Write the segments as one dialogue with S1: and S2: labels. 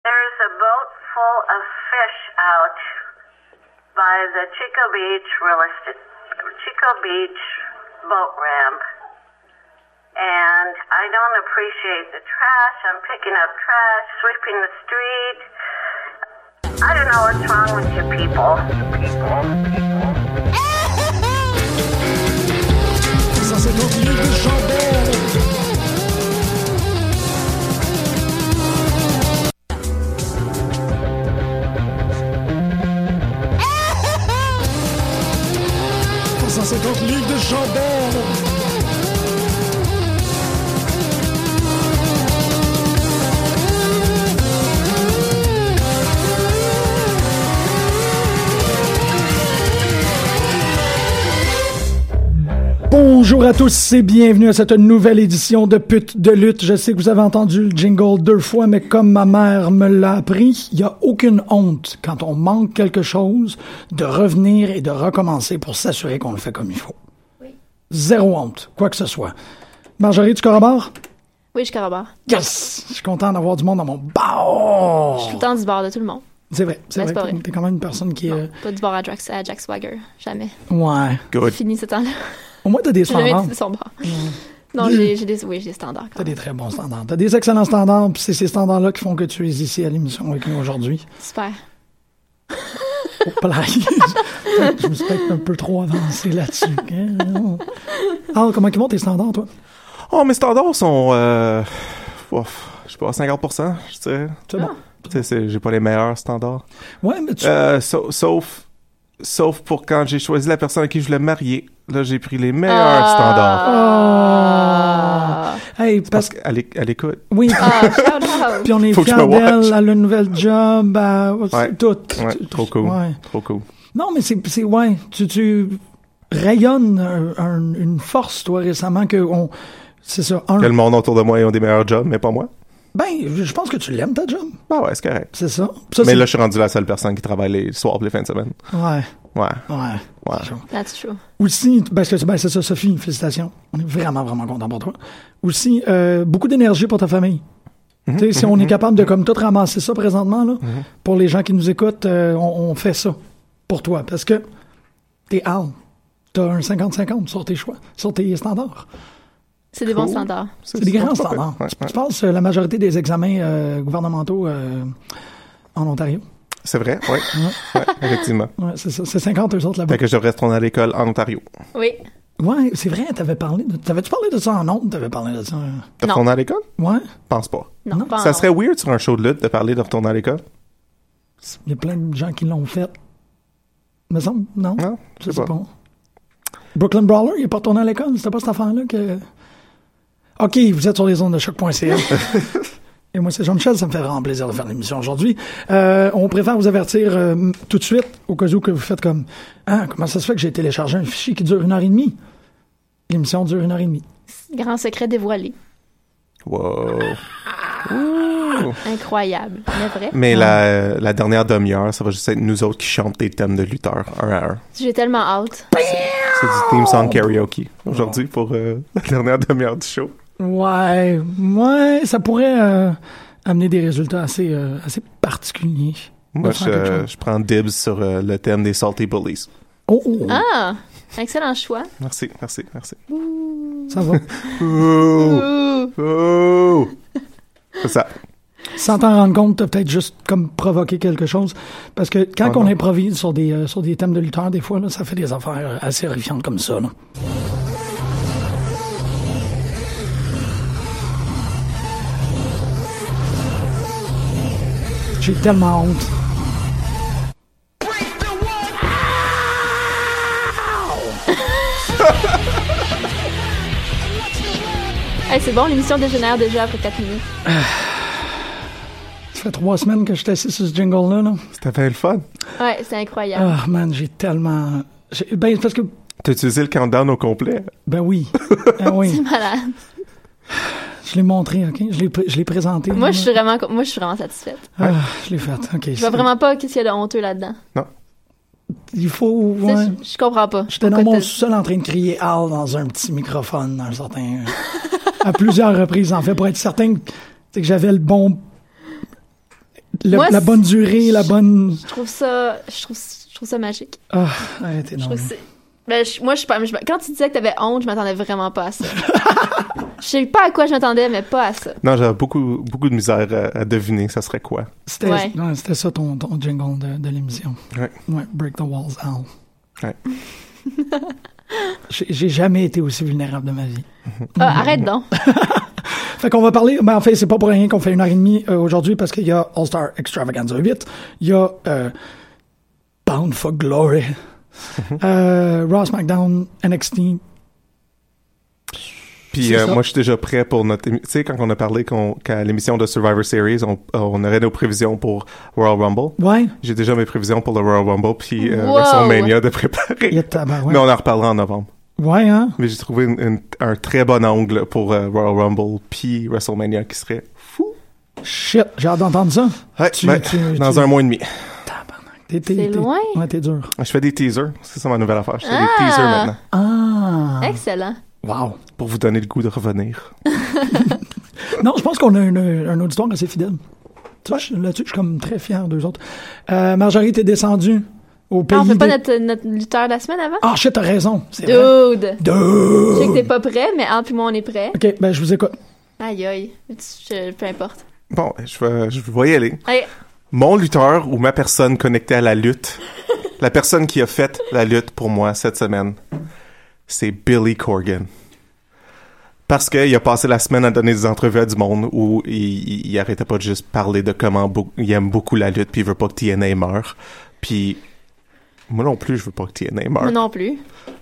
S1: There's a boat full of fish out by the Chico Beach real estate, Chico Beach boat ramp. And I don't appreciate the trash. I'm picking up trash, sweeping the street. I don't know what's wrong with you people. People.
S2: Ça, c'est notre île de chandelle. Ça, c'est notre île de chandelle. Bonjour à tous et bienvenue à cette nouvelle édition de Pute de lutte. Je sais que vous avez entendu le jingle deux fois, mais comme ma mère me l'a appris, il n'y a aucune honte quand on manque quelque chose de revenir et de recommencer pour s'assurer qu'on le fait comme il faut. Zéro honte, quoi que ce soit. Marjorie, tu corrobores?
S3: Oui, je corrobore.
S2: Yes! Je suis content d'avoir du monde dans mon bar!
S3: Je suis tout le temps du bord de tout le monde.
S2: C'est vrai, c'est
S3: Mais Ah, c'est
S2: vrai.
S3: pas vrai.
S2: T'es quand même une personne qui est... euh,
S3: Non, pas du bord à Jack, à Jack Swagger. Jamais.
S2: Ouais.
S3: C'est
S4: Good.
S3: Fini ce temps-là.
S2: Au moins, t'as des
S3: J'ai jamais
S2: standards.
S3: été de son bord. Non, j'ai j'ai des, oui, j'ai des standards. quand
S2: T'as des
S3: même.
S2: très bons standards. T'as des excellents standards, puis c'est ces standards-là qui font que tu es ici à l'émission avec nous aujourd'hui.
S3: Super.
S2: Oh, plaie. je me suis peut-être un peu trop avancé là-dessus. hein. Ah, comment ils vont tes standards, toi?
S4: Oh, mes standards sont. Euh, ouf, je sais pas, 50%, je dirais.
S2: C'est bon.
S4: Tu sais, c'est- j'ai pas les meilleurs standards.
S2: Ouais, mais tu...
S4: Ah. Euh, sa- sauf. Sauf pour quand j'ai choisi la personne à qui je voulais me marier. Là, j'ai pris les meilleurs standards.
S3: Ah.
S2: Hey,
S4: Parce
S2: parce que...
S4: qu'à l'é- à l'écoute.
S2: Oui,
S3: Ah, shout out.
S2: puis on est
S4: Faut que je
S2: fiers
S4: me watch.
S2: d'elle, elle a une nouvelle job, à...
S4: Ouais.
S2: tout.
S4: Ouais,
S2: Tu-
S4: trop cool.
S2: Ouais.
S4: Trop cool.
S2: Non, mais c'est... c'est- Ouais, tu, tu rayonnes un- un- une force, toi, récemment, que on... C'est ça, un...
S4: Que le monde autour de moi ils ont des meilleurs jobs, mais pas moi.
S2: Ben, je je pense que tu l'aimes, ta job.
S4: Bah ouais, c'est correct.
S2: C'est ça. ça
S4: mais
S2: c'est-
S4: là, je suis rendu la seule personne qui travaille les soirs et les fins de semaine.
S2: Ouais,
S4: Ouais.
S2: ouais.
S4: Ouais.
S2: C'est chaud.
S3: That's true.
S2: Aussi, parce que ben, c'est ça, Sophie, félicitations. On est vraiment, vraiment content pour toi. Aussi, euh, beaucoup d'énergie pour ta famille.
S4: Mm-hmm.
S2: Tu sais, si on est capable de comme tout ramasser ça présentement, là, pour les gens qui nous écoutent, euh, on, on fait ça pour toi. Parce que t'es out. T'as un 50-50 sur tes choix, sur tes standards.
S3: C'est des bons
S4: Cool.
S3: standards.
S2: C'est des grands
S4: pas pire.
S2: standards.
S4: Ouais,
S2: tu,
S4: ouais.
S2: tu passes euh, la majorité des examens euh, gouvernementaux euh, en Ontario.
S4: C'est vrai, ouais. ouais, effectivement.
S2: Ouais, c'est ça. C'est 50 eux autres là-bas.
S4: Fait que je devrais retourner à l'école en Ontario.
S3: Oui.
S2: Ouais, c'est vrai, t'avais parlé de. T'avais-tu parlé de ça en ondes? T'avais parlé de ça. euh,
S4: De
S3: Non.
S4: retourner à l'école?
S2: Ouais.
S4: Pense pas.
S3: Ah Non, pas
S4: Ça
S3: en-
S4: serait weird sur un show de lutte de parler de retourner à l'école.
S2: Il y a plein de gens qui l'ont fait. Me semble, non?
S4: Non, je sais pas.
S2: Brooklyn Brawler, il est pas retourné à l'école. C'était pas cet enfant-là que. OK, vous êtes sur les ondes de choc.ca. Et moi, c'est Jean-Michel. Ça me fait vraiment plaisir de faire l'émission aujourd'hui. Euh, on préfère vous avertir euh, m- tout de suite, au cas où que vous faites comme Ah, comment ça se fait que j'ai téléchargé un fichier qui dure une heure et demie? L'émission dure une heure et demie.
S3: Grand secret dévoilé.
S4: Wow.
S3: Incroyable. Mais vrai.
S4: Mais la, la dernière demi-heure, ça va juste être nous autres qui chantons des thèmes de lutteurs, un à un.
S3: J'ai tellement hâte.
S4: C'est du theme song karaoke aujourd'hui pour euh, la dernière demi-heure du show.
S2: Ouais, ouais, ça pourrait euh, amener des résultats assez, euh, assez particuliers.
S4: Moi,
S2: De faire quelque
S4: je,
S2: chose.
S4: je prends dibs sur euh, le thème des Salty Bullies.
S2: Oh, oh, oh,
S3: Ah! Excellent choix.
S4: Merci, merci, merci.
S2: ça va.
S4: Ouh,
S3: Ouh.
S4: ouh. C'est ça.
S2: Sans t'en rendre compte, t'as peut-être juste comme provoqué quelque chose. Parce que quand
S4: Oh
S2: on
S4: non.
S2: improvise sur des, euh, sur des thèmes de lutteurs, des fois, là, ça fait des affaires assez horrifiantes comme ça. Là. J'ai tellement honte.
S3: Hey, c'est bon, l'émission dégénère déjà après 4 minutes.
S2: Ça fait trois semaines que je suis assis sur ce jingle-là. Là.
S4: C'était bien le fun.
S3: Ouais, c'est incroyable.
S2: Ah, man, j'ai tellement... j'ai- Ben, parce que
S4: T'as utilisé le countdown au complet.
S2: Ben oui. Ben oui.
S3: Malade.
S2: Je l'ai montré, OK? Je l'ai, pr- je l'ai présenté.
S3: Moi, je suis vraiment, moi, je suis vraiment satisfaite.
S2: Ah, je l'ai fait, OK.
S3: Je vois vraiment pas qu'est-ce qu'il y a de honteux là-dedans.
S2: Il faut...
S3: Tu sais,
S2: Ouais.
S3: je- Je comprends pas.
S2: J'étais dans mon
S3: Pourquoi
S2: sol en train de crier « Al » dans un petit microphone, dans un certain... à plusieurs reprises, en fait, pour être certain que, tu sais, que j'avais le bon... le-
S3: Moi,
S2: la
S3: c'est-
S2: bonne durée, la bonne.
S3: Je trouve ça, je trouve, je trouve ça magique.
S2: Ah, arrêtez,
S3: Je
S2: non.
S3: trouve que c'est- Ben, je- moi, je suis pas. je- quand tu disais que t'avais honte, je m'attendais vraiment pas à ça. Je sais pas à quoi je m'attendais, mais pas à ça.
S4: Non, j'avais beaucoup, beaucoup de misère à, à deviner ça serait quoi.
S2: C'était
S3: Ouais.
S2: ouais, c'était ça ton, ton jingle de, de l'émission.
S4: Ouais.
S2: Ouais, Break the Walls, Al.
S4: Ouais.
S2: J'ai j'ai jamais été aussi vulnérable de ma vie. Mm.
S3: Ah, arrête donc.
S2: Fait qu'on va parler, mais en fait, c'est pas pour rien qu'on fait une heure et demie euh, aujourd'hui parce qu'il y a All Star Extravaganza 8, il y a euh, Bound for Glory, euh, Ross McDown, NXT.
S4: Puis
S2: C'est
S4: euh,
S2: ça.
S4: moi, je suis déjà prêt pour notre. émi- Tu sais, quand on a parlé qu'on- qu'à l'émission de Survivor Series, on, on aurait nos prévisions pour Royal Rumble.
S2: Ouais,
S4: J'ai déjà mes prévisions pour le Royal Rumble puis euh,
S3: Wow!
S4: WrestleMania de préparer.
S2: il y a tabarouette.
S4: Mais on en reparlera en novembre.
S2: Ouais, hein?
S4: Mais j'ai trouvé une- une- un très bon angle pour euh, Royal Rumble puis WrestleMania qui serait fou.
S2: Shit, j'ai hâte d'entendre ça.
S4: Ouais,
S2: Tu-
S4: ben,
S2: tu-
S4: dans
S2: tu-
S4: un mois et demi.
S2: Tabarnak. T'es- t'es-
S3: C'est
S2: t'es-
S3: loin.
S2: Ouais, t'es dur.
S4: Je fais des teasers. C'est ça ma nouvelle affaire. Je fais
S3: Ah!
S4: des teasers maintenant.
S2: Ah!
S3: Excellent.
S2: Wow!
S4: Pour vous donner le goût de revenir.
S2: Non, je pense qu'on a une- un auditoire assez fidèle. Tu vois, je- là-dessus, je suis comme très fier d'eux autres. Euh, Marjorie, t'es descendue au pays.
S3: Ah, on fait pas
S2: des-
S3: notre, notre lutteur de la semaine avant?
S2: Ah, shit, t'as raison. C'est vrai.
S3: Dude! Je sais que
S2: Deux.
S3: t'es pas prêt, mais Al puis moi, on est prêt.
S2: Ok, ben, je vous écoute.
S3: Aïe, aïe. Je- peu importe.
S4: Bon, ben, je vais, je vais y aller.
S3: Allez,
S4: Mon lutteur ou ma personne connectée à la lutte, la personne qui a fait la lutte pour moi cette semaine, c'est Billy Corgan. Parce qu'il a passé la semaine à donner des entrevues à du monde où il, il, il arrêtait pas de juste parler de comment beau- il aime beaucoup la lutte puis il veut pas que TNA meure. Puis moi non plus, je veux pas que TNA meure.
S3: moi non plus.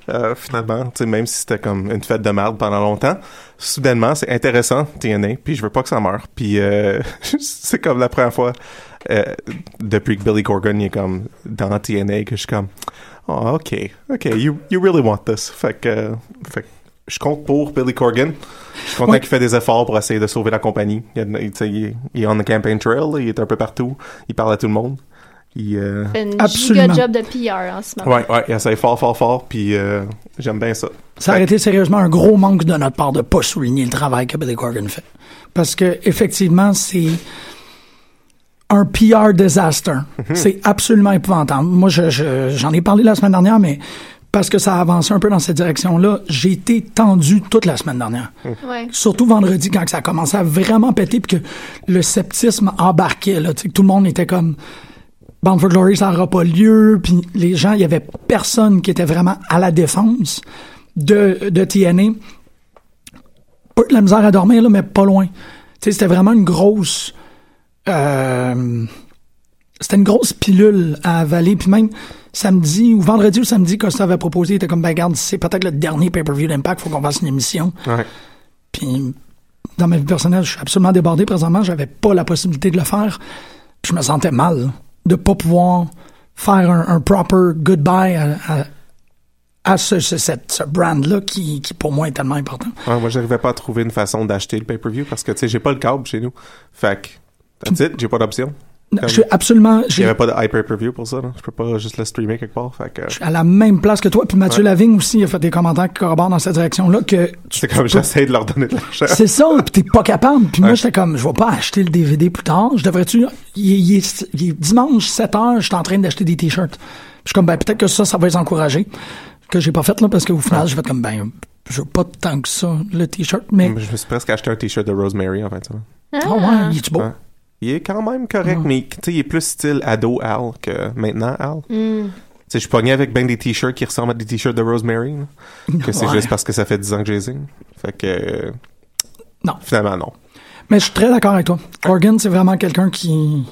S4: Euh, finalement, tu sais, même si c'était comme une fête de merde pendant longtemps, soudainement, c'est intéressant, TNA, puis je veux pas que ça meure. Puis euh, c'est comme la première fois euh, depuis que Billy Corgan il est comme dans TNA que je suis comme « Oh, OK, OK, you, you really want this. » Fait que, euh, fait que je compte pour Billy Corgan. Je suis content
S2: Ouais.
S4: qu'il fait des efforts pour essayer de sauver la compagnie. Il, y a- il- tu sais, il est- il est on the campaign trail, il est un peu partout, il parle à tout le monde. Il, euh,
S3: Fait une
S2: Absolument.
S3: giga job de PR en ce moment.
S4: Ouais, ouais, il essaye fort, fort, fort, puis euh, j'aime bien ça.
S2: Ça aurait été sérieusement un gros manque de notre part de pas souligner le travail que Billy Corgan fait. Parce que, effectivement, c'est un PR disaster. C'est absolument épouvantable. Moi, je- je- j'en ai parlé la semaine dernière, mais parce que ça a avancé un peu dans cette direction-là, j'ai été tendu toute la semaine dernière.
S3: Ouais.
S2: Surtout vendredi, quand ça a commencé à vraiment péter, puis que le sceptisme embarquait, là, tu sais, que tout le monde était comme Bound for Glory, ça n'aura pas lieu, puis les gens, il y avait personne qui était vraiment à la défense de, de TNA. Pas eu de la misère à dormir, là, mais pas loin. Tu sais, c'était vraiment une grosse. euh, c'était une grosse pilule à avaler. Puis même samedi, ou vendredi ou samedi, Costa avait proposé, il était comme, ben garde, c'est peut-être le dernier pay-per-view d'Impact, faut qu'on fasse une émission.
S4: Ouais.
S2: Puis dans ma vie personnelle, je suis absolument débordé présentement. J'avais pas la possibilité de le faire. Puis je me sentais mal de pas pouvoir faire un, un proper goodbye à, à- à ce, ce- cette- ce brand-là qui, qui pour moi est tellement important.
S4: Ouais, Ah, moi, j'arrivais pas à trouver une façon d'acheter le pay-per-view parce que, tu sais, j'ai pas le câble chez nous. Fait que, that's it, j'ai pas d'option.
S2: Non,
S4: Comme-
S2: je suis absolument.
S4: Il y
S2: j'ai-
S4: avait pas de pay-per-view pour ça, là. Je peux pas juste le streamer quelque part. Fait que,
S2: Je suis à la même place que toi. Puis Mathieu
S4: Ouais.
S2: Lavigne aussi a fait des commentaires qui corroborent dans cette direction-là que tu-
S4: c'est comme
S2: tu peux-
S4: j'essaie de leur donner de l'argent.
S2: C'est ça, pis t'es pas capable. Puis moi, j'étais comme, je vais pas acheter le DVD plus tard. Je devrais-tu. Il, est- il est, il est dimanche, 7 h j'étais en train d'acheter des t-shirts. Puis Je suis comme, ben, peut-être que ça, ça va les encourager. Que j'ai pas fait, là, parce qu'au final, je vais comme, ben, je veux pas tant que ça, le t-shirt. Mais,
S4: Je me suis presque acheté un t-shirt de Rosemary en fait. ça.
S2: oh ouais, il est beau?
S4: Ouais. Il est quand même correct, mais, tu sais, il est plus style ado Al que maintenant Al. Tu sais, je suis pogné avec ben des t-shirts qui ressemblent à des t-shirts de Rosemary. là. Que c'est
S2: Ouais.
S4: juste parce que ça fait 10 ans que je les ai. Fait que, euh,
S2: Non.
S4: finalement, non.
S2: Mais je suis très d'accord avec toi. Corgan, c'est vraiment quelqu'un qui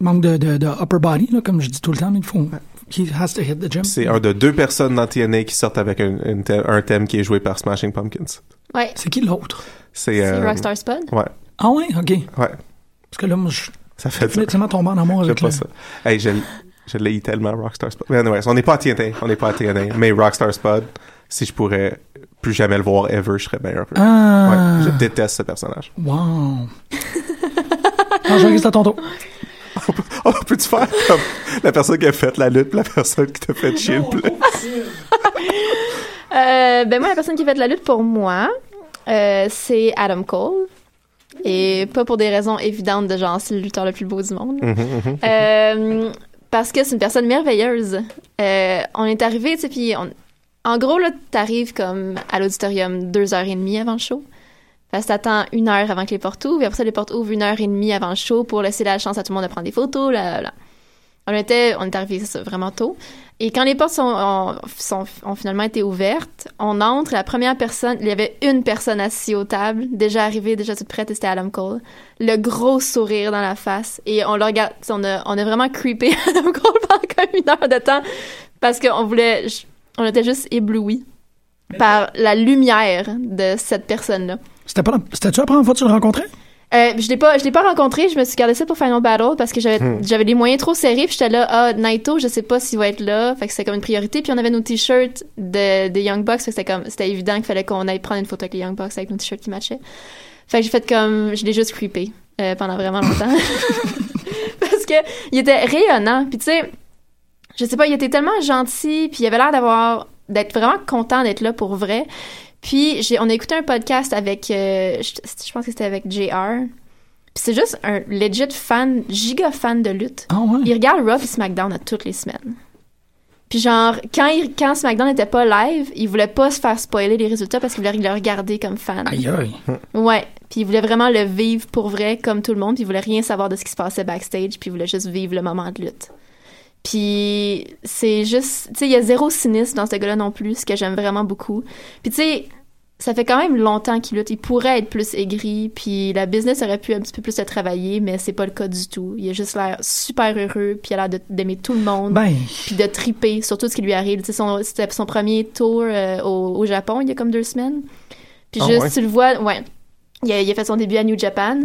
S2: manque de, de, de upper body, là, comme je dis tout le temps, mais il faut. He has to hit the gym.
S4: C'est un de deux personnes dans TNA qui sortent avec un, une thème- un thème qui est joué par Smashing Pumpkins.
S3: Ouais.
S2: C'est qui l'autre?
S4: C'est
S3: C'est
S4: euh,
S3: Rockstar Spud.
S4: Ouais,
S2: Ah ouais, ok.
S4: ouais.
S2: Parce que là, moi, je suis
S4: Ça fait dur.
S2: définitivement tombé en amour
S4: J'aime
S2: avec
S4: pas
S2: le...
S4: ça. Hey, je, l- je l'ai tellement, Rockstar Spud. Mais anyways, on n'est pas à TNA, on n'est pas à TNA. Mais Rockstar Spud, si je pourrais plus jamais le voir ever, je serais meilleur.
S2: Ah.
S4: Ouais, je déteste ce personnage.
S2: Wow. Marjorie, c'est à ton tour.
S4: Oh, peux-tu faire comme la personne qui a fait la lutte, puis la personne qui t'a fait chier le plus?
S3: Euh, ben moi, la personne qui fait de la lutte pour moi, euh, c'est Adam Cole. Et pas pour des raisons évidentes de genre, c'est le lutteur le plus beau du monde. Euh, parce que c'est une personne merveilleuse. Euh, on est arrivé, tu sais, puis on- en gros, là, t'arrives comme à l'auditorium deux heures et demie avant le show. Fait que t'attends une heure avant que les portes ouvrent, et après ça, les portes ouvrent une heure et demie avant le show pour laisser la chance à tout le monde de prendre des photos, là, là, là. On était, on est arrivé c'est ça, vraiment tôt. Et quand les portes sont, ont, sont- ont finalement été ouvertes, on entre, la première personne, il y avait une personne assise aux tables, déjà arrivée, déjà toute prête, et c'était Adam Cole. Le gros sourire dans la face. Et on le regarde, tu sais, on a, on a vraiment creepé Adam Cole pendant comme une heure de temps parce qu'on voulait, je- on était juste éblouis par la lumière de cette personne-là.
S2: C'était pas la- c'était-tu la première fois que tu le rencontrais?
S3: Euh, je l'ai pas, je l'ai pas rencontré. Je me suis gardé ça pour Final Battle parce que j'avais, j'avais les moyens trop serrés. Puis j'étais là, ah Naito, je sais pas s'il va être là. Fait que c'était comme une priorité. Puis on avait nos t-shirts de, des Young Bucks. Fait que c'était comme, c'était évident qu'il fallait qu'on aille prendre une photo avec les Young Bucks avec nos t-shirts qui matchaient. Fait que j'ai fait comme, je l'ai juste creepé euh, pendant vraiment longtemps parce que il était rayonnant. Puis tu sais, je sais pas, il était tellement gentil. Puis il avait l'air d'avoir, d'être vraiment content d'être là pour vrai. Puis j'ai, on a écouté un podcast avec, euh, je, je pense que c'était avec JR. Puis c'est juste un legit fan, giga fan de lutte.
S2: Ah ouais.
S3: Il regarde Raw et SmackDown à toutes les semaines. Puis genre, quand, il, quand SmackDown n'était pas live, il voulait pas se faire spoiler les résultats parce qu'il voulait le regarder comme fan.
S2: Aïe aïe.
S3: Ouais. Puis il voulait vraiment le vivre pour vrai, comme tout le monde. Puis il voulait rien savoir de ce qui se passait backstage. Puis il voulait juste vivre le moment de lutte. Puis c'est juste... Tu sais, il y a zéro cynisme dans ce gars-là non plus, ce que j'aime vraiment beaucoup. Puis tu sais, ça fait quand même longtemps qu'il lutte. Il pourrait être plus aigri, puis la business aurait pu un petit peu plus le travailler, mais c'est pas le cas du tout. Il a juste l'air super heureux, puis il a l'air de- d'aimer tout le monde
S2: Ben,
S3: puis de triper sur tout ce qui lui arrive. Tu sais, son- C'était son premier tour euh, au, au Japon il y a comme deux semaines. Puis
S4: Ah
S3: juste,
S4: ouais?
S3: tu le vois, ouais. Il a, il a fait son début à New Japan.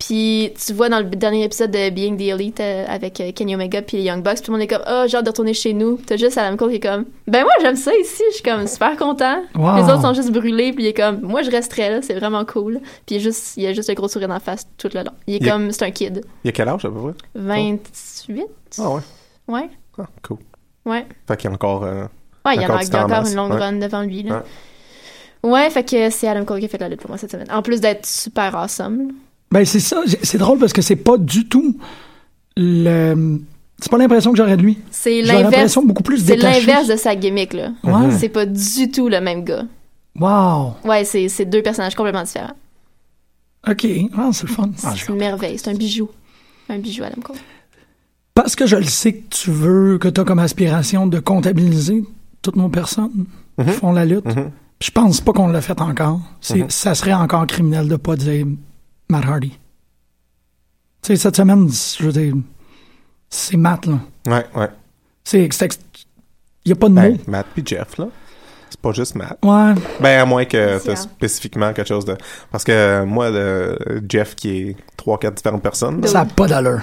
S3: Puis tu vois dans le dernier épisode de Being the Elite euh, avec euh, Kenny Omega puis les Young Bucks, tout le monde est comme « Ah, j'ai hâte de retourner chez nous. » Puis T'as juste Adam Cole qui est comme « Ben moi, j'aime ça ici. Je suis comme super content.
S2: Wow.
S3: Les autres sont juste brûlés. Puis il est comme « Moi, je resterai là. C'est vraiment cool. » Puis il, est juste, il a juste le gros sourire dans la face tout le long. Il est
S4: Il est-
S3: comme « C'est un kid.
S4: Il y a quel âge à peu près? »
S3: 28?
S4: Ah ouais.
S3: Ouais.
S4: Ah, cool.
S3: Ouais.
S4: Fait qu'il y a encore. euh,
S3: Ouais, il y en
S4: Encore
S3: a
S4: du
S3: il y a
S4: temps en
S3: encore
S4: masse,
S3: une longue
S4: ouais.
S3: run devant lui. Là. Ouais. fait que c'est Adam Cole qui a fait la lutte pour moi cette semaine. En plus d'être super awesome.
S2: ben c'est ça. C'est- C'est drôle parce que c'est pas du tout le. C'est pas l'impression que j'aurais de lui.
S3: C'est
S2: J'ai
S3: l'inverse.
S2: l'impression beaucoup plus
S3: C'est
S2: détaché.
S3: l'inverse de sa gimmick, là.
S4: Mhm.
S2: Ouais.
S3: C'est pas du tout le même gars.
S2: Wow.
S3: Ouais, c'est c'est deux personnages complètement différents.
S2: Ah, OK. Ah, c'est le fun. Ah,
S3: C'est
S2: je-
S3: une merveille. C'est un bijou. Un bijou, Adam Cole.
S2: Parce que je le sais que tu veux, que tu as comme aspiration de comptabiliser toutes nos personnes qui
S4: Mhm.
S2: font la lutte. Puis Je pense pas qu'on l'a fait encore. C'est- Ça serait encore criminel de pas dire Matt Hardy. Tu sais, cette semaine, je veux dire, c'est Matt, là.
S4: Ouais, ouais.
S2: C'est... Il n'y a pas de
S4: Ben,
S2: mots.
S4: Matt puis Jeff, là. C'est pas juste Matt.
S2: Ouais.
S4: Ben, à moins que
S3: Spécial.
S4: t'as spécifiquement quelque chose de. Parce que euh, moi, le Jeff qui est trois, quatre différentes personnes. là,
S2: Ça n'a pas d'allure.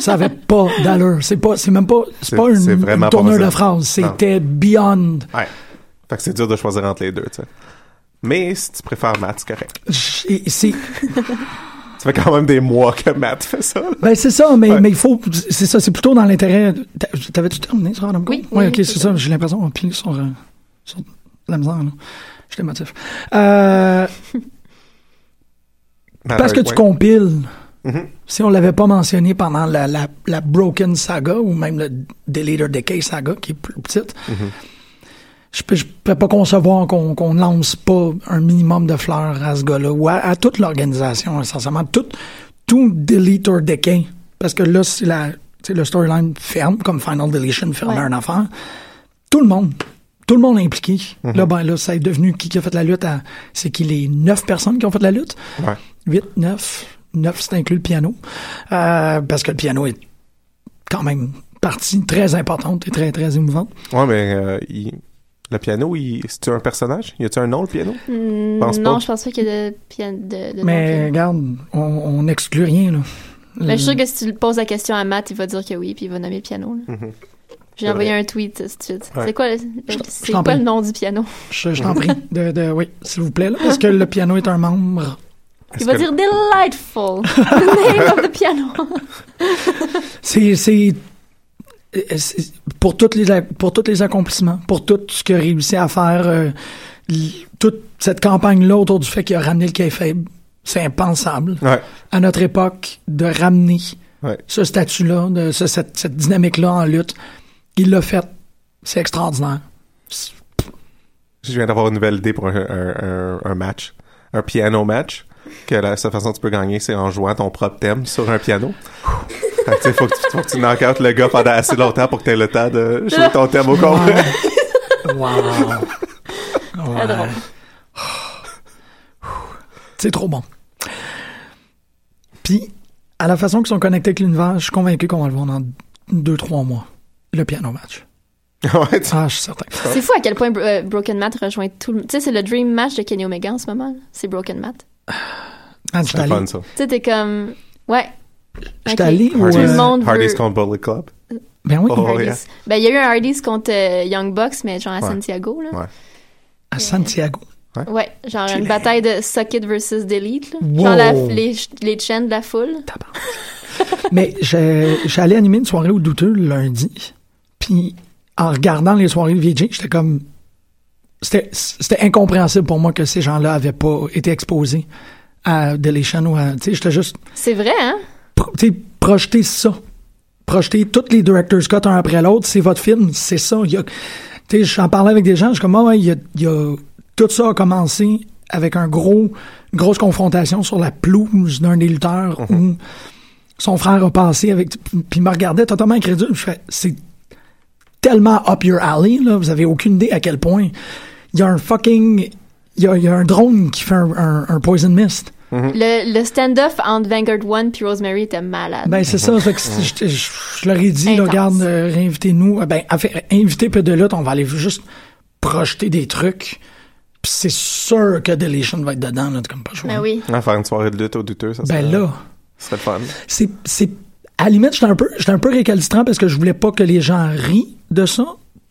S2: Ça avait pas d'allure. C'est pas, c'est même pas, c'est
S4: C'est-
S2: pas une,
S4: c'est vraiment
S2: une
S4: pas
S2: tournure de
S4: possible.
S2: phrase.
S4: Non.
S2: C'était beyond.
S4: Ouais. Fait que c'est dur de choisir entre les deux, tu sais. Mais si tu préfères Matt, c'est correct.
S2: J- et C'est,
S4: Ça fait quand même des mois que Matt fait ça. là.
S2: Ben, c'est ça, mais,
S4: Ouais.
S2: mais il faut. C'est ça, c'est plutôt dans l'intérêt. de- t'a- T'avais-tu terminé sur Adam Cole?
S3: Oui,
S2: Ouais,
S3: oui,
S2: ok,
S3: oui,
S2: c'est
S3: c'est
S2: ça. J'ai l'impression qu'on pile sur, euh, sur la misère, là. Je te motive. Euh,
S4: Matt
S2: parce que
S4: Hardy,
S2: tu
S4: ouais.
S2: compiles. Si on l'avait pas mentionné pendant la, la, la Broken Saga ou même le Deleter Decay Saga, qui est plus petite, je peux, je peux pas concevoir qu'on qu'on lance pas un minimum de fleurs à ce gars-là ou à, à toute l'organisation, essentiellement. Tout, tout Delete or Decay. Parce que là, c'est la, c'est le storyline ferme, comme Final Deletion ferme
S3: Ouais.
S2: un affaire. Tout le monde. Tout le monde est impliqué. Là, ben là, ça est devenu qui, qui a fait la lutte à. C'est qui les neuf personnes qui ont fait la lutte?
S4: Ouais.
S2: 8, 9. 9, c'est inclus le piano. Euh, parce que le piano est quand même partie très importante et très, très émouvante.
S4: Ouais, mais euh, il- le piano, il... c'est-tu un personnage? Y a-tu un nom, le piano?
S3: Hmm,
S4: Pense
S3: non,
S4: pas.
S3: je pense pas qu'il y a de, pian- de, de
S2: Mais
S3: non, piano.
S2: regarde, on, on n'exclut rien, là. Euh,
S3: Mais Ben, je suis sûre que si tu poses la question à Matt, il va dire que oui, puis il va nommer le piano. là. J'ai
S4: C'est
S3: envoyé
S4: vrai.
S3: un tweet euh, tout de suite.
S4: Ouais.
S3: C'est quoi, le-
S2: je
S3: c'est
S2: t'en
S3: quoi
S2: prie.
S3: le nom du piano?
S2: Je, je t'en prie. De, de- oui, s'il vous plaît, là, Parce que le piano est un membre.
S4: Est-ce
S3: Il va
S4: que-
S3: dire delightful. The name of the piano.
S2: C'est. c'est- euh, c'est- Pour, toutes les, ac- pour tous les accomplissements, pour tout ce qu'il a réussi à faire, euh, l- toute cette campagne-là autour du fait qu'il a ramené le kayfabe C'est impensable
S4: Ouais.
S2: à notre époque de ramener
S4: Ouais.
S2: ce statut-là, de ce- cette, cette dynamique-là en lutte. Il l'a fait. C'est extraordinaire.
S4: Je viens d'avoir une nouvelle idée pour un, un- un- un match. Un piano match. Que la seule façon que tu peux gagner, c'est en jouant ton propre thème sur un piano. fait que, tu sais, faut que tu, faut que tu knock out le gars pendant assez longtemps pour que tu aies le temps de jouer ton thème au complet.
S2: Wow. Ouais.
S3: drôle.
S2: C'est trop bon. Puis, à la façon qu'ils sont connectés avec l'univers, je suis convaincu qu'on va le voir dans deux, trois mois. Le piano match.
S4: ouais, tu-
S2: Ah, je suis certain.
S3: C'est fou à quel point Bro- euh, Broken Matt rejoint tout le. Tu sais, c'est le dream match de Kenny Omega en ce moment. là. C'est Broken Matt.
S2: Ah, je suis
S4: c'est
S2: allé.
S4: fun, ça.
S3: Tu sais, t'es comme. Ouais.
S2: Je suis
S3: Ok.
S2: allé au,
S3: Tout le
S2: euh,
S3: monde
S4: Hardy's
S3: veut.
S4: contre Bullet Club.
S2: Ben oui,
S4: Oh,
S3: Hardys.
S4: yeah.
S3: Ben, il y a eu un Hardy's contre euh, Young Bucks, mais genre à
S4: Ouais.
S3: Santiago, là.
S4: Ouais.
S2: à Santiago.
S3: Ouais, genre une bataille de Socket versus Delete, là. Genre
S2: Wow.
S3: la- les, les chaînes de la foule.
S2: Mais j'ai- j'allais animer une soirée au douteux le lundi. Puis en regardant les soirées de VJ, j'étais comme. C'était c'était incompréhensible pour moi que ces gens-là avaient pas été exposés à Deletion ou à. Tu sais, j'étais juste.
S3: C'est vrai, hein?
S2: pro- tu sais, projeter ça. Projeter toutes les Director's Cut un après l'autre, c'est votre film, c'est ça. Il y a- Tu sais, j'en parlais avec des gens, je suis comme, ah ouais, il y a, il y a- tout ça a commencé avec un gros, une grosse confrontation sur la pelouse d'un des lutteurs où son frère a passé avec, puis il me regardait totalement incrédule. Je fais, c'est tellement up your alley, là, vous avez aucune idée à quel point. Il y a un fucking, il y a, il y a un drone qui fait un, un- un poison mist.
S4: Mm-hmm.
S3: Le, le stand-off entre Vanguard One puis Rosemary était malade.
S2: Ben, c'est ça. fait que c'est- je, je- je leur ai dit, là,
S3: Intense.
S2: regarde, euh, réinvitez-nous. Euh, Ben, en fait, invitez peu de lutte, on va aller juste projeter des trucs. Puis c'est sûr que Deletion va être dedans, là, t'es comme pas joué.
S3: Ben oui.
S4: Ah, faire une soirée de lutte au douteux, ça
S2: Ben
S4: serait,
S2: là,
S4: ça serait fun.
S2: c'est, c'est, à la limite, j'étais un peu, j'étais un peu récalcitrant parce que je voulais pas que les gens rient de ça,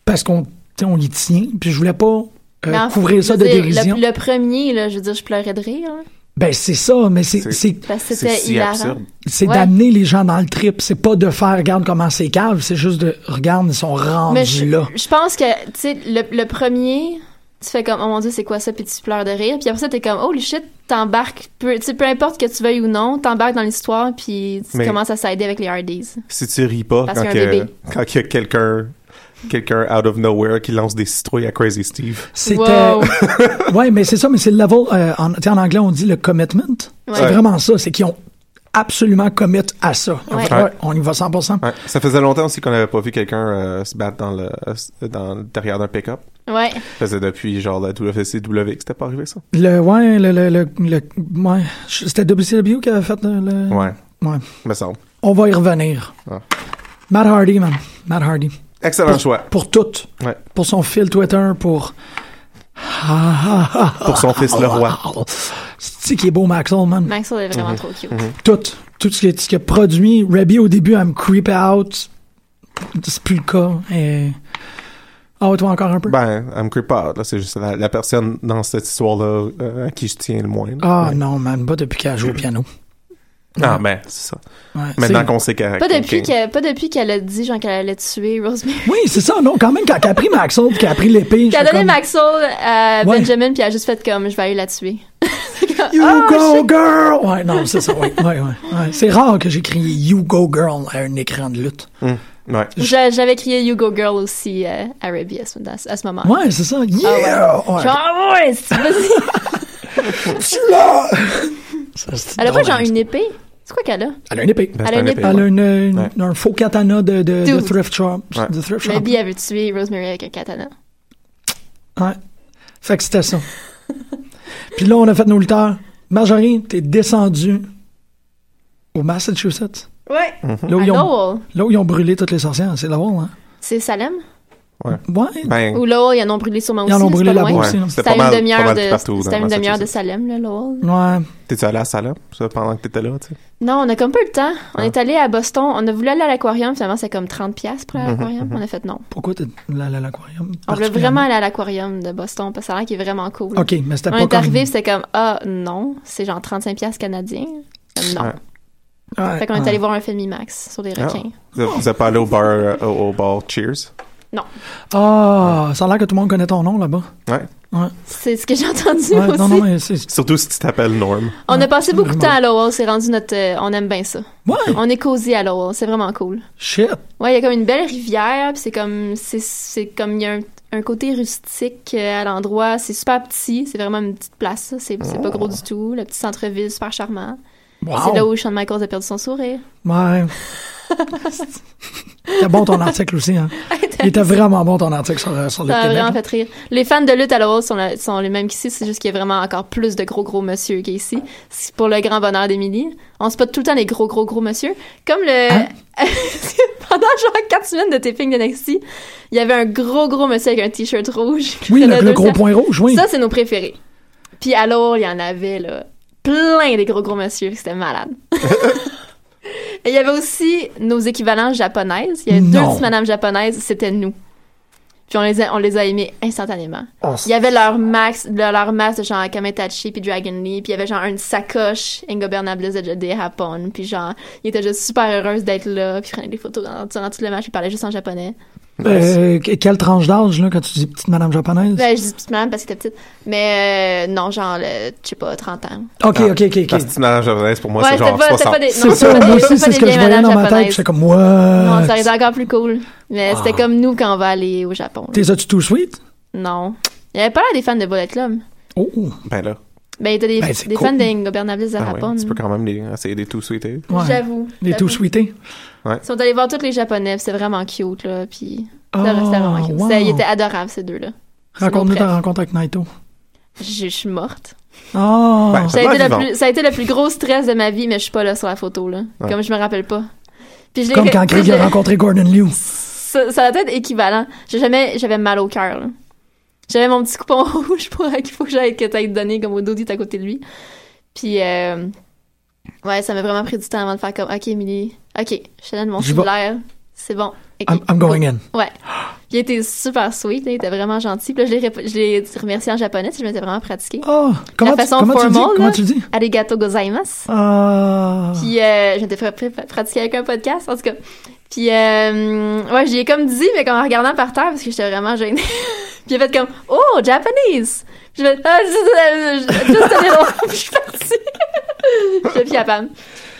S2: parce qu'on, tu sais, on y tient, puis je voulais pas euh,
S3: Non,
S2: couvrir ça
S3: je
S2: de
S3: veux dire,
S2: dérision.
S3: Le, le premier, là, je veux dire, je pleurais de rire. là,
S2: Ben, c'est ça, mais c'est,
S4: C'est-
S2: c'est,
S3: parce que
S4: C'est
S3: c'était
S4: si
S3: hilarant.
S4: absurde.
S2: c'est
S3: Ouais.
S2: d'amener les gens dans le trip, c'est pas de faire, regarde comment c'est cave, c'est juste de, regarde, ils sont rendus
S3: Mais je,
S2: là.
S3: je pense que, tu sais, le, le premier, tu fais comme, oh mon dieu, c'est quoi ça, puis tu pleures de rire. Puis après ça, t'es comme, holy shit, t'embarques, peu, tu sais, peu importe que tu veuilles ou non, t'embarques dans l'histoire, puis tu
S4: Mais-
S3: commences à s'aider avec les Hardys.
S4: Si tu ris pas
S3: Parce
S4: quand,
S3: qu'il y a un
S4: que-
S3: bébé.
S4: quand il y a quelqu'un quelqu'un out of nowhere qui lance des citrouilles à Crazy Steve.
S2: C'était.
S3: Wow.
S2: ouais, mais c'est ça, mais c'est le level. euh, en, tu sais, en anglais, on dit le commitment. C'est
S4: Ouais.
S2: vraiment ça. C'est qu'ils ont absolument commit à ça. Ils ont
S3: Ouais.
S2: fait, ouais, on y va 100%.
S4: Ouais. Ça faisait longtemps aussi qu'on n'avait pas vu quelqu'un euh, se battre dans le, euh, dans, derrière d'un pick-up.
S3: Ouais.
S4: Ça faisait depuis genre la WCW que c'était pas arrivé ça.
S2: Le, ouais, le, le, le, le- ouais. C'était WCW qui avait fait le. le-
S4: Ouais,
S2: ouais.
S4: me semble.
S2: On va y revenir.
S4: Ah.
S2: Matt Hardy, man. Matt Hardy.
S4: Excellent choix.
S2: Pour toutes.
S4: Ouais.
S2: Pour son fil Twitter, pour. Ah, ah, ah,
S4: Pour son fils le roi.
S2: ah. C'est qui est beau, Maxwell, man.
S3: Maxwell est vraiment trop cute.
S2: tout, tout ce que- ce qu'il a produit. Rabbi, au début, elle me creep out. C'est plus le cas. Et... Ah, ouais, toi encore un peu?
S4: Ben, I'm creep out, là, c'est juste la, la personne dans cette histoire-là euh, à qui je tiens le moins. là.
S2: ah
S4: Ouais.
S2: non, man, pas depuis qu'elle joue au piano.
S4: Ah, ben, c'est ça.
S2: Ouais,
S4: Maintenant
S2: c'est-
S4: qu'on sait qu'elle...
S3: Pas depuis qu'elle-
S4: qu'elle-
S3: pas depuis qu'elle a dit, genre, qu'elle allait tuer Rosemary.
S2: Oui, c'est ça, non, quand même, quand elle a pris Maxwell pis qu'elle a pris l'épée.
S3: Qu'elle a
S2: j'étais
S3: donné
S2: comme,
S3: Maxwell à
S2: Ouais.
S3: Benjamin, puis elle a juste fait comme, je vais aller la tuer. oh,
S2: You
S3: Ah,
S2: go, girl! Ouais, non, c'est ça, ouais, ouais, ouais, ouais. C'est rare que j'ai crié You go, girl à un écran de lutte.
S4: Ouais.
S3: Je- J'avais crié You Go Girl aussi euh, à Ruby à ce, à ce- à ce moment.
S2: Ouais, c'est ça. Yeah! ouais.
S3: Ah. Genre, Ah ouais, c'est- vas-y.
S2: Tu l'as! Ça, c'est
S3: Elle a pas
S2: drôle,
S3: genre
S2: hein.
S3: une épée? C'est quoi qu'elle a?
S2: Elle a une épée.
S4: Ben,
S3: Elle
S4: c'est
S3: a
S4: un
S3: une
S4: épée,
S2: Elle a
S4: ouais.
S2: une, une-
S4: Ouais.
S2: un faux katana de, de, de
S3: Dude.
S2: thrift shop.
S4: Ouais.
S2: De thrift shop.
S3: Maybe elle veut tuer Rosemary avec un katana.
S2: Ouais. Fait que c'était ça. Puis là, on a fait nos lutteurs. Marjorie, t'es descendu au Massachusetts.
S3: Ouais.
S4: Mm-hmm.
S2: Là où,
S3: À
S2: ils ont,
S3: Lowell.
S2: là où ils ont brûlé toutes les sorcières, c'est Lowell, hein?
S3: C'est Salem?
S2: Ouais.
S4: Ben,
S3: Ou Lowell, ils en ont brûlé sûrement
S2: Mm. Ils en
S3: aussi.
S2: ont
S3: c'est
S2: brûlé
S3: pas
S2: là-bas
S3: loin.
S2: aussi, non?
S3: C'était
S4: C'était pas
S3: à une
S4: mal- pas
S3: demi-heure
S4: mal partout
S3: de, c'était à
S4: dans
S3: une demi-heure de
S4: Massachusetts.
S3: Salem, là, Lowell.
S2: Ouais.
S4: T'es-tu allé à Salem, ça, pendant que t'étais là, tu sais?
S3: Non, on a comme peu le temps. On est allé à Boston. On a voulu aller à l'aquarium. Finalement, c'est comme 30$ piastres pour aller
S4: Mm-hmm,
S3: à l'aquarium. On a fait non.
S2: Pourquoi t'es allé à l'aquarium?
S3: On voulait vraiment aller à l'aquarium de Boston parce que ça a l'air qui est vraiment cool.
S2: OK, mais c'était
S3: On
S2: pas
S3: est
S2: comme...
S3: arrivé, c'était comme ah non, c'est genre 35$ piastres canadiens. Comme, Euh, Non.
S4: Ouais.
S2: Ouais,
S3: Fait qu'on est
S2: ouais.
S3: allé voir un film IMAX sur les
S4: Ah.
S3: requins.
S4: Vous êtes- Vous êtes pas allé au bar, euh, au, au bar Cheers?
S3: Non.
S2: Ah, ça a l'air que tout le monde connaît ton nom là-bas.
S4: Ouais.
S2: Ouais.
S3: C'est ce que j'ai entendu
S2: Ouais,
S3: aussi.
S2: non, non, mais c'est.
S4: Surtout si tu t'appelles Norm.
S3: On a passé beaucoup de
S2: Ouais.
S3: temps à Lowell, c'est rendu notre... euh, on aime bien ça.
S2: Ouais!
S3: On est cosy à Lowell, c'est vraiment cool.
S2: Shit!
S3: Ouais, il y a comme une belle rivière, puis c'est comme... C'est, c'est comme il y a un, un côté rustique euh, à l'endroit, c'est super petit, c'est vraiment une petite place, ça. c'est, c'est pas gros du tout. Le petit centre-ville, super charmant. C'est là
S2: Oh. Wow!
S3: où Shawn Michaels a perdu son sourire.
S2: Ouais. C'était bon ton article aussi, hein? Il était vraiment bon ton article sur, euh, sur le
S3: Ça m'a
S2: Québec.
S3: vraiment fait rire. Les fans de lutte à Laurel sont, la- sont les mêmes qu'ici, c'est juste qu'il y a vraiment encore plus de gros gros monsieur qu'ici. C'est pour le grand bonheur d'Émilie. On spot tout le temps les gros gros gros monsieur. Comme le...
S2: Hein?
S3: Pendant genre quatre semaines de taping de NXT, il y avait un gros gros monsieur avec un t-shirt rouge. qui
S2: Oui,
S3: faisait
S2: le, le
S3: deux
S2: gros
S3: cercles.
S2: point rouge, oui.
S3: Ça, c'est nos préférés. Puis à Laurel, il y en avait, là, plein des gros gros monsieur. C'était malade. Et il y avait aussi nos équivalents japonaises. Il y avait deux
S2: Non.
S3: petites madames japonaises, c'était nous. Puis on les a, on les a aimés instantanément.
S2: Ah,
S3: Il y avait leur max, leur, leur masse de genre Kametachi puis Dragon Lee, puis il y avait genre une sacoche Ingobernables de Jedi Japon, puis genre, ils étaient juste super heureuses d'être là, puis ils prenaient des photos dans, durant tout le match, puis ils parlaient juste en japonais.
S2: Euh, que- quelle tranche d'âge, là, quand tu dis petite madame japonaise?
S3: Ben, je dis petite madame parce qu'elle était petite, mais euh, non, genre, le, je sais pas, 30 ans.
S2: ok, ok, ok, ok.
S4: Ah. Parce que tu n'as japonaise, pour moi,
S3: Ouais,
S4: c'est genre
S3: c'était pas, c'était
S4: 60.
S3: pas des,
S2: C'est
S3: non, c'était
S2: ça,
S3: pas
S2: moi
S3: des-
S2: aussi,
S3: c'était pas
S2: c'est ce
S3: des
S2: que je
S3: vieilles
S2: voyais dans
S3: madames
S2: ma tête,
S3: japonaises.
S2: j'étais comme, what?
S3: Non, ça aurait été encore plus cool. Mais c'était
S4: Ah.
S3: comme nous quand on va aller au Japon. là.
S2: T'es as-tu tout sweet?
S3: Non. Il y avait pas l'air des fans de Bullet Club.
S2: Oh, oh.
S4: Ben là,
S3: Ben, il y avait des,
S2: Ben, c'est
S3: des
S2: cool.
S3: fans d'Ingobernables à
S4: ah ouais,
S3: Japon.
S4: tu peux quand même les, essayer des tout sweetés.
S2: ouais.
S3: J'avoue.
S2: Les
S3: j'avoue.
S2: tout sweetés.
S3: Ils sont allés voir tous les Japonais, puis c'est vraiment cute, là. Puis,
S2: Oh,
S3: ça, c'était vraiment cute.
S2: wow.
S3: C'était- Ils étaient adorables, ces deux-là. Sinon,
S2: Raconte-nous ta
S3: bref.
S2: rencontre avec Naito.
S3: Je je suis morte.
S2: Ah!
S4: Ben,
S3: Ça a, été le
S4: vivant.
S3: plus, ça a été le plus gros stress de ma vie, mais je suis pas là sur la photo, là.
S4: Ouais.
S3: Comme je me rappelle pas. Puis je l'ai
S2: Comme
S3: fait-
S2: quand Craig a rencontré Gordon Liu.
S3: ça, ça doit être équivalent. J'ai jamais, j'avais mal au cœur. là. J'avais mon petit coupon rouge pour qu'il faut que j'aille que t'ailles donné comme au dos à côté de lui. Puis euh, ouais, ça m'a vraiment pris du temps avant de faire comme OK Emily, OK, je te donne mon
S2: J'y vais.
S3: cellulaire, c'est bon. OK.
S2: I'm, I'm going in.
S3: Ouais. Puis il était super sweet, là, il était vraiment gentil. Puis là, je l'ai rép- je l'ai remercié en japonais, parce que je m'étais vraiment pratiquée.
S2: Ah! Comment, tu,
S3: façon
S2: comment tu dis?
S3: formelle,
S2: Comment
S3: là.
S2: tu dis?
S3: Arigato gozaimasu.
S2: Ah!
S3: Puis euh, je m'étais fait pr- pratiquer avec un podcast, en tout cas. Puis euh, ouais, j'y ai comme dit, mais comme en regardant par terre, parce que j'étais vraiment gênée. puis j'ai fait comme « Oh, Japanese! » Puis j'ai fait « Ah, juste, juste, juste un little. Puis je suis partie. j'ai fait à Pam.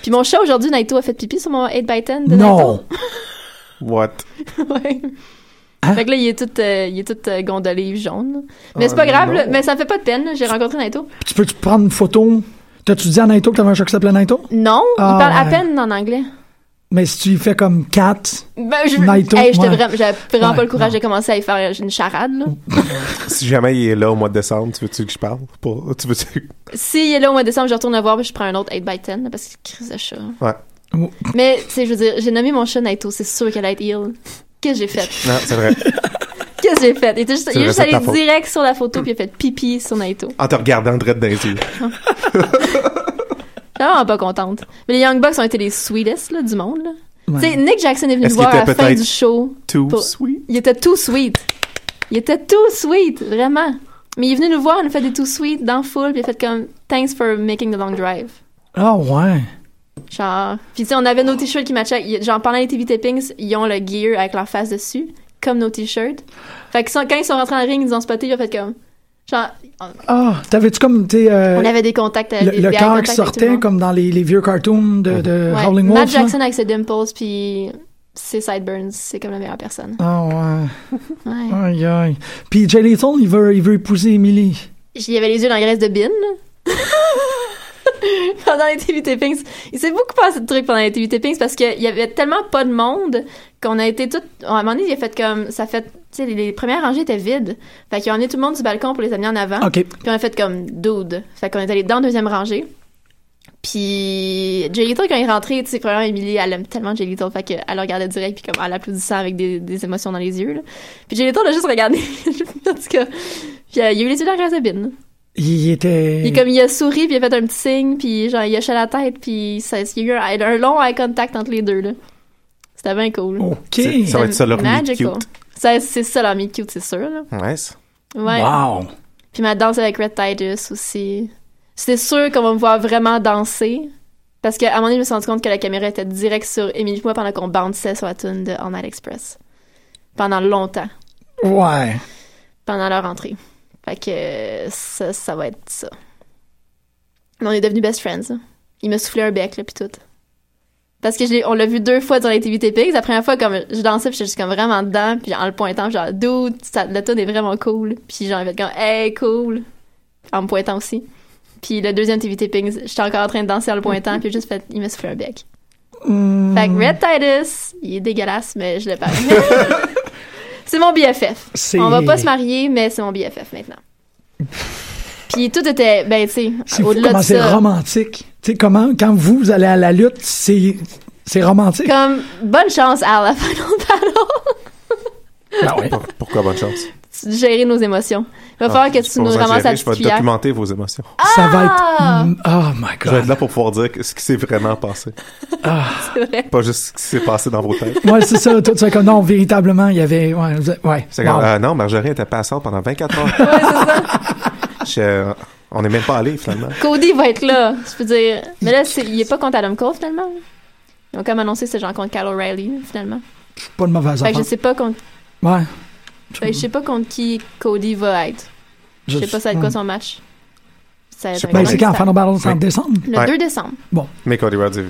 S3: Puis mon chat, aujourd'hui, Naito, a fait pipi sur mon 8x10 de
S2: non!
S4: What?
S3: Naito. ouais.
S2: Hein?
S3: Fait que là, il est tout, euh, il est tout euh, gondolé jaune. Mais
S4: Ah,
S3: c'est pas grave,
S4: non.
S3: là. mais ça me fait pas de peine. là. J'ai rencontré Naito.
S2: Tu peux-tu prendre une photo? T'as-tu dit à Naito que t'avais un chat qui s'appelait Naito?
S3: Non,
S2: Ah,
S3: il parle à
S2: ouais.
S3: peine en anglais.
S2: Mais si tu y fais comme 4,
S3: Ben, je,
S2: Naito,
S3: hey, j'étais
S2: ouais.
S3: vraiment, j'avais vraiment
S2: Ouais,
S3: pas le courage
S2: non.
S3: de commencer à y faire une charade, là.
S4: Si jamais il est là au mois de décembre, tu veux-tu que je parle? Pour... Tu veux-tu...
S3: S'il est là au mois de décembre, je retourne le voir, puis je prends un autre 8x10, là, parce que crise de chat.
S4: Ouais.
S2: Oh.
S3: Mais, tu sais, je veux dire, j'ai nommé mon chat Naito, c'est sûr qu'elle allait être ill. Qu'est-ce que j'ai fait?
S4: Non, c'est vrai.
S3: Qu'est-ce que j'ai fait? Il, était juste,
S4: C'est
S3: il est
S4: vrai,
S3: juste
S4: c'est de
S3: allé
S4: ta faute.
S3: direct sur la photo, puis il a fait pipi sur Naito.
S4: En te regardant direct dans les yeux.
S3: Je suis vraiment pas contente. Mais les Young Bucks ont été les sweetest, là, du monde, là.
S2: Ouais.
S3: Tu sais, Nick Jackson est venu me
S4: Est-ce
S3: voir
S4: qu'il
S3: à
S4: était
S3: la fin
S4: peut-être-
S3: du show.
S4: Too
S3: Pas-
S4: sweet.
S3: Il était tout sweet. Il était tout sweet, vraiment. Mais il est venu nous voir, il nous fait des tout sweet dans full, puis il a fait comme Thanks for making the long drive.
S2: Ah ouais.
S3: Genre. Puis tu sais, on avait nos t-shirts qui matchaient. Il- Genre, pendant les TV tapings, ils ont le gear avec leur face dessus, comme nos t-shirts. Fait que sont- quand ils sont rentrés en ring, ils nous ont spoté, ils ont fait comme. Genre, on,
S2: Ah, t'avais-tu comme t'es, euh,
S3: on avait des contacts. euh, des,
S2: le, le
S3: des eye
S2: cœur
S3: contacts
S2: qui
S3: avec tout le
S2: sortait
S3: monde.
S2: comme dans les, les vieux cartoons de, de
S3: Ouais.
S2: Howling
S3: Matt
S2: Wolf? là?
S3: Jackson avec ses dimples, puis ses sideburns, c'est comme la meilleure personne.
S2: Ah ouais.
S3: Ouais.
S2: Aïe aïe. Puis Jay Lethal, il veut, il veut épouser Emily.
S3: J'y avais les yeux dans la graisse de bin. là. pendant les TV tapings. Il s'est beaucoup passé de trucs pendant les TV tapings parce qu'il y avait tellement pas de monde qu'on a été tout. À un moment donné, il a fait comme. Ça fait. Tu sais, les, les premières rangées étaient vides. Fait qu'ils ont emmené tout le monde du balcon pour les amener en avant.
S2: Ok.
S3: Puis on a fait comme dude. Fait qu'on est allé dans la deuxième rangée. Puis Jay Little, quand il est rentré, tu sais, premièrement, Emily, elle aime tellement Jay Little, fait qu'elle le regardait direct, puis comme elle applaudissait avec des, des émotions dans les yeux. Là. Puis Jay Little a juste regardé, en tout cas. Puis euh, il a eu les yeux dans la graisse de bin.
S2: Il était.
S3: Puis comme il a souri, puis il a fait un petit signe, puis genre il a hoché la tête, puis ça, il y a eu un, un long eye contact entre les deux là. C'était bien cool.
S2: Ok.
S4: C'est- ça va être ça leur meet
S3: Magical.
S4: cute.
S3: Ça, c'est ça leur meet cute, c'est sûr là.
S4: Nice.
S3: Ouais.
S2: Wow.
S3: Puis ma danse avec Red Titus aussi. C'est sûr qu'on va me voir vraiment danser. Parce qu'à un moment donné, je me suis rendu compte que la caméra était direct sur Emily et moi pendant qu'on bounçait sur la tune de All Night Express. pendant longtemps,
S2: Ouais.
S3: pendant leur entrée. Fait que euh, ça, ça va être ça. Mais on est devenus best friends. là. Il m'a soufflé un bec, là, pis tout. Parce que je l'ai- on l'a vu deux fois dans les TV Epics. La première fois, comme je dansais, pis j'étais juste comme vraiment dedans, puis en le pointant, genre, dude, ça, le tune est vraiment cool. Puis genre, fait comme, hey, cool. En me pointant aussi. Puis le deuxième TV Tapings, j'étais encore en train de danser en le pointant, puis juste fait, il m'a soufflé un bec.
S2: Hmm.
S3: Fait que Red Titus, il est dégueulasse, mais je le parle. c'est mon BFF.
S2: C'est-
S3: On va pas se marier, mais c'est mon BFF maintenant. Puis tout était, ben tu sais,
S2: C'est fou
S3: au-delà
S2: comment
S3: de
S2: c'est
S3: ça.
S2: romantique. Tu sais, comment, quand vous allez à la lutte, c'est, c'est romantique.
S3: Comme bonne chance à la final battle,
S2: Ah ouais.
S4: Pour- Pourquoi bonne chance?
S3: de gérer nos émotions. Il va falloir que
S4: Ah, Je
S3: tu
S4: vais
S3: nous
S4: vous en
S3: ramasses
S4: gérer,
S3: à hein.
S4: Je vais
S3: petite cuillère.
S4: documenter vos émotions.
S2: Ça va
S3: Ah!
S2: être. mm, Oh my
S4: Je vais être
S2: god.
S4: là pour pouvoir dire que- ce qui s'est vraiment passé.
S3: C'est vrai.
S4: Pas juste ce qui s'est passé dans vos têtes.
S2: Ouais, c'est ça. Tout ça, comme non, véritablement, il y avait. Ouais. vous êtes- ouais.
S4: C'est comme,
S2: Wow.
S4: euh, non, Marjorie était passante pendant 24 heures.
S3: Ouais, c'est ça.
S4: Je- euh, on n'est même pas allé finalement.
S3: Cody va être là, je peux dire. Mais là, c'est- il est pas contre Adam Cole finalement. Ils ont comme annoncé que c'est genre contre Kyle O'Reilly finalement.
S2: Pas de mauvaise
S3: Fait que
S2: affaire.
S3: je sais pas contre,
S2: Ouais.
S3: fait que je sais pas contre qui Cody va être. Je sais pas ça va être quoi son match. Ça va être
S4: Je sais
S3: un
S4: pas.
S2: Ben,
S3: grand
S2: c'est quand
S3: mystère.
S2: Final Battle, c'est en
S4: Oui.
S2: décembre.
S3: Le
S4: Ouais.
S3: 2 décembre.
S4: Mais Cody Rhodes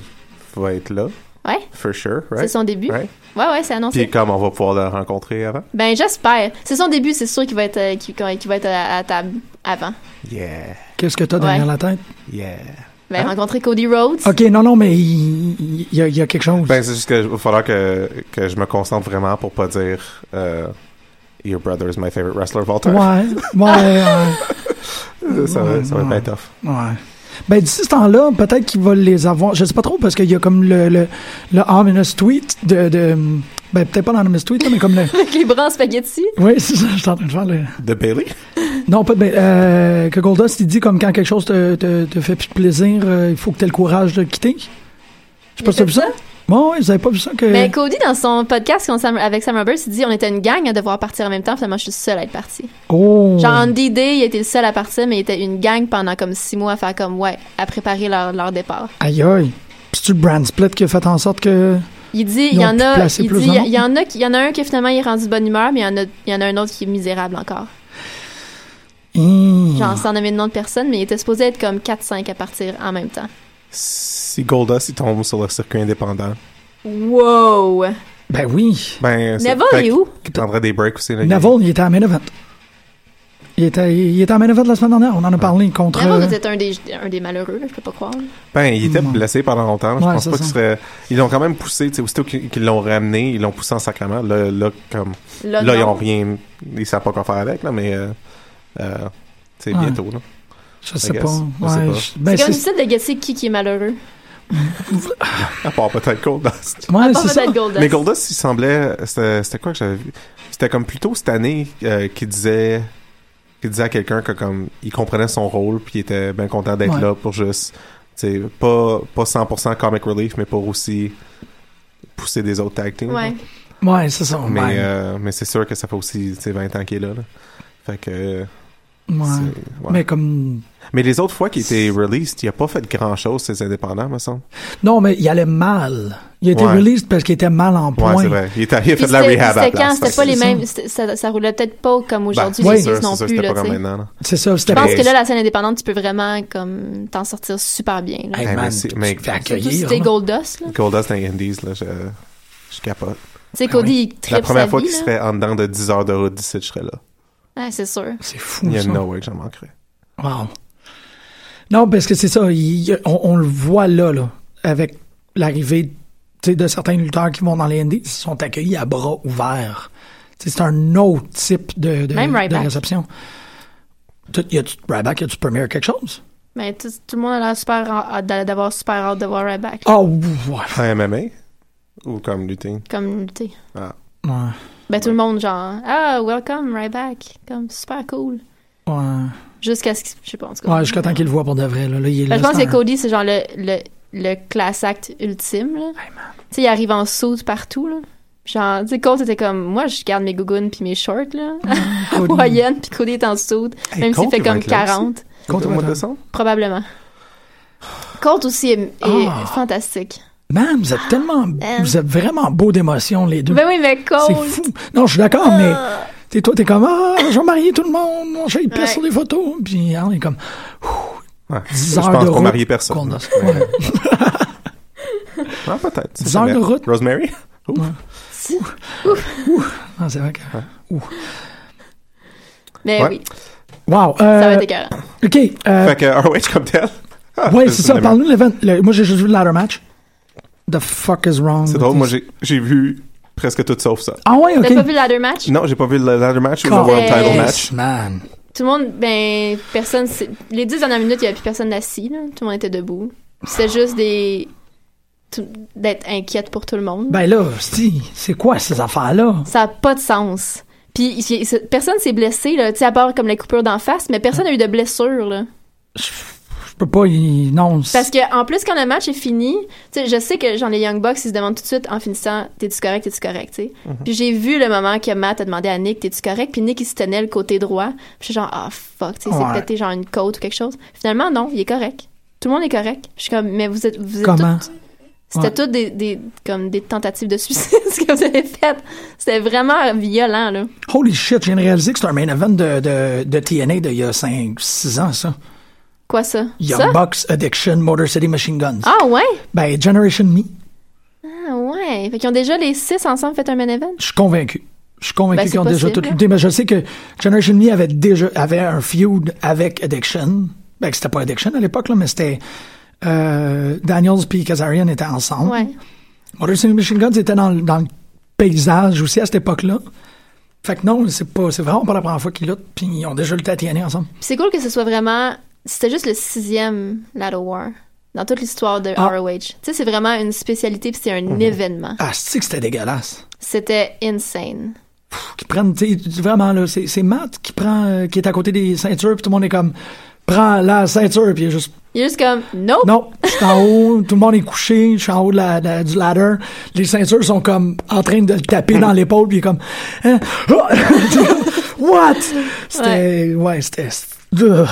S4: va être là,
S3: Ouais,
S4: for sure,
S3: c'est
S4: right?
S3: son début.
S4: Right?
S3: Ouais, ouais, c'est annoncé.
S4: Puis comme on va pouvoir le rencontrer avant?
S3: Ben, j'espère. C'est son début, c'est sûr qu'il va être, euh, qu'il- qu'il va être à, à table avant.
S4: Yeah,
S2: Qu'est-ce que t'as derrière
S3: Ouais.
S2: la tête?
S4: yeah.
S3: Ben, rencontrer Cody Rhodes.
S2: Hein? Ok, non, non, mais il il y, a- il y a quelque chose.
S4: Ben, c'est juste qu'il va falloir que, que je me concentre vraiment pour pas dire euh, Your brother is my favorite wrestler of all
S2: ouais,
S4: time.
S2: ouais, ouais.
S4: Ça, va, ça va être
S2: Ouais.
S4: bien tough.
S2: Ouais. Ben, d'ici ce temps-là, peut-être qu'il va les avoir. Je sais pas trop, parce qu'il y a comme le, le, le ominous tweet de. de ben, peut-être pas l'ominous tweet, là, mais comme le.
S3: Avec les bras en spaghetti.
S2: Oui, c'est ça, je suis en train de faire le.
S4: De Bailey?
S2: Non, pas de. Ben, euh, que Goldust, il dit comme quand quelque chose te, te, te fait plus de plaisir, euh, il faut que tu aies le courage de le quitter. Je sais pas si t'as vu ça. Bon, ouais, vous avez pas vu ça que.
S3: Mais Ben, Cody, dans son podcast qu'on- Sam- avec Sam Roberts, il dit on était une gang à devoir partir en même temps. Finalement, je suis seule à être partie.
S2: oh!
S3: Genre, Andy Day, il était le seul à partir, mais il était une gang pendant comme six mois à faire comme, ouais, à préparer leur, leur départ.
S2: Aïe aïe! C'est-tu le brand split qui a fait en sorte que.
S3: Il dit,
S2: Ils
S3: il y
S2: ont
S3: en a,
S2: placé
S3: il
S2: plus
S3: dit,
S2: de
S3: il
S2: monde.
S3: y en a, qui- il y en a un qui finalement il est rendu de bonne humeur, mais il y en a, il y en a un autre qui est misérable encore.
S2: Hmm.
S3: Genre, sans nommer le nom de personne, mais il était supposé être comme 4-5 à partir en même temps.
S4: Si Goldust il tombe sur le circuit indépendant,
S3: Wow!
S2: Ben oui!
S4: ben. c'est-
S3: Neville
S4: fait
S3: est où?
S4: qu'il prendrait des breaks aussi. Là, il-
S2: Neville, il était à main event. Il était, il était à main event la semaine dernière. On
S4: Ah.
S2: en a parlé contre. euh,
S3: Neville doit être un des, un des malheureux, là, je peux pas croire.
S4: Ben, il était
S2: Mm.
S4: blessé pendant longtemps. Je
S2: Ouais,
S4: pense
S2: c'est
S4: pas
S2: ça.
S4: qu'il serait. Ils l'ont quand même poussé, tu sais, aussitôt qu'ils qu'ils l'ont ramené, ils l'ont poussé en sacrement. Là, là, comme, là,
S3: non.
S4: ils ont rien. Ils savent pas quoi faire avec, là, mais. Euh, euh, tu sais,
S2: Ouais.
S4: bientôt, là.
S2: Je
S4: I
S2: sais
S4: guess.
S2: pas.
S4: Je
S2: Ouais,
S4: sais pas.
S2: je-
S3: C'est
S2: ben,
S3: comme
S2: c'est
S3: difficile de guesser qui, qui est malheureux.
S4: À part peut-être Goldust.
S2: ouais,
S3: Ah, Pas
S2: c'est ça.
S3: peut-être Goldust.
S4: Mais Goldust, il semblait. C'était c'était quoi que j'avais vu C'était comme plutôt cette année euh, qu'il disait. qu'il disait à quelqu'un que, comme, il comprenait son rôle, puis il était bien content d'être
S2: Ouais.
S4: là pour juste. Tu sais, pas, pas 100% comic relief, mais pour aussi pousser des autres tag teams. là.
S3: Ouais.
S2: Ouais, c'est ça.
S4: Mais,
S2: ouais.
S4: euh, mais c'est sûr que ça fait aussi tu sais, 20 ans qu'il est là. là. Fait que. euh,
S2: Ouais.
S4: c'est- ouais.
S2: Mais
S4: Mais...
S2: comme.
S4: les autres fois qu'il était released, il a pas fait grand chose, ces indépendants, me semble.
S2: Non, mais il allait mal. Il a été
S4: Ouais.
S2: released parce qu'il était mal en
S4: Ouais,
S2: point.
S4: c'est vrai. Il, est allé- il a fait
S3: Puis
S4: de la
S3: c'était-
S4: rehab à la
S3: C'était quand?
S4: place. Bah,
S3: C'était pas les
S2: ça.
S3: mêmes. c'était- Ça, ça roulait peut-être pas comme aujourd'hui,
S2: Ben,
S3: les
S2: c'est
S3: Six non
S4: c'est
S3: plus,
S4: c'était
S3: là,
S4: pas
S3: tu
S4: comme
S3: sais.
S4: maintenant. là.
S2: C'est ça. C'était
S3: Je pense
S4: Mais-
S3: que là, la scène indépendante, tu peux vraiment comme t'en sortir super bien. Là.
S2: Hey,
S4: Ouais,
S2: man,
S4: mais c'est-
S2: tu
S4: mais-
S2: te fais
S3: Surtout si
S2: accueillir. hein.
S3: t'es
S2: là.
S3: Goldust, là.
S4: Goldust dans les Indies, là, je, je capote.
S3: Tu sais, Cody,
S2: Ben oui.
S3: il tripe
S4: La première
S3: sa
S4: fois
S3: vie,
S4: qu'il
S3: là.
S4: serait en dedans de 10 heures de route d'ici, je serais là.
S3: Ouais, c'est sûr.
S2: C'est
S4: Il
S2: fou.
S4: y a
S2: ça.
S4: no way que j'en manquerais.
S2: Wow. Non, parce que c'est ça. il- on, on le voit là, là, avec l'arrivée tu sais, de certains lutteurs qui vont dans les Indies, ils sont accueillis à bras ouverts. Tu sais, C'est un autre type de, de,
S3: Même
S2: de
S3: Ryback.
S2: réception. Tout- Y a-tu Ryback, y a-tu Premier quelque chose?
S3: Mais tout, tout le monde a l'air super hâte d'a- d'avoir super hâte de voir Ryback.
S2: Ah, ouais.
S4: En MMA Ou comme lutting
S3: Comme, tu sais.
S4: Ah.
S2: Ouais.
S3: Ben, tout le monde, genre, ah, welcome, Ryback. Comme, super cool.
S2: Ouais.
S3: Jusqu'à ce que, je sais pas, en tout cas.
S2: Ouais, jusqu'à temps qu'il le voit pour de vrai. Là, Là, il est
S3: Ben,
S2: là,
S3: je pense
S2: c'est
S3: que
S2: un-
S3: Cody, c'est genre le, le, le class act ultime, là.
S2: Hey, man.
S3: Tu sais, il arrive en saut partout, là. Genre, tu sais, Colt était comme, moi, je garde mes gougounes puis mes shorts, là.
S2: Cody.
S3: Moyenne, puis Cody est en saut,
S4: Hey,
S3: même s'il
S4: Colt,
S3: fait
S4: il va
S3: comme
S4: être là aussi.
S3: 40.
S4: Contre
S2: Contre
S4: le mois de
S2: Atlanta.
S4: décembre
S3: Probablement. Colt aussi est, est
S2: Ah.
S3: fantastique.
S2: Man, vous êtes
S3: Ah,
S2: tellement.
S3: euh.
S2: Vous êtes vraiment beau d'émotion, les deux.
S3: Ben oui, mais
S2: C'est
S3: cold.
S2: fou. Non, je suis d'accord, mais. T'es, toi, t'es comme, ah, je vais marier tout le monde, j'ai une pisse
S3: Ouais.
S2: sur les photos. Puis, hein, on est comme,
S4: Ouais.
S2: 10
S4: Je
S2: heures
S4: pense
S2: de
S4: qu'on
S2: route
S4: mariait
S2: qu'on
S4: personne. hein.
S2: a- ouais.
S4: Ah, peut-être.
S2: Dix heures de
S4: Jamais.
S2: route.
S4: Rosemary? Ouh.
S2: Ah, c'est vrai que.
S3: Mais
S4: Ouais.
S3: oui,
S2: Wow.
S3: ça
S2: euh,
S3: va être écœurant.
S2: OK. euh,
S4: Fait que ROH comme tel. Ah,
S2: ouais, c'est ça.
S4: une-
S2: Parle-nous de l'événement. Le- Moi, j'ai juste vu le ladder match. The fuck is wrong?
S4: C'est
S2: with
S4: drôle, moi
S2: this?
S4: j'ai j'ai vu presque tout sauf ça.
S2: Ah, ouais, OK.
S3: T'as pas vu le ladder match?
S4: Non, j'ai pas vu le ladder match ou le
S2: Calais.
S4: world
S3: Yes.
S4: title match.
S2: Man.
S3: Tout le monde, ben, personne. s'est- Les dix dernières minutes, il n'y avait plus personne assis, là. Tout le monde était debout. C'était juste des. tout- d'être inquiète pour tout le monde.
S2: Ben là, si, c'est quoi ces affaires-là?
S3: Ça n'a pas de sens. Puis il- il- personne s'est blessé, là. Tu sais, à part comme les coupures d'en face, mais personne n'a eu de blessure, là.
S2: Je peux pas y. Non. c'est-
S3: Parce que en plus quand le match est fini, tu sais, je sais que genre les Young Bucks ils se demandent tout de suite en finissant t'es-tu correct, t'es-tu correct, tu sais.
S2: Mm-hmm.
S3: Puis j'ai vu le moment que Matt a demandé à Nick t'es-tu correct, puis Nick il se tenait le côté droit. Puis je suis genre ah fuck, tu sais,
S2: Ouais.
S3: c'est peut-être genre une côte ou quelque chose. Finalement non, il est correct. Tout le monde est correct. Je suis comme mais vous êtes vous êtes
S2: Comment?
S3: toutes- c'était
S2: Ouais.
S3: toutes des, des comme des tentatives de suicide ce que vous avez fait. C'était vraiment violent là.
S2: Holy shit, j'ai réalisé que c'est un main event de, de, de TNA d'il y a 5-6 ans, ça.
S3: Quoi ça
S2: Young
S3: Ça
S2: Bucks, Addiction, Motor City Machine Guns.
S3: Ah ouais.
S2: Ben, Generation Me,
S3: Ah ouais. Fait qu'ils ont déjà les six ensemble fait un main event.
S2: je suis convaincu. Je suis convaincu
S3: Ben, c'est
S2: qu'ils ont déjà
S3: possible.
S2: tout lutté, mais je sais que Generation Me avait déjà avait un feud avec Addiction. Ben, que c'était pas Addiction à l'époque, là, mais c'était euh, Daniels puis Kazarian étaient ensemble.
S3: Ouais.
S2: Motor City Machine Guns était dans, le- dans le paysage aussi à cette époque-là. Fait que non, c'est pas, c'est vraiment pas la première fois qu'ils luttent, puis ils ont déjà lutté à TNA ensemble.
S3: Puis c'est cool que ce soit vraiment. C'était juste le sixième Ladder War dans toute l'histoire de
S2: Ah.
S3: ROH. Tu sais, c'est vraiment une spécialité puis c'est un événement.
S2: Ah, c'est que c'était dégueulasse.
S3: C'était insane.
S2: qui prennent, tu sais, vraiment, là, c'est, c'est Matt qui prend, euh, qui est à côté des ceintures, puis tout le monde est comme, prends la ceinture, puis il est juste,
S3: Il est juste comme, nope!
S2: non, je suis en haut, tout le monde est couché, je suis en haut de la, de- du ladder, les ceintures sont comme en train de le taper dans l'épaule, puis il est comme, Hein? Ah! what? C'était, ouais, c'était, c'était- euh,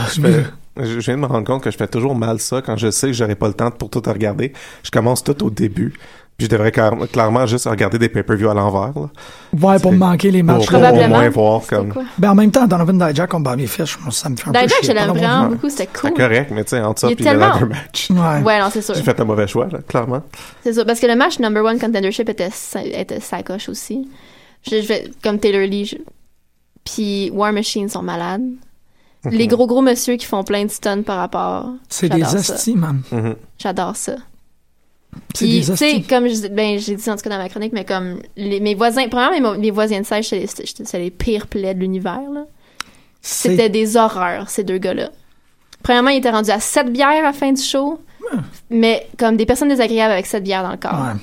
S4: Euh, Je je viens de me rendre compte que je fais toujours mal ça quand je sais que j'aurai pas le temps pour tout regarder. Je commence tout au début. Puis je devrais car- clairement juste regarder des pay-per-views à l'envers. là.
S2: ouais, pour
S4: c'est-
S2: me manquer les matchs.
S4: Pour
S2: là.
S4: au
S3: Probablement.
S4: moins voir
S3: C'est
S4: comme.
S3: quoi?
S2: Ben, en même temps, Donovan Dijak contre Bobby Fish, moi, ça me fait un peu
S3: Dijak,
S2: chier,
S3: je l'aime
S2: pardon.
S3: vraiment beaucoup, c'était
S4: C'est
S3: cool.
S4: correct, mais tu sais, entre ça
S3: Il est
S4: et le
S3: tellement-
S4: ladder match.
S2: Ouais.
S3: Ouais, non, c'est sûr.
S4: J'ai fait le mauvais choix, là, clairement.
S3: C'est sûr. Parce que le match number one contendership était, sa- était sacoche aussi. Je, je vais, comme Taylor Lee, je- puis War Machine sont malades.
S4: Mhm.
S3: Les gros gros messieurs qui font plein de stuns par rapport.
S2: C'est
S3: J'adore
S2: des
S3: ça.
S2: astis, man.
S3: J'adore ça.
S2: C'est
S3: Puis,
S2: des
S3: tu sais,
S2: astis.
S3: comme je dis- ben, j'ai dit en tout cas dans ma chronique, mais comme les- mes voisins, premièrement, mes, mes voisins de sèche, c'est les, c'est- c'est les pires plaies de l'univers. là.
S2: C'est-
S3: C'était des horreurs, ces deux gars-là. Premièrement, ils étaient rendus à 7 bières à la fin du show,
S2: Ah.
S3: mais comme des personnes désagréables avec 7 bières dans le corps.
S2: Ouais.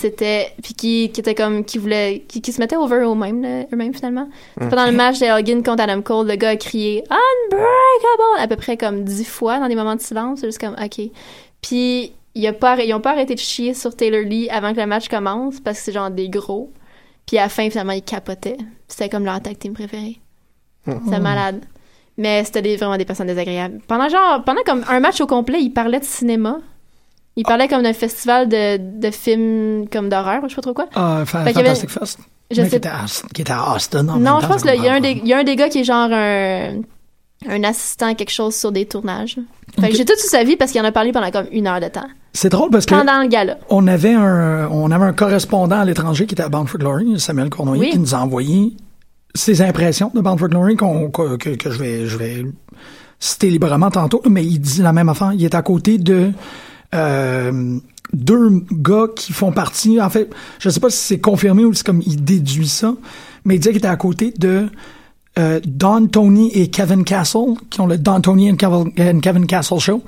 S3: C'était. Puis qui, qui étaient comme. qui voulaient. qui, qui se mettaient over eux-mêmes, là, eux-mêmes finalement. Pendant le match d'Elgin contre Adam Cole, le gars a crié Unbreakable à peu près comme 10 fois dans des moments de silence. C'est juste comme OK. Puis il a pas, arr- ils ont pas arrêté de chier sur Taylor Lee avant que le match commence parce que c'est genre des gros. Puis à la fin, finalement, ils capotaient. C'était comme leur tag team préféré. C'était malade. Mais c'était des- vraiment des personnes désagréables. Pendant genre, pendant comme un match au complet, ils parlaient de cinéma. Ils parlaient comme d'un festival de, de films comme d'horreur, ou je sais pas trop quoi.
S2: Ah, fa-
S3: Fait qu'il y avait-
S2: Fantastic Fest.
S3: Je
S2: Mais
S3: sais-
S2: Qui était à, Austin- qui était à Austin. en
S3: Non,
S2: même
S3: je
S2: temps,
S3: pense
S2: ça
S3: qu'il y, a un
S2: comprend
S3: des- il y a un des gars qui est genre un, un assistant à quelque chose sur des tournages. Fait que j'ai tout su sa vie parce qu'il en a parlé pendant comme une heure de temps.
S2: pas. C'est drôle parce que
S3: Pendant le gala.
S2: on avait un on avait un correspondant à l'étranger qui était à Bound for Glory, Samuel Cournoyer,
S3: Oui.
S2: qui nous a envoyé ses impressions de Bound for Glory qu'on- que, que- que je vais je vais citer librement tantôt, mais il dit la même affaire. Il est à côté de euh, deux gars qui font partie. En fait, je sais pas si c'est confirmé ou si comme il déduit ça, mais il disait qu'il était à côté de euh, Don Tony et Kevin Castle, qui ont le Don Tony and Kevin, and Kevin Castle Show,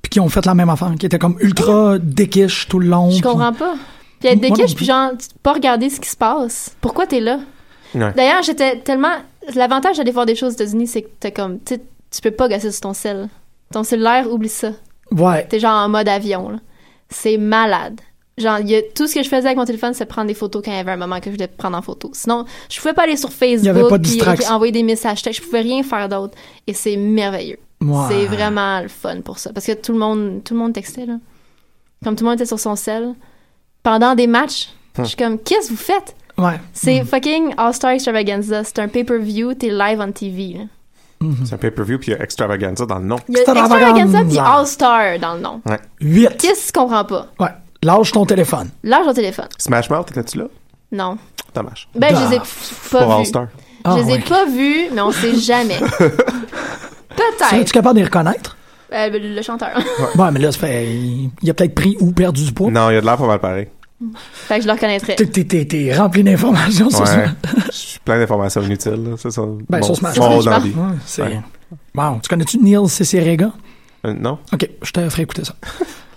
S2: puis qui ont fait la même affaire, qui était comme ultra déquiche tout le long.
S3: Je
S2: puis-
S3: comprends pas. Puis être
S2: Moi non
S3: déquiche,
S2: plus.
S3: puis genre, tu- pas regarder ce qui se passe. Pourquoi t'es là?
S4: Ouais.
S3: D'ailleurs, j'étais tellement. L'avantage d'aller voir des choses aux États-Unis, c'est que t'as comme. Tu sais, tu peux pas gasser sur ton sel. Ton cellulaire, oublie ça.
S2: Ouais.
S3: T'es genre en mode avion, là. C'est malade. Genre, il y a, tout ce que je faisais avec mon téléphone, c'est prendre des photos quand il y avait un moment que je voulais prendre en photo. Sinon, je pouvais pas aller sur
S2: Il y avait pas
S3: Facebook
S2: de
S3: puis
S2: distraction.
S3: envoyer des messages textes. Je pouvais rien faire d'autre. Et c'est merveilleux.
S2: Ouais.
S3: C'est vraiment le fun pour ça. Parce que tout le monde, tout le monde textait, là. Comme tout le monde était sur son sel, pendant des matchs. Je suis comme, qu'est-ce que vous faites?
S2: Ouais.
S3: C'est fucking All-Star Extravaganza. C'est un pay-per-view, t'es live on TV. là.
S2: Mhm.
S4: C'est un pay-per-view, puis il y a Extravaganza dans le nom.
S3: Il y a
S2: Extravaganza.
S3: Extravaganza puis All-Star dans le nom.
S4: Ouais.
S2: 8.
S3: Qu'est-ce que tu comprends pas?
S2: Ouais. Lâche ton téléphone.
S3: Lâche ton téléphone.
S4: Smash Mouth, étais-tu là?
S3: Non.
S4: Dommage.
S3: Ben, je les ai
S2: Ah,
S3: p-
S4: Bah, Pour
S3: pas vus.
S4: All-Star.
S2: Ah,
S3: je les ai
S2: ouais.
S3: pas vus, mais on sait jamais.
S2: Serais-tu
S3: Peut-être.
S2: capable de les reconnaître?
S3: Euh, le chanteur.
S2: Ouais, mais là, ça fait... il a peut-être pris ou perdu du poids.
S4: Non, il y a de l'air pas mal pareil.
S3: fait que je le reconnaîtrais.
S2: T'es- T'es t'es- t'es rempli d'informations sur
S4: Ouais.
S2: ça.
S4: Je suis plein d'informations inutiles, là. C'est ça.
S2: Ben,
S4: mon-
S2: sur Smash
S4: mon
S2: Mouth,
S4: rôle
S3: je
S4: dans la
S3: pense.
S4: vie.
S2: Ouais, c'est...
S4: Ouais.
S2: Wow. Tu connais-tu Neil Cicerega?
S4: Euh, non?
S2: OK, je te ferai écouter ça.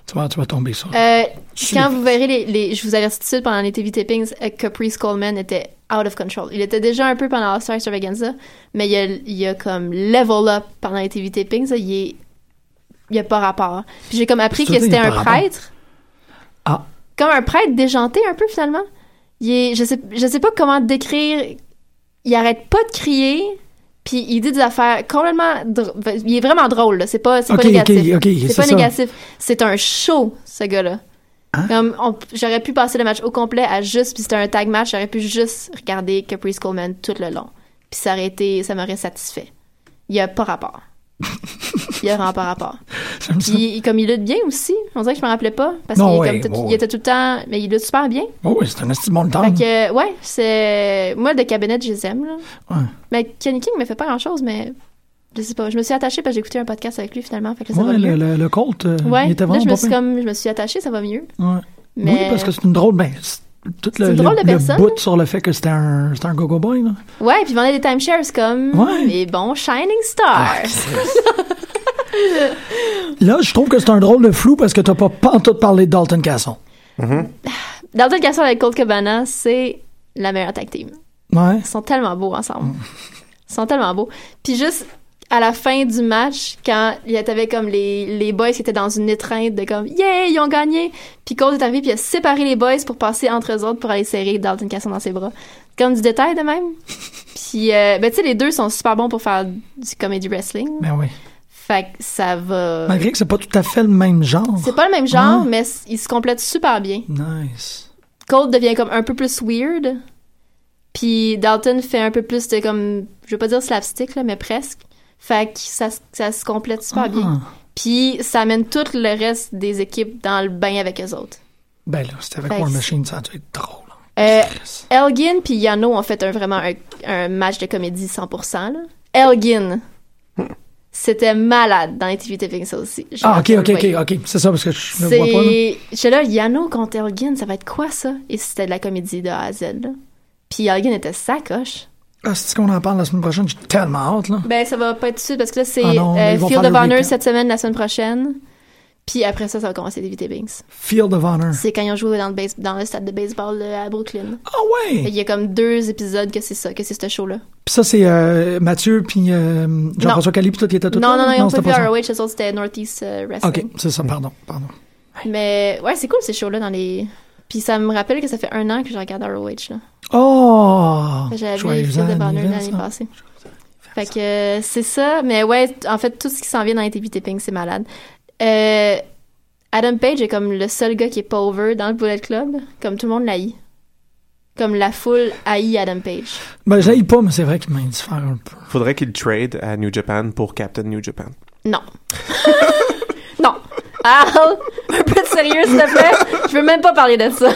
S2: tu, vas, tu vas tomber sur...
S3: Euh,
S2: Suis-
S3: quand vous verrez les, les- Je vous avertis tout de suite pendant les TV tapings, euh, Caprice Coleman était out of control. Il était déjà un peu pendant All-Star Extravaganza, mais il a, il a comme level up pendant les TV tapings. là, Il est. Il a pas rapport. Puis j'ai comme appris que
S2: C'est sûr, il
S3: c'était
S2: a
S3: un
S2: pas rapport.
S3: prêtre.
S2: Ah.
S3: Comme un prêtre déjanté un peu finalement. Il est, je, sais, je sais pas comment décrire. Il arrête pas de crier, puis il dit des affaires complètement. dr- ben, Il est vraiment drôle, là. C'est pas, c'est
S2: OK,
S3: pas négatif.
S2: OK, OK,
S3: C'est
S2: c'est
S3: pas
S2: ça.
S3: négatif. C'est un show, ce gars-là.
S2: Hein?
S3: Comme on- j'aurais pu passer le match au complet à juste, puis c'était un tag match, j'aurais pu juste regarder Caprice Coleman tout le long. Puis ça aurait été, ça m'aurait satisfait. Il y a pas rapport. il y a vraiment pas rapport.
S2: J'aime ça.
S3: Puis il- comme il lutte bien aussi, on dirait que je m'en rappelais pas parce qu'il
S2: Non,
S3: est
S2: ouais,
S3: comme tout-
S2: ouais,
S3: il
S2: ouais.
S3: était tout le temps, mais il lutte super bien.
S2: Oh, oui, c'est un petit bon temps.
S3: Fait que ouais, c'est moi de cabinet je les aime là.
S2: Ouais.
S3: Mais Kenny King me fait pas grand chose, mais je sais pas, je me suis attachée parce que j'ai écouté un podcast avec lui finalement, fait que ça va
S2: Ouais,
S3: mieux.
S2: le, le, le Colt, euh,
S3: Ouais,
S2: il était
S3: là,
S2: vraiment
S3: je me
S2: pas
S3: suis
S2: pire.
S3: comme, je me suis attachée, ça va mieux.
S2: Ouais.
S3: Mais
S2: Oui, parce que c'est une drôle... Ben, c'est- tout le,
S3: C'est une
S2: le-
S3: drôle de
S2: le
S3: personne.
S2: bout sur le fait que c'était un, c'était un go-go boy, là.
S3: ouais, puis il vendait des timeshares comme
S2: Ouais. Ah,
S3: les bons Shining Stars.
S2: Là, je trouve que c'est un drôle de flou parce que t'as pas pantoute parlé de Dalton Casson.
S4: Mhm.
S3: Dalton Castle avec Colt Cabana, c'est la meilleure tag team.
S2: Ouais.
S3: Ils sont tellement beaux ensemble.
S2: Mm.
S3: Ils sont tellement beaux. Puis juste à la fin du match, quand il y avait comme les, les boys qui étaient dans une étreinte de comme yeah ils ont gagné. Puis Colt est arrivé puis il a séparé les boys pour passer entre eux autres pour aller serrer Dalton Castle dans ses bras. Comme du détail de même. Puis euh, ben tu sais les deux sont super bons pour faire du comedy wrestling.
S2: Ben oui.
S3: Fait que ça va.
S2: Malgré que c'est pas tout Ah. à fait le même genre.
S3: C'est pas le même genre,
S2: Ouais.
S3: mais s- ils se complètent super bien.
S2: Nice.
S3: Cold devient comme un peu plus weird, puis Dalton fait un peu plus de comme, je veux pas dire slapstick, là, mais presque. Fait que ça, s- ça se complète super bien.
S2: Ah.
S3: Puis ça amène tout le reste des équipes dans le bain avec eux autres.
S2: Ben là, c'était avec
S3: Ben,
S2: War
S3: c'est-
S2: Machine, ça a dû être drôle.
S3: Euh,
S2: Yes.
S3: Elgin puis Yano ont fait un, vraiment un, un match de comédie 100%. Là. Elgin, c'était malade dans les TV tapings, ça aussi. J'ai
S2: Hmm. Ah,
S3: hâte
S2: ok,
S3: de le
S2: ok, ok,
S3: voir.
S2: ok. C'est ça, parce que je le vois pas, là.
S3: C'est. J'étais là, Yano contre Elgin, ça va être quoi ça? Et c'était de la comédie de A à Z, là. Puis Elgin était sacoche.
S2: Ah, c'est qu'on en parle la semaine prochaine. J'ai tellement hâte, là.
S3: Ben, ça va pas être tout de suite parce que là, c'est
S2: Ah non,
S3: euh,
S2: ils vont
S3: Field
S2: faire
S3: of
S2: le
S3: Honor
S2: recap.
S3: cette semaine, la semaine prochaine. Puis après ça, ça va commencer d'éviter Binks.
S2: Field of Honor.
S3: C'est quand ils ont joué dans le, base- dans le stade de baseball là, à Brooklyn.
S2: Ah ouais!
S3: Il y a comme deux épisodes que c'est ça, que c'est ce show-là.
S2: Puis ça, c'est euh, Mathieu, puis euh, Jean-François Cali, puis toi, qui étais tout
S3: Non,
S2: là?
S3: non, non, ils ont pas
S2: c'était
S3: vu
S2: ça.
S3: ROH, les autres, c'était Northeast euh, Wrestling.
S2: Ok, c'est ça, pardon, pardon.
S3: Mais ouais, c'est cool ces shows-là dans les. Puis ça me rappelle que ça fait un an que je regarde ROH, là.
S2: Oh!
S3: J'avais vu
S2: Joyeux
S3: Field of Honor l'année
S2: anniversaire.
S3: passée. Fait que euh, c'est ça, mais ouais, t- en fait, tout ce qui s'en vient dans les TV tapings, c'est malade. Euh, Adam Page est comme le seul gars qui est pas over dans le Bullet Club, comme tout le monde l'haït. Comme la foule haït Adam Page.
S2: Ben, je l'ai pas, mais c'est vrai qu'il m'indiffère un peu.
S4: Faudrait qu'il trade à New Japan pour Captain New Japan.
S3: Non. non. Al, un peu de sérieux, s'il te plaît. Je veux même pas parler de ça.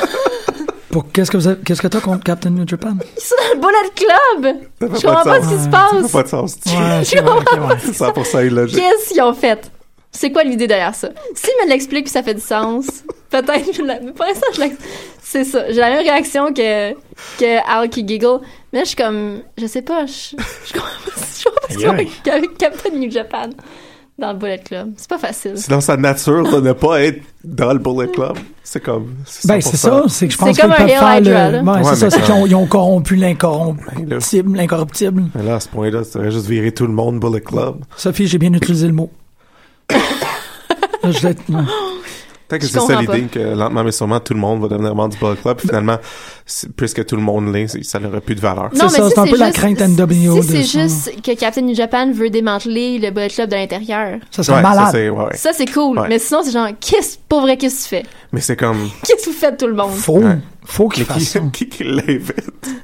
S2: Pour qu'est-ce que vous avez- qu'est-ce que t'as contre Captain New Japan?
S3: Ils sont dans le Bullet Club.
S4: Ça fait
S3: Je comprends pas
S4: pas de
S3: ce
S4: sens.
S3: qui se
S4: Ça
S3: passe.
S4: fait pas de sens.
S2: Ouais, c'est vrai, ok, ouais.
S4: 100% illogique.
S3: Qu'est-ce qu'ils ont fait? C'est quoi l'idée derrière ça? S'ils me l'expliquent puis ça fait du sens, peut-être je la... mais Pour l'instant, je l'accepte. C'est ça. J'ai la même réaction que, que Al qui giggle. Mais je suis comme... Je sais pas. Je, je comprends pas je comprends pas ce qu'ils ont
S2: Aïe, aïe.
S3: avec- avec Captain New Japan dans le Bullet Club. C'est pas facile.
S4: C'est dans sa nature de ne pas être dans le Bullet Club. C'est comme. c'est
S2: Ben, c'est
S4: 100%.
S2: ça, c'est que je pense
S3: C'est
S2: qu'ils
S3: comme
S2: peuvent
S3: un
S2: faire
S3: Hail
S2: le...
S3: Hydra, là.
S2: Ouais, c'est
S4: Ouais,
S2: ça,
S4: mais
S2: c'est
S4: ça-
S2: qu'ils ont, ils ont corrompu
S4: Ben, là.
S2: l'incorruptible, l'incorruptible.
S4: Mais là, à ce point-là, tu aurais juste viré tout le monde Bullet Club.
S2: Sophie, j'ai bien utilisé le mot. Là, je l'ai- ouais.
S4: Peut-être que
S3: Je
S4: c'est ça
S3: comprends Ben-
S4: l'idée que lentement mais sûrement tout le monde va devenir membre du Bullet Club. Puis Finalement, c'est- puisque tout le monde l'est, c'est- ça n'aurait plus de valeur.
S2: C'est ça,
S3: si
S2: c'est un peu la
S3: juste-
S2: crainte NWO
S3: Si c'est
S2: de ça.
S3: juste que Captain New Japan veut démanteler le Bullet Club de l'intérieur,
S2: Ça serait
S4: Ouais,
S2: malade.
S4: ça, c'est- ouais, ouais.
S3: ça c'est cool.
S4: Ouais.
S3: Mais sinon, c'est genre, qu'est-ce, pauvre, qu'est-ce que tu fais?
S4: Mais c'est comme
S3: Qu'est-ce que vous faites, tout le monde?
S2: Faut,
S4: Ouais.
S2: faut qu'il
S4: mais qui,
S2: fasse ça.
S4: qui, qui l'invite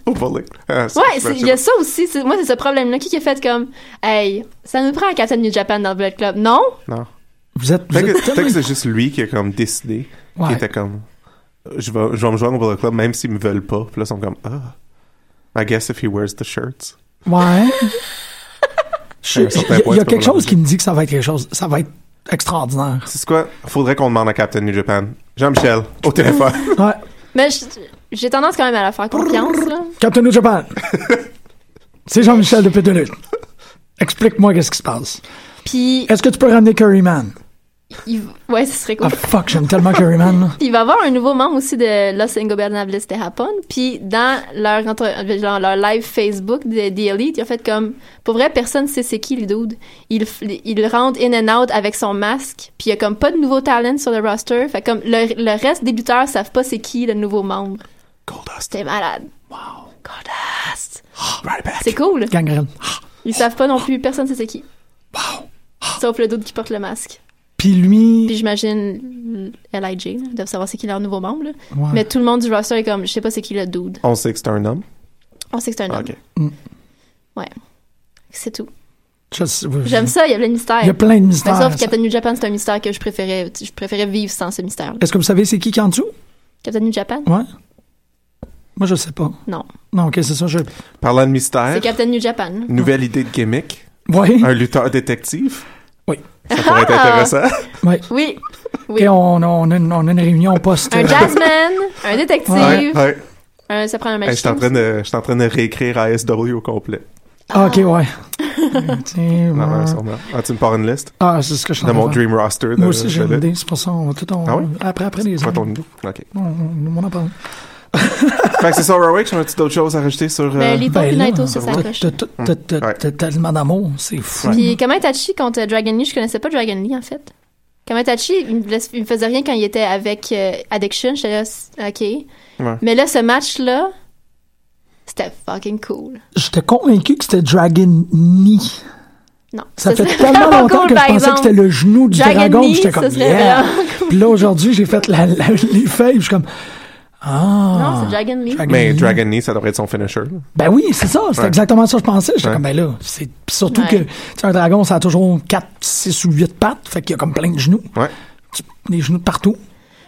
S4: au Bullet Club. Ah, ça,
S3: Ouais,
S4: je sais
S3: c'est- il y a
S4: pas.
S3: ça aussi. c'est- Moi, c'est ce problème-là. Qui qui a fait comme, hey, ça nous prend un Captain New Japan dans le Bullet Club? Non?
S4: Non.
S2: Vous êtes, vous
S4: Peut-être que,
S2: êtes
S4: peut-être que
S2: tellement-
S4: c'est juste lui qui a comme décidé,
S2: Ouais.
S4: qui était comme je vais, je vais me joindre au Bullet Club même s'ils me veulent pas. Puis là, ils sont comme ah, I guess if he wears the shirts.
S2: Ouais. Je-
S4: Ouais, à un certain
S2: Il y
S4: point,
S2: a- il y a
S4: c'est
S2: quelque
S4: pas
S2: chose qui me dit que ça va être quelque chose, ça va être extraordinaire.
S4: C'est quoi Faudrait qu'on demande à Captain New Japan. Jean-Michel au téléphone.
S2: Ouais.
S3: Mais je- j'ai tendance quand même à leur faire confiance, là.
S2: Captain New Japan. C'est Jean-Michel de Pédolute. Explique-moi qu'est-ce qui se passe.
S3: Puis,
S2: Est-ce que tu peux ramener Curryman?
S3: il- ouais, ce serait cool.
S2: Ah fuck, j'aime tellement Curryman. là.
S3: Puis il va y avoir un nouveau membre aussi de Los Ingobernables Terrapon. Puis dans leur, entre- dans leur live Facebook de The Elite, ils ont fait comme... Pour vrai, personne sait c'est qui le dude. Il, f- il rentre in and out avec son masque. Puis il y a comme pas de nouveau talent sur le roster. Fait comme le, le reste des lutteurs savent pas c'est qui le nouveau membre.
S4: Goldust,
S3: C'était malade. Wow. Goldust.
S2: Ah,
S3: C'est cool. Ah.
S2: Gangrel.
S3: Ils savent pas non plus. Personne sait c'est qui. Sauf le dude qui porte le masque.
S2: Puis
S3: Puis
S2: lui,
S3: j'imagine euh, LIJ, là, ils doivent savoir c'est qui leur nouveau membre. là.
S2: Ouais.
S3: Mais tout le monde du roster est comme, je sais pas c'est qui le dude.
S4: on sait que c'est un homme.
S3: On sait que c'est un homme.
S4: Ok.
S3: Ouais. C'est tout.
S2: je sais- oui,
S3: J'aime ça, il y a plein de mystères.
S2: Il y a plein de
S3: Mais
S2: mystères.
S3: sauf que
S2: ça.
S3: Captain New Japan, c'est un mystère que je préférais, je préférais vivre sans ce mystère.
S2: Est-ce que vous savez c'est qui qui est en dessous?
S3: Captain New Japan?
S2: Ouais. Moi, je sais pas.
S3: Non.
S2: Non, ok, c'est ça, je.
S4: Parlant de mystère,
S2: Hein?
S3: C'est Captain New Japan.
S4: nouvelle idée de gimmick,
S2: Ouais.
S4: un lutteur détective.
S2: Oui.
S4: Ça pourrait être
S3: Ah!
S4: intéressant.
S2: Ouais.
S3: Oui. Oui.
S2: Et on, on a une, on a une réunion post. euh,
S3: Un jazzman, un détective,
S2: Ah,
S4: Ouais, ouais.
S3: un- ça prend un
S2: Ben,
S4: Hey, je suis
S3: magicien.
S4: en train de, je suis en train de réécrire ASW au complet.
S2: Ah, ok, ouais.
S3: Ah.
S2: Tiens,
S4: Non, non,
S2: ouais.
S4: sûrement. Ah, tu me pars une liste
S2: Ah, c'est ce que je suis
S4: de
S2: en
S4: mon
S2: train de faire.
S4: dream roster. de-
S2: Moi aussi, j'ai
S4: de
S2: une
S4: lutte.
S2: idée. C'est pour ça, on va tout en.
S4: Ah ouais?
S2: Après, après les
S4: Pas
S2: autres.
S4: ton idée? Ok.
S2: On, on, on en parle.
S4: Fait que c'est ça, Warwick. J'ai un petit d'autres choses à rajouter sur. euh,
S3: Ben, les
S2: Ben là,
S3: Torpinato sur sa
S2: t'as-
S3: coche.
S2: t'as- t'as- t'as- t'as-
S4: Hmm. Ouais.
S2: T'as tellement d'amour, c'est fou.
S3: Puis Kamitachi contre Dragon Lee, je connaissais pas Dragon Lee en fait. Kamitachi, il me, laisse- il me faisait rien quand il était avec euh, Addiction, j'étais là, s- ok. Mais là, ce match-là, c'était fucking cool.
S2: J'étais convaincu que c'était Dragon Knee.
S3: Non.
S2: Ça
S3: ce
S2: fait
S3: serait
S2: tellement
S3: vraiment
S2: longtemps
S3: cool,
S2: que je
S3: par
S2: pensais que
S3: exemple.
S2: c'était le genou du
S3: Dragon
S2: dragon.
S3: Knee,
S2: J'étais comme,
S3: ce serait
S2: yeah.
S3: vraiment
S2: Puis là, aujourd'hui, j'ai fait la, la- les feuilles. Je suis comme, ah.
S3: Non, c'est Dragon Lee.
S2: Dragon
S4: Mais
S2: Knee.
S4: Dragon Knee, ça devrait être son finisher. là.
S2: Ben oui, c'est ça. C'est
S4: Ouais.
S2: exactement ça que je pensais. J'étais
S4: Ouais.
S2: comme, ben là, c'est puis surtout
S3: Ouais.
S2: que, tu sais, un dragon, ça a toujours 4, 6 ou 8 pattes. Fait qu'il y a comme plein de genoux.
S4: Ouais.
S2: Tu- Des genoux de partout.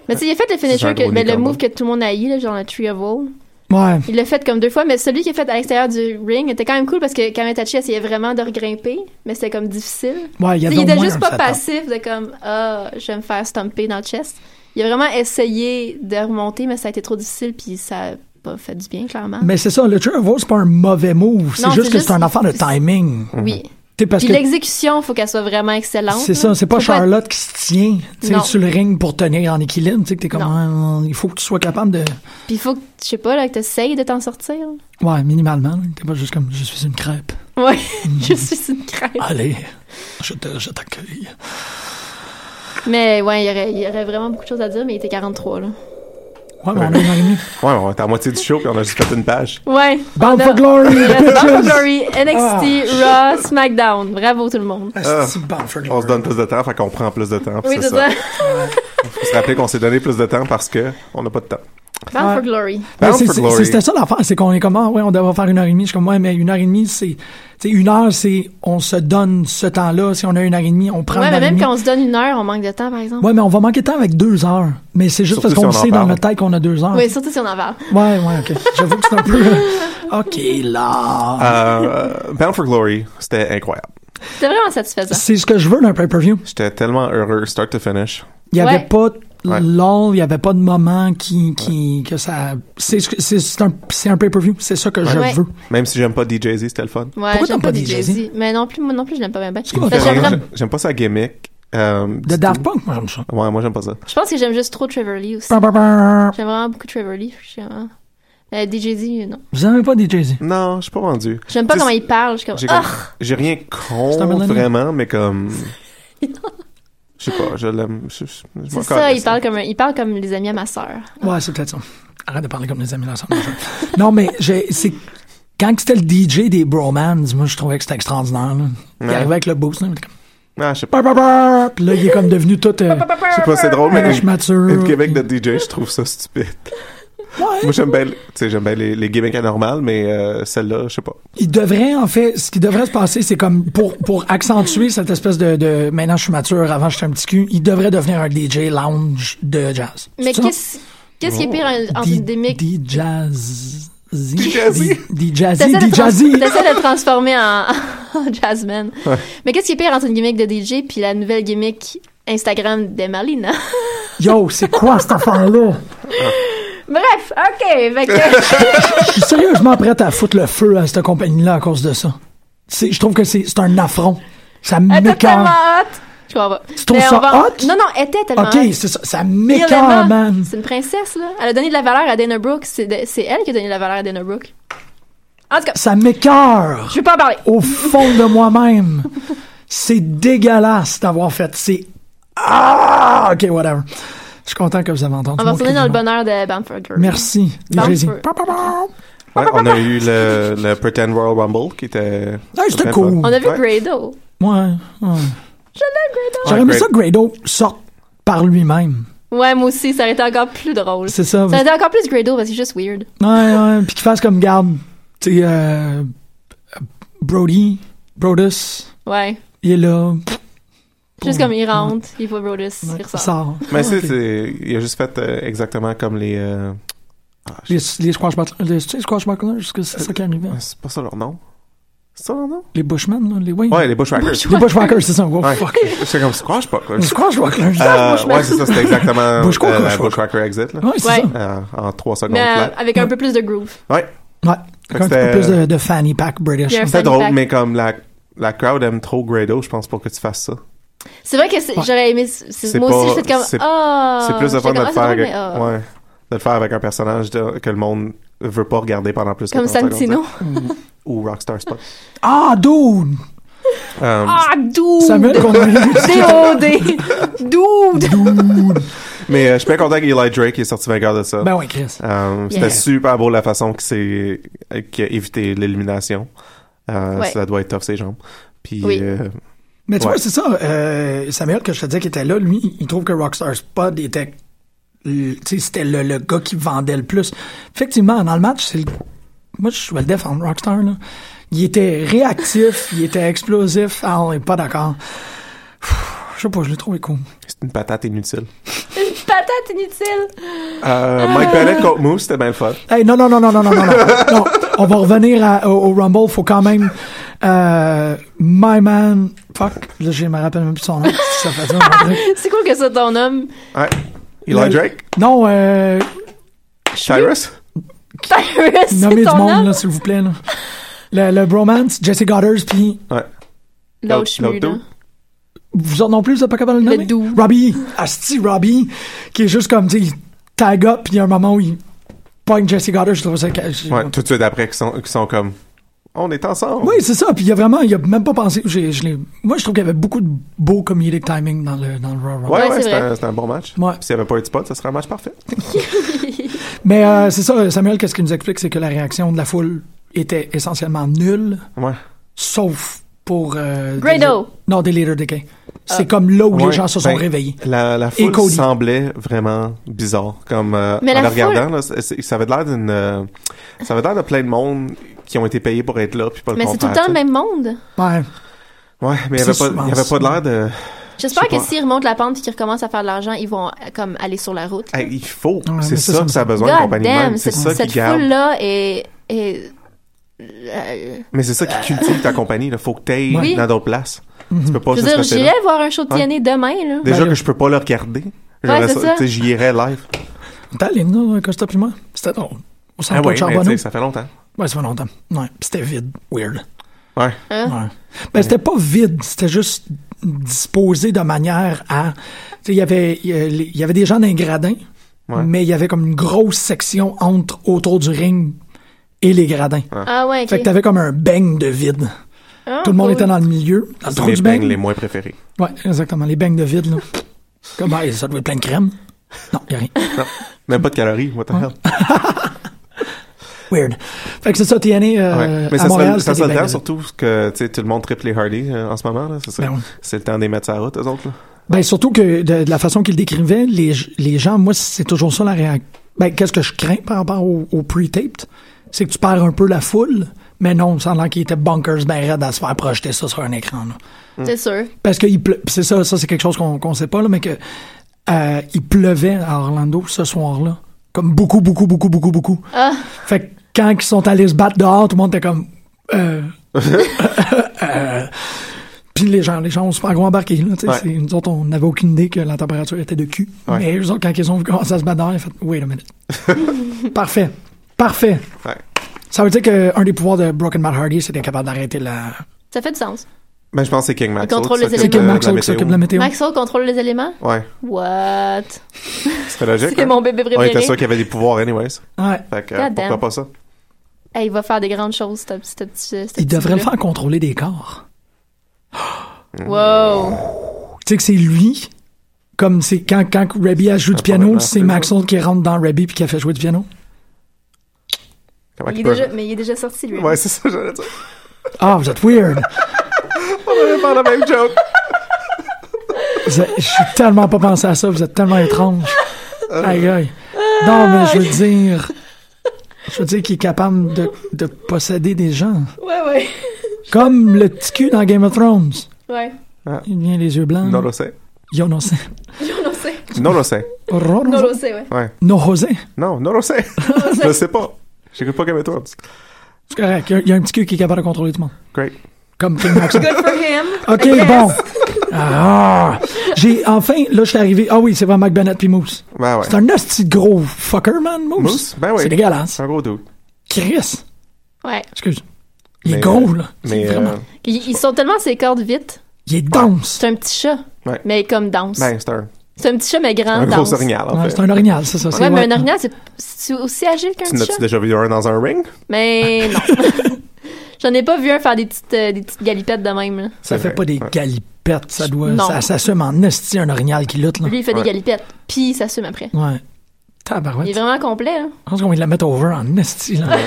S3: Mais tu sais, il a fait le
S4: C'est un
S3: finisher,
S4: gros
S3: que, mais le
S4: nez
S3: move que tout le monde haït, là, genre le Tree of Woe.
S2: Ouais.
S3: Il l'a fait comme deux fois, mais celui qui est fait à l'extérieur du ring était quand même cool parce que Kamitachi essayait vraiment de regrimper, mais c'était comme difficile.
S2: Ouais, il y a
S3: T'sais, il
S2: au
S3: était
S2: moins
S3: juste
S2: un
S3: pas
S2: setup.
S3: passif de comme ah je vais me faire stomper dans le chest. Il a vraiment essayé de remonter mais ça a été trop difficile puis ça a pas fait du bien clairement.
S2: Mais c'est ça, le Trevor, c'est pas un mauvais move. C'est
S3: Non,
S2: juste
S3: c'est
S2: que c'est
S3: juste-
S2: un affaire de timing.
S3: Oui.
S2: Tu sais, parce
S3: Puis
S2: que
S3: l'exécution, faut qu'elle soit vraiment excellente.
S2: c'est
S3: là.
S2: ça, c'est pas
S3: Faut
S2: Charlotte qui se tient tu sais,
S3: Non.
S2: sur le ring pour tenir en équilibre. Tu sais, que t'es comme, Ah, il faut que tu sois capable de.
S3: être- Puis faut que je sais pas là que t'essayes de t'en sortir.
S2: Ouais, minimalement. là. T'es pas juste comme, je suis une crêpe.
S3: Ouais,
S2: Mhm.
S3: je suis une crêpe.
S2: Allez, je te- je t'accueille.
S3: Mais ouais, il y aurait, il y aurait vraiment beaucoup de choses à dire mais il était 43 là.
S2: Ouais, mais on est arrivé.
S4: Ouais, on est à moitié du show puis on a juste fait une page.
S3: Ouais. Ah,
S2: Bound
S3: on a-
S2: for Glory,
S3: Yes, Bound for
S2: bitches!
S3: Glory, NXT, Raw, SmackDown. Bravo tout le monde.
S2: Ah, c'est Bound for
S4: On
S2: Glory.
S4: se donne plus de temps, fait qu'on prend plus de temps. puis
S3: Oui,
S4: c'est
S3: c'est ça.
S4: Faut se rappeler qu'on s'est donné plus de temps parce que on n'a pas de temps.
S3: Bound for Glory.
S2: Ben,
S4: Bound
S2: c'est-
S4: for
S2: c'est-
S4: Glory.
S2: c'est- C'était ça l'affaire, c'est qu'on est comme, ah, ouais, on devrait faire une heure et demie. Je suis comme, ouais, mais une heure et demie, c'est, tu sais, une heure, c'est, on se donne ce temps-là. Si on a une heure et demie, on prend
S3: Ouais,
S2: une
S3: mais
S2: heure et
S3: même
S2: demie.
S3: quand on se donne une heure, on manque de temps par exemple.
S2: Ouais, mais on va manquer de temps avec deux heures. Mais c'est juste parce
S4: Surtout
S2: qu'on
S4: si on en
S2: sait dans
S4: parle.
S2: notre tête qu'on a deux heures.
S3: Oui, surtout si on en parle.
S2: Ouais, ouais, ok. J'avoue que c'est un peu. euh, Ok, là.
S4: Euh, Bound for Glory, c'était incroyable.
S3: C'était vraiment satisfaisant.
S2: C'est ce que je veux d'un pay-per-view.
S4: J'étais tellement heureux, start to finish.
S2: Il y avait
S3: Ouais.
S2: pas de
S4: Ouais.
S2: lull, il y avait pas de moment qui, qui, que ça. C'est, ce que- c'est, c'est un, c'est un pay-per-view. C'est ça que je
S3: Ouais.
S2: veux.
S4: Même si j'aime pas DJZ, c'était le fun.
S3: Ouais,
S2: Pourquoi
S3: j'aime
S2: t'aimes
S3: pas
S2: pas
S3: DJ Z. Mais non plus, moi non plus, je l'aime pas bien. bien.
S2: quoi,
S3: Parce que Ben, j'aime
S2: vraiment-
S3: vraiment-
S4: J'aime- J'aime pas sa gimmick. Euh,
S2: De
S4: c'est
S2: Daft
S4: tout.
S2: Punk, moi, j'aime ça.
S4: Ouais, moi j'aime pas ça.
S3: Je pense que j'aime juste trop Trevor Lee aussi.
S2: Brr, brr, brr.
S3: J'aime vraiment beaucoup Trevor Lee. je suis vraiment- Euh, Mais DJ Z, non.
S2: Vous aimez pas DJZ?
S4: Non, je suis pas vendu.
S3: J'aime pas
S4: Tu sais,
S3: comment il parle. Je suis comme.
S4: J'ai comme-
S3: Ah!
S4: j'ai rien
S2: C'est un
S4: contre
S2: millennial.
S4: vraiment, mais comme. Je sais pas, je l'aime. je- je- je m'en
S3: C'est ça,
S4: calisse,
S3: il parle, comme un- il parle comme les amis à ma sœur.
S2: Ouais, c'est peut-être ça. Arrête de parler comme des amis là, ça me gêne. Non, mais j'ai- c'est. Quand c'était le DJ des Bromans, moi, je trouvais que c'était extraordinaire. là. Il
S4: Ouais.
S2: arrivait avec le boost. Là, il était comme,
S4: Ah, je sais pas.
S2: Bah, bah, bah. Puis là, il est comme devenu tout. euh,
S4: Je sais pas, c'est drôle, mais
S2: Âge mature.
S4: le Québec de DJ, je trouve ça stupide. Moi,
S2: ouais.
S4: j'aime bien, le- tu sais, j'aime bien les, les gimmicks anormales, mais euh, celle-là, je sais pas.
S2: Il devrait, en fait, ce qui devrait se passer, c'est comme pour, pour accentuer cette espèce de, de maintenant je suis mature, avant j'étais un petit cul, il devrait devenir un DJ lounge de jazz.
S3: Mais
S2: C'est ça?
S3: qu'est-ce qu'est-ce qui est pire en- entre
S2: D-
S3: une démique?
S2: D- jazzy.
S4: jazzy.
S2: D- jazzy.
S3: T'essaies de,
S2: D-
S3: trans-
S2: jazzy.
S3: t'essaies de transformer en, en jazzman. Mais qu'est-ce qui est pire entre une gimmick de DJ puis la nouvelle gimmick Instagram de Marlene?
S2: Yo, c'est quoi cette affaire-là?
S3: Bref, ok. fait que-
S2: Je suis sérieusement prête à foutre le feu à cette compagnie-là à cause de ça. C'est- Je trouve que c'est c'est un affront. Ça
S3: elle était tellement
S2: m'écœure.
S3: hot. Je comprends pas. Tu
S2: trouves ça hot?
S3: Non, non, elle était tellement
S2: Ok,
S3: hot.
S2: c'est ça. Ça
S3: Bill Emma,
S2: m'écœure, man.
S3: C'est une princesse, là. Elle a donné de la valeur à Dana Brooke. C'est de- c'est elle qui a donné de la valeur à Dana Brooke. En tout cas,
S2: Ça m'écœure.
S3: je veux pas en parler.
S2: au fond de moi-même. C'est dégueulasse d'avoir fait. C'est. Ah! Ok, whatever. Je suis content que vous avez entendu.
S3: On va
S2: mon
S3: retourner dans le
S2: clignement.
S3: bonheur de Bamford Girl.
S2: Merci, les
S3: Bon
S2: Jay-Z.
S3: feu.
S2: Pa, pa, pa.
S4: Ouais, on a eu le, le Pretend Royal Rumble qui était.
S2: Ah, c'était
S4: très
S2: cool.
S4: fun.
S3: On a vu
S4: Ouais.
S3: Grado.
S2: Ouais, ouais.
S3: Je l'aime, Grado.
S2: J'aurais aimé
S4: great.
S2: ça que Grado sorte par lui-même.
S3: Ouais, moi aussi, ça aurait été encore plus drôle.
S2: C'est ça.
S3: Ça aurait été encore plus Grado parce que c'est juste weird.
S2: Ouais, ouais. Puis qu'il fasse comme garde. Tu sais, euh, Brody, Brodus,
S3: Ouais.
S2: il est là.
S3: Juste
S2: Boum.
S3: comme il rentre, il voit Brodus, il
S2: Ouais,
S3: ressort.
S2: sort.
S4: Mais
S2: Ah,
S4: c'est,
S2: ok.
S4: c'est- il a juste fait euh, exactement comme les. euh,
S2: Les, les Squash Butlers, les, tu sais, Squash Butlers, est-ce que c'est ça qui est arrivé.
S4: c'est pas ça leur nom. C'est ça leur nom?
S2: Les Bushmen, là, les ouais.
S4: Ouais, les Bushwhackers.
S2: Les Bushwhackers, c'est ça. Oh,
S4: Ouais.
S2: fuck.
S4: C'est comme Squash Bucklers.
S2: Les Squash Butlers.
S4: Euh, ouais, c'est ça, c'était exactement euh,
S2: Bushwhacker,
S4: la
S2: Bushwhacker.
S4: Bushwhacker Exit, là.
S2: Ouais, c'est
S3: Ouais.
S2: ça.
S4: Euh, en 3 secondes
S3: Mais euh,
S4: flat.
S3: avec un peu plus de groove.
S4: Ouais.
S2: Ouais. Avec un petit peu
S4: C'était- euh,
S2: plus de, de fanny pack British.
S3: Il y a un
S4: C'était
S3: Fun
S4: drôle,
S3: fact.
S4: mais comme la, la crowd aime trop Grado, je pense, pour que tu fasses ça.
S3: C'est vrai que c'est-
S2: Ouais.
S3: j'aurais aimé. c'est- c'est-
S4: C'est
S3: moi aussi,
S4: pas-
S3: j'ai fait comme.
S4: c'est-
S3: Ah!
S4: c'est plus de
S3: J'étais
S4: fun de
S3: comme,
S4: le
S3: ah, c'est
S4: faire
S3: drôle,
S4: avec,
S3: mais, ah.
S4: ouais, de le faire avec un personnage de- que le monde veut pas regarder pendant plus que
S3: Comme
S4: 30 secondes,
S3: Santino.
S4: ça. ou Rockstar Spot.
S2: Ah, dude!
S4: Euh,
S3: Ah, dude!
S2: Samuel Connery.
S3: D.O.D. Dude!
S2: dude!
S4: mais euh, je suis bien content qu'Eli Drake est sorti vainqueur de ça.
S2: Ben oui, Chris.
S4: Euh, C'était
S3: Yeah.
S4: super beau la façon qu'il s'est- euh, qu'il a évité l'élimination. Euh,
S3: Ouais.
S4: Ça doit être tough ses jambes. Puis
S3: Oui.
S4: euh,
S2: Mais tu
S4: Ouais.
S2: vois, c'est ça. Euh, Samuel, que je te disais qu'il était là, lui, il trouve que Rockstar Spud était. le- Tu sais, c'était le, le gars qui vendait le plus. Effectivement, dans le match, c'est le. Moi, je vais le défendre, Rockstar, là. Il était réactif, il était explosif. Ah, on est pas d'accord. Pfff, Je sais pas, je l'ai trouvé cool.
S4: c'est une patate inutile.
S3: Patate inutile!
S4: Euh, Mike Bennett contre Moose, c'était bien le fun.
S2: Hey, non, non, non, non, non, non, non, non. Non, on va revenir à- au, au Rumble. Faut quand même. Euh, my man. Fuck. Là, je me rappelle même plus son nom. Ça fait ça, mon truc.
S3: C'est cool que ça, ton homme.
S4: Ouais.
S2: Le-
S4: Eli Drake,
S2: Non, euh,
S4: Cyrus.
S3: Tyrus, c'est
S2: nommez du
S3: ton
S2: monde, là,
S3: homme.
S2: s'il vous plaît. Là. Le, le bromance, Jesse Goddard, puis
S4: Ouais.
S3: L'autre
S4: L'autre
S3: cheveu,
S4: dude.
S3: là.
S2: vous autres non plus, vous êtes pas capable de le
S3: Le
S2: nommer?
S3: doux.
S2: Robbie. Asti Robbie, qui est juste comme, tu sais, il tag up, puis il y a un moment où il pogne Jesse Goddard. Je trouve ça. que- je-
S4: Ouais, tout de suite après, qui sont, qu'ils sont comme on est ensemble.
S2: Oui, c'est ça. Puis il y a vraiment, il y a même pas pensé. j'ai- je l'ai- moi, je trouve qu'il y avait beaucoup de beau comedic timing dans le, dans le Raw Rumble.
S4: Ouais,
S3: Ouais,
S4: ouais,
S3: c'est
S4: c'était
S3: vrai.
S4: un, c'était un bon match.
S2: Ouais.
S4: Puis S'il n'y avait pas eu de spot, ça serait un match parfait.
S2: Mais euh, c'est ça, Samuel, qu'est-ce qu'il nous explique, c'est que la réaction de la foule était essentiellement nulle,
S4: Ouais.
S2: sauf pour... Euh,
S3: Grado.
S2: des- non, des leaders Decay. C'est comme là où les
S4: Ouais,
S2: gens se sont
S4: ben,
S2: réveillés.
S4: La, la
S2: Et
S4: foule
S2: Cody.
S4: semblait vraiment bizarre. Comme euh,
S3: Mais
S4: en
S3: la
S4: la regardant, là, c'est- c'est- ça avait l'air d'une. euh, ça avait l'air de plein de monde qui ont été payés pour être là, puis pas le
S3: Mais c'est tout
S4: contraire,
S3: le temps le même
S4: tu sais.
S3: monde.
S2: Ouais.
S4: Ouais, mais
S2: C'est
S4: il n'y avait, pas-
S2: souvent
S4: il y avait
S2: ça.
S4: pas de l'air de.
S3: J'espère
S4: Je sais
S3: que
S4: pas.
S3: s'ils remontent la pente et qu'ils recommencent à faire de l'argent, ils vont euh, comme aller sur la route.
S4: Hey, il faut.
S2: mais
S4: c'est
S2: ça,
S4: ça,
S2: ça me-
S4: que ça a besoin, de
S3: God
S4: compagnie de même.
S3: damn,
S4: C'est
S3: cette,
S4: ça qui
S3: cette
S4: garde.
S3: foule-là est... est- euh,
S4: Mais c'est ça qui cultive ta compagnie. Il faut que tu
S3: Oui. Mhm.
S4: dans d'autres places. Tu peux pas
S3: je veux
S4: juste
S3: dire,
S4: rester là.
S3: j'irai voir un show de
S4: Ouais.
S3: TNA demain, là.
S4: Déjà
S2: Ben,
S4: que je peux pas le regarder. J'aurais
S3: c'est
S4: ça-
S3: ça.
S4: tu sais, J'y irais live.
S2: T'es allé, nous, hein, Costa puis moi? C'était drôle. Au centre
S4: Ah ouais,
S2: de
S4: mais tu
S2: Charbonneau.
S4: sais, ça fait longtemps.
S2: Ouais, ça fait longtemps. Ouais, puis c'était vide. Weird.
S4: Ouais.
S2: Ouais. Ben, c'était pas vide, c'était juste disposé de manière à... tu sais, Il y avait, il y a- il y avait des gens d'un gradin,
S4: Ouais.
S2: mais il y avait comme une grosse section entre autour du ring et les gradins.
S3: Ah ouais, ok.
S2: Fait que t'avais comme un bang de vide.
S3: Ah,
S2: Tout le monde
S3: cool.
S2: était dans le milieu, dans le
S4: C'est
S2: trou
S4: mes
S2: du
S4: beignes
S3: ben?
S2: beigne.
S4: les moins préférés.
S2: Ouais, exactement. Les beignes de vide, là. Comme, ah, ça doit être plein de crème. Non, y a rien.
S4: Non, même pas de calories, what the hell.
S2: Weird. Fait que c'est ça, TNA, euh,
S4: Ouais. Mais
S2: à
S4: ça
S2: Montréal, c'était
S4: sera, ça sera
S2: des
S4: le temps,
S2: beignes de vide.
S4: surtout que tu sais, tout le monde triple les Harley euh, en ce moment. là, c'est ça.
S2: Ben oui.
S4: C'est le temps des mettre sur la route, eux autres. Là.
S2: Ben, surtout que de, de la façon qu'il décrivait, les, les gens, moi, c'est toujours ça la réaction. Ben, qu'est-ce que je crains par rapport au, au pre-taped? C'est que tu perds un peu la foule, mais non, ça a l'air qu'il était bunkers ben raide à se faire projeter ça sur un écran, là.
S3: C'est sûr.
S2: Parce qu'il pleut. C'est ça, ça c'est quelque chose qu'on qu'on sait pas, là, mais que euh, il pleuvait à Orlando ce soir-là. Comme beaucoup, beaucoup, beaucoup, beaucoup, beaucoup.
S3: Ah,
S2: Fait que quand ils sont allés se battre dehors, tout le monde était comme. Euh, euh, Puis les gens, les gens ont super gros embarqué. Là, tu sais,
S4: Ouais.
S2: c'est- Nous autres, on n'avait aucune idée que la température était de cul.
S4: Ouais.
S2: Mais eux autres, quand ils ont commencé à se battre dehors, ils ont fait Wait a minute. Parfait. Parfait.
S4: Ouais.
S2: Ça veut dire qu'un des pouvoirs de Broken Matt Hardy, c'est d'être capable d'arrêter la.
S3: ça fait du sens.
S4: Mais Ben, je pense que c'est King Max.
S3: contrôle
S4: Oates
S3: les
S4: qui
S2: C'est
S4: s'occupe
S2: que
S3: éléments.
S2: Max
S4: de- de euh, la
S2: Oak s'occupe de la météo.
S3: Maxwell contrôle les éléments?
S4: Ouais,
S3: What?
S4: c'est logique.
S3: C'est
S4: hein.
S3: mon bébé
S4: On était
S3: préféré.
S4: sûr qu'il y avait des pouvoirs, anyways.
S2: Ouais.
S4: Fait que, euh,
S3: God
S4: pourquoi
S3: damn.
S4: pas ça?
S3: Hey, il va faire des grandes choses, ce petit- ce petit. ce petit
S2: Il devrait le
S3: gars.
S2: faire contrôler des corps.
S3: Wow.
S2: Tu sais que c'est lui, comme c'est quand, quand Rebby a joué du piano,
S4: probablement
S2: c'est
S4: plus,
S2: Maxwell qui rentre dans Rebby puis qui a fait jouer du piano.
S4: Comment
S3: Il
S4: qu'il
S3: est
S4: peut-
S3: déjà, mais il est déjà sorti, lui.
S4: Ouais, c'est ça, j'allais dire.
S2: Ah, vous êtes weird!
S4: On allait faire la même joke.
S2: Vous êtes- Je suis tellement pas pensé à ça, vous êtes tellement étrange. Aïe aïe. Non, mais je veux dire. Je veux dire qu'il est capable de, de posséder des gens.
S3: ouais, ouais.
S2: Comme le petit cul dans Game of Thrones.
S3: Ouais.
S2: Il vient les yeux blancs.
S4: Non, le sait.
S2: Yo no sé.
S3: Non, non, c'est.
S4: Non, le sait.
S2: Roro-
S3: Non, non, c'est, ouais.
S4: Ouais.
S2: No José.
S4: Non, non, le sait. Je le sais pas. J'écoute pas Game of Thrones.
S2: C'est correct. Il y a- il y a un petit cul qui est capable de contrôler tout le monde.
S4: Great.
S2: Comme King Maxwell.
S3: Good for him.
S2: OK,
S3: I guess.
S2: bon. Ah, j'ai enfin, là, je suis arrivé. Ah oui, c'est vrai, Mac Bennett puis Moose.
S4: Ben ouais.
S2: C'est un hostie de gros fucker, man, Moose.
S4: Moose? Ben oui.
S2: C'est dégueulasse.
S4: C'est un gros doux.
S2: Chris,
S3: Ouais.
S2: excuse. Il est
S4: Mais,
S2: gros, là.
S4: Mais
S2: C'est vraiment-
S4: euh,
S3: Ils, ils sont tellement ses cordes vite.
S2: Il est dense.
S3: C'est un petit chat.
S4: Ouais.
S3: Mais comme danse.
S4: ben, c'est un,
S3: C'est un petit chat, mais grand
S4: un
S3: danse.
S4: gros orignal, en
S2: Ouais,
S4: fait.
S2: c'est un orignal, c'est ça. c'est-
S3: Ouais, mais
S2: ouais.
S3: un orignal, c'est- c'est aussi agile qu'un
S4: Tu
S3: petit
S4: n'as-tu
S3: chat.
S4: déjà vu un dans un ring?
S3: Mais non. J'en ai pas vu un faire des petites, euh, des petites galipettes de même. là.
S2: Ça
S4: C'est
S2: fait
S4: vrai,
S2: pas des
S4: ouais.
S2: galipettes, ça doit.
S3: Non.
S2: Ça s'assume en hostie, un orignal qui lutte, là.
S3: Lui, il fait
S4: Ouais.
S3: des galipettes, puis il s'assume après.
S2: Ouais.
S3: Il est
S2: Tabarouette.
S3: vraiment complet. hein.
S2: Je pense qu'on va la mettre over en hostie, là.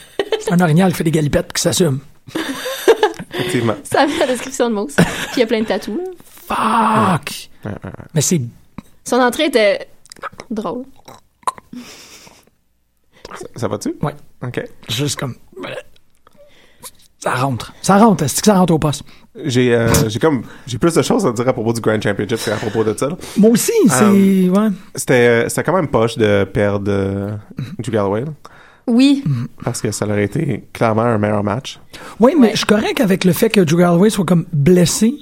S2: c'est un orignal qui fait des galipettes qui s'assume.
S4: Effectivement.
S3: Ça met la description de Moose. Puis il y a plein de tatous. là.
S2: Fuck!
S4: Ouais, ouais, ouais.
S2: Mais c'est.
S3: Son entrée était drôle.
S4: Ça va-tu?
S2: Ouais.
S4: OK.
S2: juste comme. Ça rentre. Ça rentre. Est-ce que ça rentre au poste?
S4: J'ai euh, j'ai comme... J'ai plus de choses à dire à propos du Grand Championship qu'à propos de ça, là.
S2: Moi aussi, c'est.
S4: Euh,
S2: ouais.
S4: C'était euh, c'était quand même poche de perdre euh,
S2: Mhm.
S4: du Galloway, là,
S3: Oui.
S4: parce que ça aurait été clairement un meilleur match.
S2: Oui, mais
S3: Ouais.
S2: je suis correct avec le fait que Drew Galloway soit comme blessé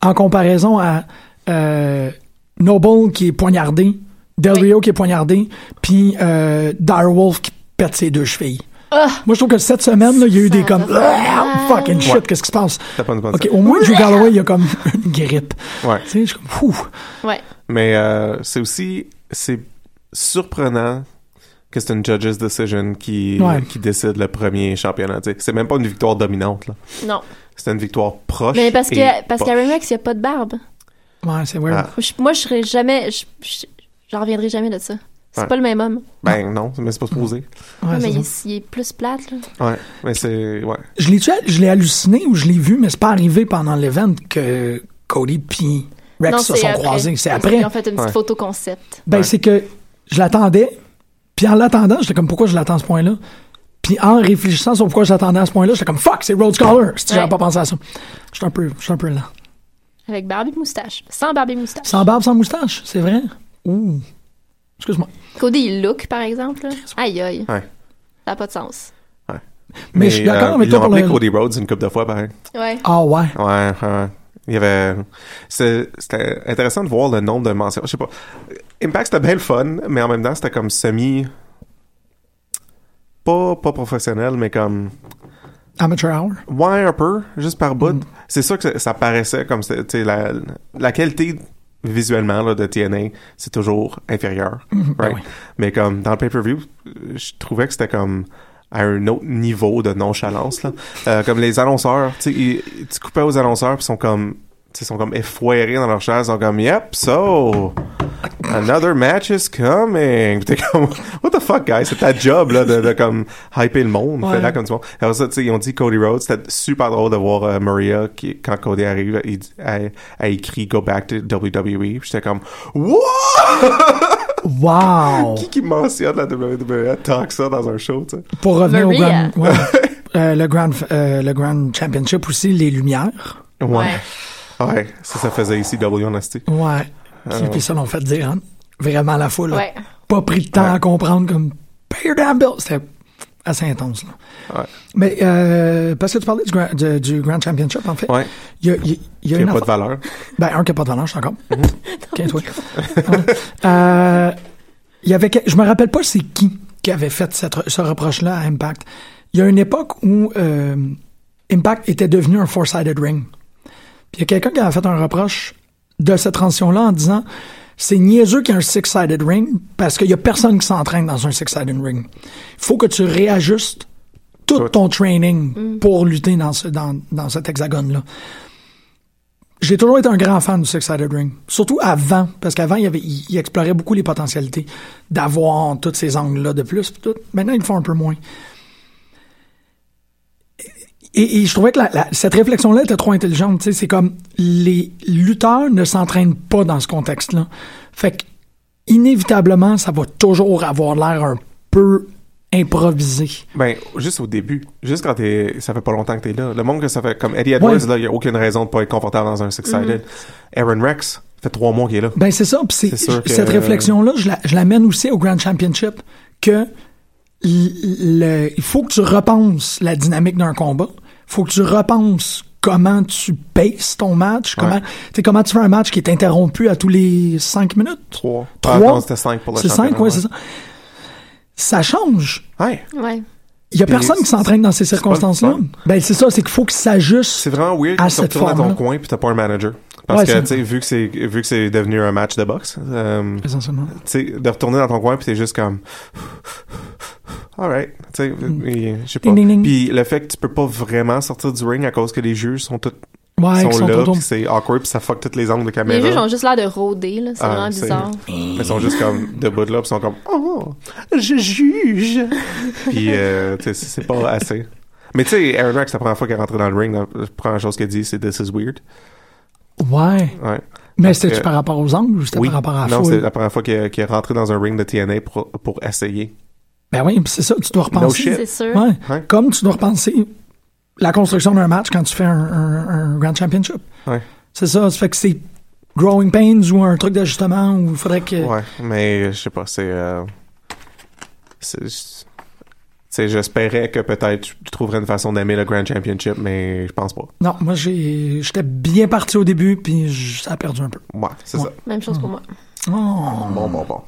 S2: en comparaison à euh, Noble qui est poignardé, Del
S3: Oui.
S2: Rio qui est poignardé, puis euh, Direwolf qui pète ses deux chevilles.
S3: Ah!
S2: Moi, je trouve que cette semaine, là, il y a eu
S3: Ça
S2: des comme.
S3: va faire
S2: Ah, fucking shit,
S4: Ouais.
S2: qu'est-ce qui se passe?
S4: T'as pas une bonne
S2: Ok, au moins, Drew Galloway, il y a comme une grippe.
S4: Ouais.
S2: Tu sais, je suis comme. Fou.
S3: Ouais.
S4: Mais euh, c'est aussi c'est surprenant que c'est une judge's decision qui,
S2: Ouais.
S4: qui décide le premier championnat. tu sais. C'est même pas une victoire dominante. là.
S3: Non.
S4: C'est une victoire proche.
S3: Mais parce
S4: Oh, et
S3: que parce qu'à
S4: poche.
S3: Remax, il n'y a pas de barbe.
S2: Ouais, c'est weird.
S4: Ah.
S3: Je- moi, je serais jamais. je- je- J'en reviendrai jamais de ça. C'est
S4: Ouais.
S3: pas le même homme.
S4: Ben non, mais c'est pas supposé.
S2: Ouais,
S3: Ouais, mais
S2: c'est
S3: il,
S2: ça.
S3: est- il est plus plate, là.
S4: Ouais, mais c'est ouais.
S2: Je l'ai tué, je l'ai halluciné ou je l'ai vu, mais c'est pas arrivé pendant l'event que Cody puis Rex
S3: Non,
S2: se
S3: c'est
S2: sont
S3: après.
S2: croisés. C'est
S3: Ils-
S2: après.
S3: Ils ont fait une petite
S4: Ouais.
S3: photo concept.
S2: Ben,
S4: Ouais.
S2: c'est que je l'attendais, puis en l'attendant, j'étais comme pourquoi je l'attends à ce point-là. Puis en réfléchissant sur pourquoi je l'attendais à ce point-là, j'étais comme fuck, c'est Road Scholar. Si j'avais
S3: Ouais.
S2: pas pensé à ça. J'étais un peu, j'étais un peu lent.
S3: Avec barbe et moustache. Sans barbe et moustache.
S2: Sans barbe, sans moustache, c'est vrai. Ouh. Excuse-moi.
S3: Cody, il look, par exemple. là. Aïe, aïe.
S4: Ouais. euh,
S3: Ça n'a pas de sens.
S2: Mais je suis d'accord avec
S4: ils
S2: toi
S4: l'ont
S2: pour
S4: appelé
S2: le-
S4: Cody Rhodes une couple de fois pareil.
S3: Ouais.
S2: Ah ouais.
S4: Ouais, ouais, ouais. Il y avait. c'est- C'était intéressant de voir le nombre de mentions. Je sais pas. Impact, c'était bien le fun, mais en même temps, c'était comme semi. Pas, pas professionnel, mais comme.
S2: Amateur hour.
S4: Ouais, un peu, juste par bout. C'est sûr que ça- ça paraissait comme c'était- tu sais, la, la qualité visuellement là, de TNA, c'est toujours inférieur. right?
S2: oui.
S4: Mais comme dans le pay-per-view, euh, je trouvais que c'était comme à un autre niveau de nonchalance là. Euh, comme les annonceurs, tu sais, ils- tu coupais aux annonceurs puis sont comme tu sais, sont comme effoirés dans leur chaise, sont comme yep, so another match is coming. Puis T'es comme what the fuck guys, c'est ta job là de, de comme hyper le monde,
S2: Ouais.
S4: fais la comme du monde. Alors ça, tu sais, ils ont dit Cody Rhodes, c'était super drôle de voir euh, Maria qui quand Cody arrive, il dit- elle- elle écrit go back to WWE. Puis J'étais comme what
S2: Wow!
S4: qui mentionne la WWE talk ça dans un show, tu sais.
S2: Pour revenir
S3: Maria.
S2: au Grand... ouais. Euh, le, grand euh, le Grand Championship aussi, les Lumières.
S3: Ouais.
S4: Ouais, ça, ça faisait ici W en esti.
S2: Ouais.
S4: Euh.
S2: Puis, puis ça, l'on fait dire, hein, vraiment la foule. là.
S3: Ouais.
S2: Pas pris de temps
S4: Ouais.
S2: à comprendre comme Pay your damn bill. C'était assez intense. Là.
S4: Ouais.
S2: Mais euh, parce que tu parlais du Grand, du- du grand Championship, en fait.
S4: Ouais.
S2: Il y a, il y a- il y a
S4: Il n'y
S2: une
S4: a pas de
S2: affaire-
S4: valeur.
S2: Ben, un qui n'a pas de valeur, je suis encore. Tiens-toi. Ouais. Euh, Il y avait. que- Je me rappelle pas c'est qui qui avait fait cette re- ce reproche-là à Impact. Il y a une époque où euh, Impact était devenu un four-sided ring. Puis il y a quelqu'un qui avait fait un reproche de cette transition-là en disant c'est niaiseux qu'il y ait un six-sided ring parce qu'il y a personne qui s'entraîne dans un six-sided ring. Il faut que tu réajustes tout
S4: Tout.
S2: ton training pour lutter dans, ce, dans, dans cet hexagone-là. J'ai toujours été un grand fan du Six-Sided Ring. Surtout avant, parce qu'avant, il, y avait- il- il explorait beaucoup les potentialités d'avoir tous ces angles-là de plus. pis tout. Maintenant, ils le font un peu moins. Et, et je trouvais que la- la- cette réflexion-là était trop intelligente. tu sais, C'est comme les lutteurs ne s'entraînent pas dans ce contexte-là. Fait que, inévitablement, ça va toujours avoir l'air un peu improvisé.
S4: Ben, juste au début. Juste quand t'es. Ça fait pas longtemps que t'es là. Le monde que ça fait. Comme Eddie Edwards,
S2: Ouais.
S4: là, il n'y a aucune raison de pas être confortable dans un six-sided.
S2: Mm-hmm.
S4: Aaron Rex, fait trois mois qu'il est là.
S2: Ben c'est ça. Puis c'est-
S4: C'est sûr que-
S2: cette réflexion-là, je la, je l'amène aussi au Grand Championship que l- le- il faut que tu repenses la dynamique d'un combat. Il faut que tu repenses comment tu paces ton match. Comment,
S4: Ouais.
S2: tu sais, comment tu fais un match qui est interrompu à tous les cinq minutes.
S4: Trois.
S2: Trois.
S4: Ah, non, c'était cinq pour le
S2: C'est cinq,
S4: championnat,
S2: ouais,
S4: ouais.
S2: c'est ça. Ça change.
S4: Ouais.
S3: Ouais.
S2: Il y a
S4: Puis
S2: personne qui
S4: c'est-
S2: s'entraîne dans ces
S4: c'est pas le
S2: circonstances-là.
S4: fun.
S2: Ben c'est ça, c'est qu'il faut que ça s'ajuste.
S4: C'est vraiment weird
S2: À
S4: que tu
S2: cette
S4: retournes dans ton
S2: forme-là.
S4: coin puis t'as pas un manager. Parce
S2: Ouais,
S4: que,
S2: c'est-
S4: tu sais, vu que c'est vu que c'est devenu un match de boxe, euh, tu
S2: Essentiellement.
S4: sais, de retourner dans ton coin puis t'es juste comme. Alright. Tu sais, et- je sais pas.
S2: Mm. Ding, ding, ding.
S4: Puis le fait que tu peux pas vraiment sortir du ring à cause que les juges sont tous
S2: Ouais,
S4: sont,
S2: qui sont
S4: là,
S2: autour.
S4: puis c'est awkward, puis ça fuck toutes les angles de caméra.
S3: Les juges ont juste l'air de rôder, là. C'est
S4: Ah,
S3: vraiment
S4: c'est-
S3: bizarre.
S4: Ils sont juste comme debout de là, puis sont comme oh, je juge. puis euh, tu sais, c'est c'est pas assez. Mais tu sais, Aaron Rex, la première fois qu'elle est rentrée dans le ring, la première chose qu'elle dit, c'est This is weird.
S2: Ouais.
S4: Ouais.
S2: Mais c'était-tu
S4: que-
S2: par rapport aux angles ou c'était par rapport à la
S4: non,
S2: foule?
S4: c'est la première fois qu'elle qu'elle est rentrée dans un ring de TNA pour, pour essayer.
S2: Ben oui, c'est ça, tu dois repenser.
S4: shit. Hein?
S3: C'est sûr.
S2: Ouais.
S4: Ouais.
S2: Comme tu dois repenser la construction d'un match quand tu fais un, un- un Grand Championship.
S4: Ouais.
S2: C'est ça, ça fait que c'est Growing Pains ou un truc d'ajustement où il faudrait que.
S4: Ouais, mais je sais pas, c'est. euh, c'est- c'est- tu sais, j'espérais que peut-être je trouverais une façon d'aimer le Grand Championship, mais je pense pas.
S2: Non, moi j'ai, j'étais bien parti au début, puis j- ça a perdu un peu.
S4: Ouais, c'est
S2: Ouais.
S4: ça.
S3: Même chose pour moi.
S2: Oh.
S4: Bon, bon, bon.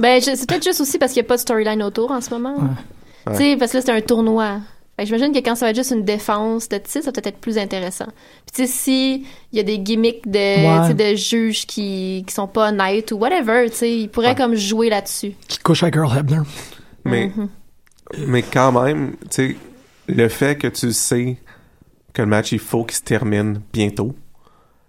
S3: Ben, je- c'est peut-être juste aussi parce qu'il n'y a pas de storyline autour en ce moment. Tu sais, parce que là, c'est un tournoi. Fait que j'imagine que quand ça va être juste une défense de titre, ça va peut-être être plus intéressant. Puis, tu sais, si il y a des gimmicks de,
S2: Ouais.
S3: tu sais, de juges qui, qui sont pas honnêtes ou whatever, tu sais, ils pourraient comme jouer là-dessus.
S2: Qui couche avec Earl Hebner.
S4: Mais,
S2: Mm-hmm.
S4: mais quand même, tu sais, le fait que tu sais que le match, il faut qu'il se termine bientôt,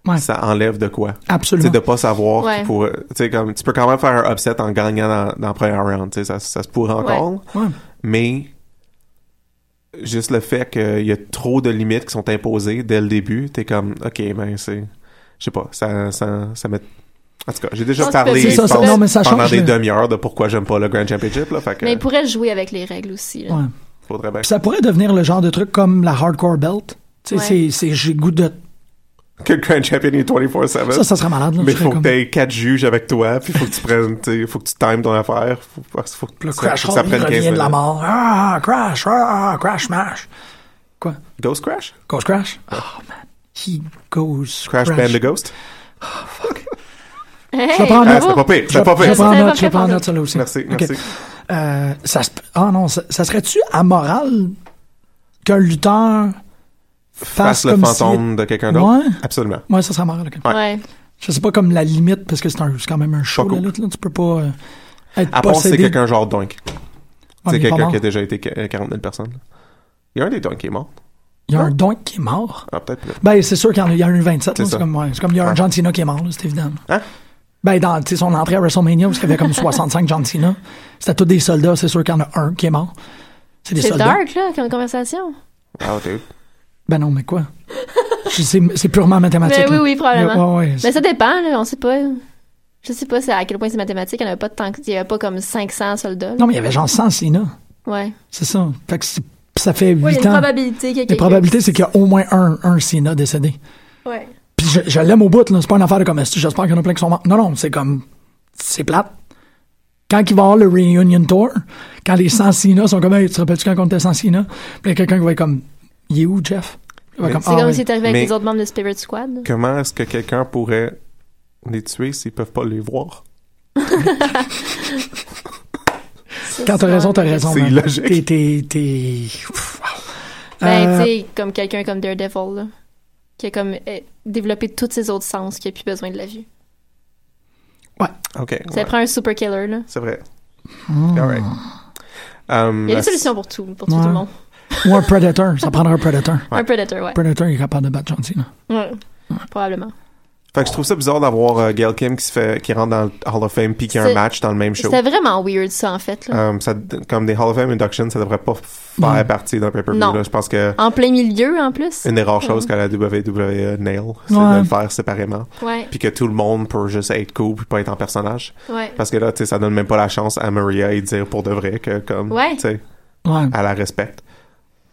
S2: Ouais,
S4: ça enlève de quoi? Tu sais,
S2: absolument.
S4: de pas savoir
S3: Ouais.
S4: qu'il pourrait- tu sais, comme, tu peux quand même faire un upset en gagnant dans, dans le premier round, tu sais, ça, ça se pourrait encore,
S2: Ouais.
S4: mais juste le fait qu'il y a trop de limites qui sont imposées dès le début, t'es comme, ok, ben c'est, je sais pas, ça, ça, ça met... En tout cas, j'ai déjà
S3: Non, c'est
S4: parlé
S3: pas- c'est
S2: ça,
S4: je
S2: ça-
S4: pense,
S2: non, mais ça
S4: pendant
S2: change
S4: des
S2: le-
S4: demi-heures de pourquoi j'aime pas le Grand Championship, là, fait que
S3: Mais ils pourraient jouer avec les règles aussi. là.
S2: Ouais.
S4: faudrait bien
S2: Puis ça pourrait devenir le genre de truc comme la hardcore belt. Tu sais,
S3: Ouais.
S2: c'est, c'est, j'ai goût de.
S4: que le Grand Champion est 24-7.
S2: Ça, ça serait malade. Là,
S4: mais
S2: je serais
S4: faut
S2: comme-
S4: que t'aies quatre juges avec toi, puis faut que tu prennes, tu faut que tu times ton affaire, faut, faut que
S2: Le
S4: ça-
S2: crash
S4: faut que ça
S2: Hall, il
S4: prenne 15
S2: revient de la
S4: minutes.
S2: mort. Ah, crash, ah, crash, smash. Quoi?
S4: Ghost Crash?
S2: Ghost Crash? Oh, man. He goes
S4: Crash, Bandicoot?
S2: Ah,
S3: Hey,
S2: Je vais prendre-
S4: Ah,
S3: bravo!
S4: c'était pas pire, c'était pas
S2: Je vais
S4: pire.
S3: Ça,
S2: prendre
S3: c'est
S2: note, je vais
S3: pas
S2: prendre
S3: fait
S2: note, ça, là aussi.
S4: Merci,
S2: Ok.
S4: merci.
S2: Euh, ça se- Ah non, ça, ça serait-tu amoral qu'un lutteur fasse,
S4: Fasse le
S2: comme
S4: fantôme de quelqu'un
S2: Ouais.
S4: d'autre? Absolument.
S2: Si... Ouais, ça serait amoral. ok.
S4: Ouais.
S3: Ouais.
S2: Je sais pas comme la limite, parce que c'est, un, c'est quand même un show,
S4: Pas cool.
S2: la lutte. Là, tu peux pas euh, être
S4: À part si c'est
S2: possédé.
S4: quelqu'un genre Doink. C'est
S2: il est pas
S4: quelqu'un
S2: mort.
S4: qui a déjà été qu- euh, 40 000 personnes. là. Il y a un des dons qui est mort.
S2: Il y a un doink qui est mort.
S4: Ah, peut-être. plus.
S2: Ben, c'est sûr qu'il y en a, il y en a eu 27. là.
S4: C'est
S2: C'est
S4: ça.
S2: comme, ouais, c'est comme il y a un
S4: Ouais.
S2: John Cena qui est mort, là, c'est évident.
S4: Hein?
S2: Ben, dans tu sais, son entrée à WrestleMania, parce qu'il y avait comme 65 John Cena, c'était tous des soldats, c'est sûr qu'il y en a un qui est mort. C'est des
S3: C'est
S2: soldats.
S3: dark, là, comme conversation.
S4: Ah, dude.
S2: Ben non, mais quoi? Je- c'est c'est purement mathématique.
S3: Mais Ben oui,
S2: là.
S3: oui, probablement.
S2: Ah, Ouais, ouais,
S3: Mais ça dépend, là, on sait pas. Je sais pas c'est à quel point c'est mathématique. Il n'y en avait pas tant que- il y avait pas comme 500 soldats. là.
S2: Non, mais il y avait genre 100 Cena.
S3: Ouais.
S2: C'est ça. Fait que c'est- ça fait 8
S3: Oui, il y a une
S2: ans.
S3: probabilité qu'il y a
S2: Les
S3: quelqu'un
S2: probabilités,
S3: qui-
S2: c'est qu'il y a au moins un, un Cena décédé.
S3: Ouais.
S4: Ah
S2: Puis je, je l'aime au bout, là. C'est pas une affaire de comme Esti, J'espère qu'il y en a plein qui sont morts. Non, non, c'est comme. C'est plate. Quand il va avoir le Reunion Tour, quand les 100 Cena sont comme, hey, tu te rappelles-tu quand on était 100 Cena? Puis il y a quelqu'un qui va être comme, il est où, Jeff? Il va
S4: Mais-
S2: comme,
S4: C'est
S3: C'est
S2: ah,
S3: comme
S2: ouais.
S3: si c'était arrivé
S4: Mais-
S3: avec les autres membres de Spirit Squad. là.
S4: Comment est-ce que quelqu'un pourrait les tuer s'ils peuvent pas les voir?
S2: Quand t'as raison, t'as raison.
S4: C'est
S2: man.
S4: illogique.
S2: T'es, t'es, t'es. Ouf, wow.
S3: Ben,
S2: Euh,
S3: tu sais, comme quelqu'un comme Daredevil, là, qui a comme euh, développé tous ses autres sens, qui a plus besoin de la vue.
S4: OK.
S3: Ça
S4: ouais.
S3: prend un super killer, là.
S4: C'est vrai. All right. Um,
S3: Il y a
S4: la-
S3: des solutions pour tout, pour tout
S2: Ouais.
S3: le monde.
S2: hmm. ou un Predator. Ça prendrait un Predator.
S4: Ouais.
S3: Un Predator, ouais.
S2: Predator, il est capable de battre John Cena.
S3: Ouais. Probablement.
S4: Fait que je trouve ça bizarre d'avoir euh, Gail Kim qui, se fait, qui rentre dans le Hall of Fame puis qui a un
S3: C'est-
S4: match dans le même show.
S3: C'était vraiment weird, ça, en fait. Là.
S4: Um, ça, comme des Hall of Fame inductions, ça devrait pas faire
S2: Non.
S4: partie d'un pay-per-view.
S3: Non.
S4: là. Je pense que
S3: En plein milieu, en plus.
S4: une des rares choses que la WWE nail, c'est
S2: Ouais.
S4: de le faire séparément.
S3: Ouais,
S4: Puis que tout le monde peut juste être cool puis pas être en personnage.
S3: ouais.
S4: Parce que là, tu sais, ça donne même pas la chance à Maria et dire pour de vrai que, comme,
S3: Ouais.
S4: tu sais,
S2: Ouais.
S4: elle la respecte.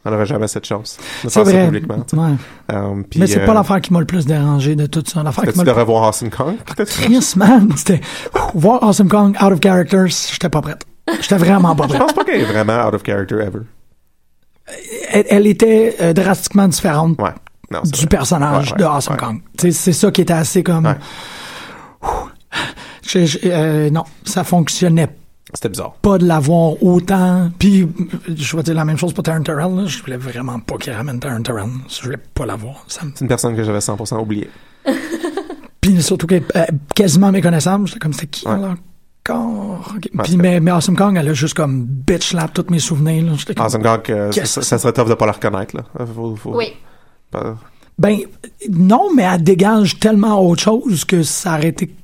S4: On n'aurait jamais cette chance de
S2: C'est
S4: faire Ah, ça
S2: vrai.
S4: publiquement. tu sais.
S2: Ouais.
S4: Um, puis,
S2: Mais c'est pas
S4: euh,
S2: l'affaire qui m'a le plus dérangé de tout ça. L'affaire qui
S4: T'as-tu
S2: m'a
S4: de
S2: le plus
S4: revoir Austin Kong? peut-être?
S2: Chris, man, c'était voir Awesome Kong out of characters, j'étais pas prête. J'étais vraiment pas
S4: Je
S2: prête.
S4: pense pas qu'elle est vraiment out of character ever.
S2: Elle, elle était euh, drastiquement différente
S4: Ouais. Non, c'est
S2: du
S4: vrai.
S2: personnage
S4: Ouais, ouais,
S2: de Awesome
S4: ouais.
S2: Kong. Tu sais, C'est ça qui était assez comme.
S4: Ouais.
S2: Ouh. Je- je- euh, non, ça fonctionnait
S4: C'était bizarre.
S2: pas de l'avoir autant. Puis, je vais dire la même chose pour Taryn Terrell. là. Je voulais vraiment pas qu'il ramène Taryn Terrell. Je voulais pas l'avoir. Ça me-
S4: C'est une personne que j'avais 100% oubliée.
S2: Puis surtout qu'elle est euh, quasiment méconnaissable. J'étais comme, c'était qui
S4: Ouais.
S2: alors? Encore. Ok.
S4: Ouais,
S2: Puis,
S4: c'est-
S2: mais, mais Awesome Kong, elle a juste comme bitch slap tous mes souvenirs. là. J'étais comme,
S4: Awesome Kong, euh,
S2: Qu'est-ce
S4: ça,
S2: que
S4: ça serait tough de pas la reconnaître, là. Euh, faut- faut-
S3: Oui.
S4: pas-
S2: Ben, non, mais elle dégage tellement autre chose que ça aurait été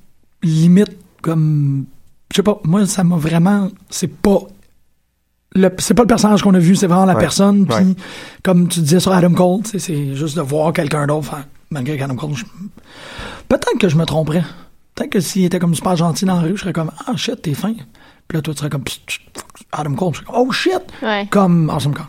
S2: limite comme. Je sais pas, moi, ça m'a vraiment. C'est pas. le- C'est pas le personnage qu'on a vu, c'est vraiment la
S4: Ouais,
S2: personne. Puis,
S4: ouais.
S2: comme tu disais sur Adam Cole, tu sais, c'est juste de voir quelqu'un d'autre. faire- Malgré qu'Adam Cole. je- Peut-être que je me tromperais. Peut-être que s'il était comme super gentil dans la rue, je serais comme Ah shit, t'es fin. Puis là, toi, tu serais comme Psst, psst, fuck, Adam Cole. Je serais comme, Oh shit!
S3: Ouais.
S2: Comme Awesome Kong.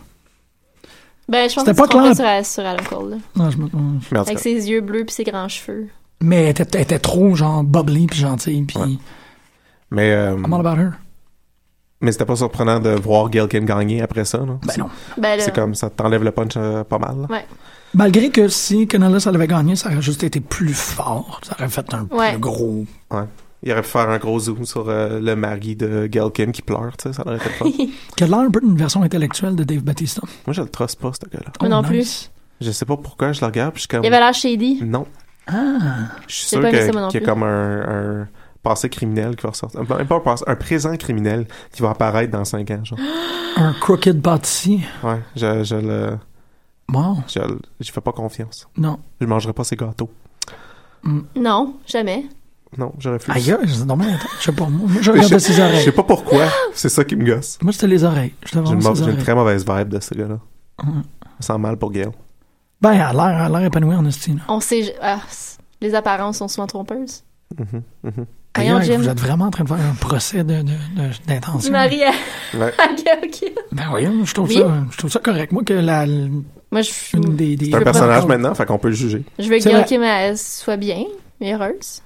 S3: Ben, je pense
S2: C'était
S3: que
S2: pas
S3: c'est trompé
S2: clair.
S3: sur, Al- sur Adam Cole, là.
S2: Non, je me-
S4: Mais en tout
S3: Avec
S4: cas,
S3: ses yeux bleus puis ses grands cheveux.
S2: Mais elle était, elle était trop, genre, bubbly puis gentille. Puis.
S4: mais, euh,
S2: I'm all about her.
S4: mais c'était pas surprenant de voir Gail Kim gagner après ça, là.
S2: Ben non.
S3: Ben, là,
S4: C'est comme ça t'enlève le punch euh, pas mal. là.
S3: Ouais.
S2: Malgré que si Canales avait gagné, ça aurait juste été plus fort. Ça aurait fait un
S3: Ouais.
S2: plus gros.
S4: Ouais. Il aurait pu faire un gros zoom sur euh, le mari de Gail Kim qui pleure, tu sais, ça aurait été fun.
S2: Que l'air un peu d'une version intellectuelle de Dave Batista.
S4: Moi, je le trosse pas, ce gars-là.
S3: Moi non
S2: nice.
S4: Je sais pas pourquoi je le regarde, puis je suis comme...
S3: Il avait l'air shady.
S4: Non.
S2: Ah.
S4: Je suis
S3: J'ai
S4: sûr
S3: pas aimé
S4: que-
S3: ça, moi non
S4: qu'il y a
S3: plus.
S4: comme un, un passé criminel qui va ressortir. Même pas un passé, un présent criminel qui va apparaître dans 5 ans, genre.
S2: Un crooked bâti.
S4: Ouais, je, je le...
S2: Wow.
S4: Je, le- j'y fais pas confiance.
S2: Non.
S4: Je mangerai pas ses gâteaux.
S3: Non, jamais.
S4: Non, je refuse.
S2: Aïe, aïe, c'est normal. attends, Je sais pas. Moi, moi, je
S4: je,
S2: regardais ses
S4: je sais
S2: oreilles.
S4: pas pourquoi, c'est ça qui me gosse.
S2: Moi, c'était les oreilles. J'étais
S4: J'ai une,
S2: vraiment ses
S4: mau- j'ai une
S2: oreilles. Mm.
S4: très mauvaise vibe de ce gars-là.
S2: Ouais.
S4: Je sens mal pour Gail.
S2: Ben, elle a l'air- elle a l'air épanouie en estime.
S3: On sait. ah, c'est- les apparences sont souvent trompeuses.
S4: Mhm, mhm.
S3: Voyons,
S2: Ailleurs, vous
S3: Jim.
S2: êtes vraiment en train de faire un procès de- de- de- d'intention.
S3: Marie à...
S4: Ouais.
S3: à Gail Kim.
S2: ben voyons, je trouve,
S3: Oui. Mm.
S2: ça, je trouve ça correct. Moi, que la, une
S3: Moi, je, je
S2: des... des
S4: C'est un
S3: veux pas-
S4: personnage maintenant, fait qu'on peut le juger.
S3: veux que
S2: C'est
S3: Gail
S2: vrai.
S3: Kim elle, soit bien, mais heureuse.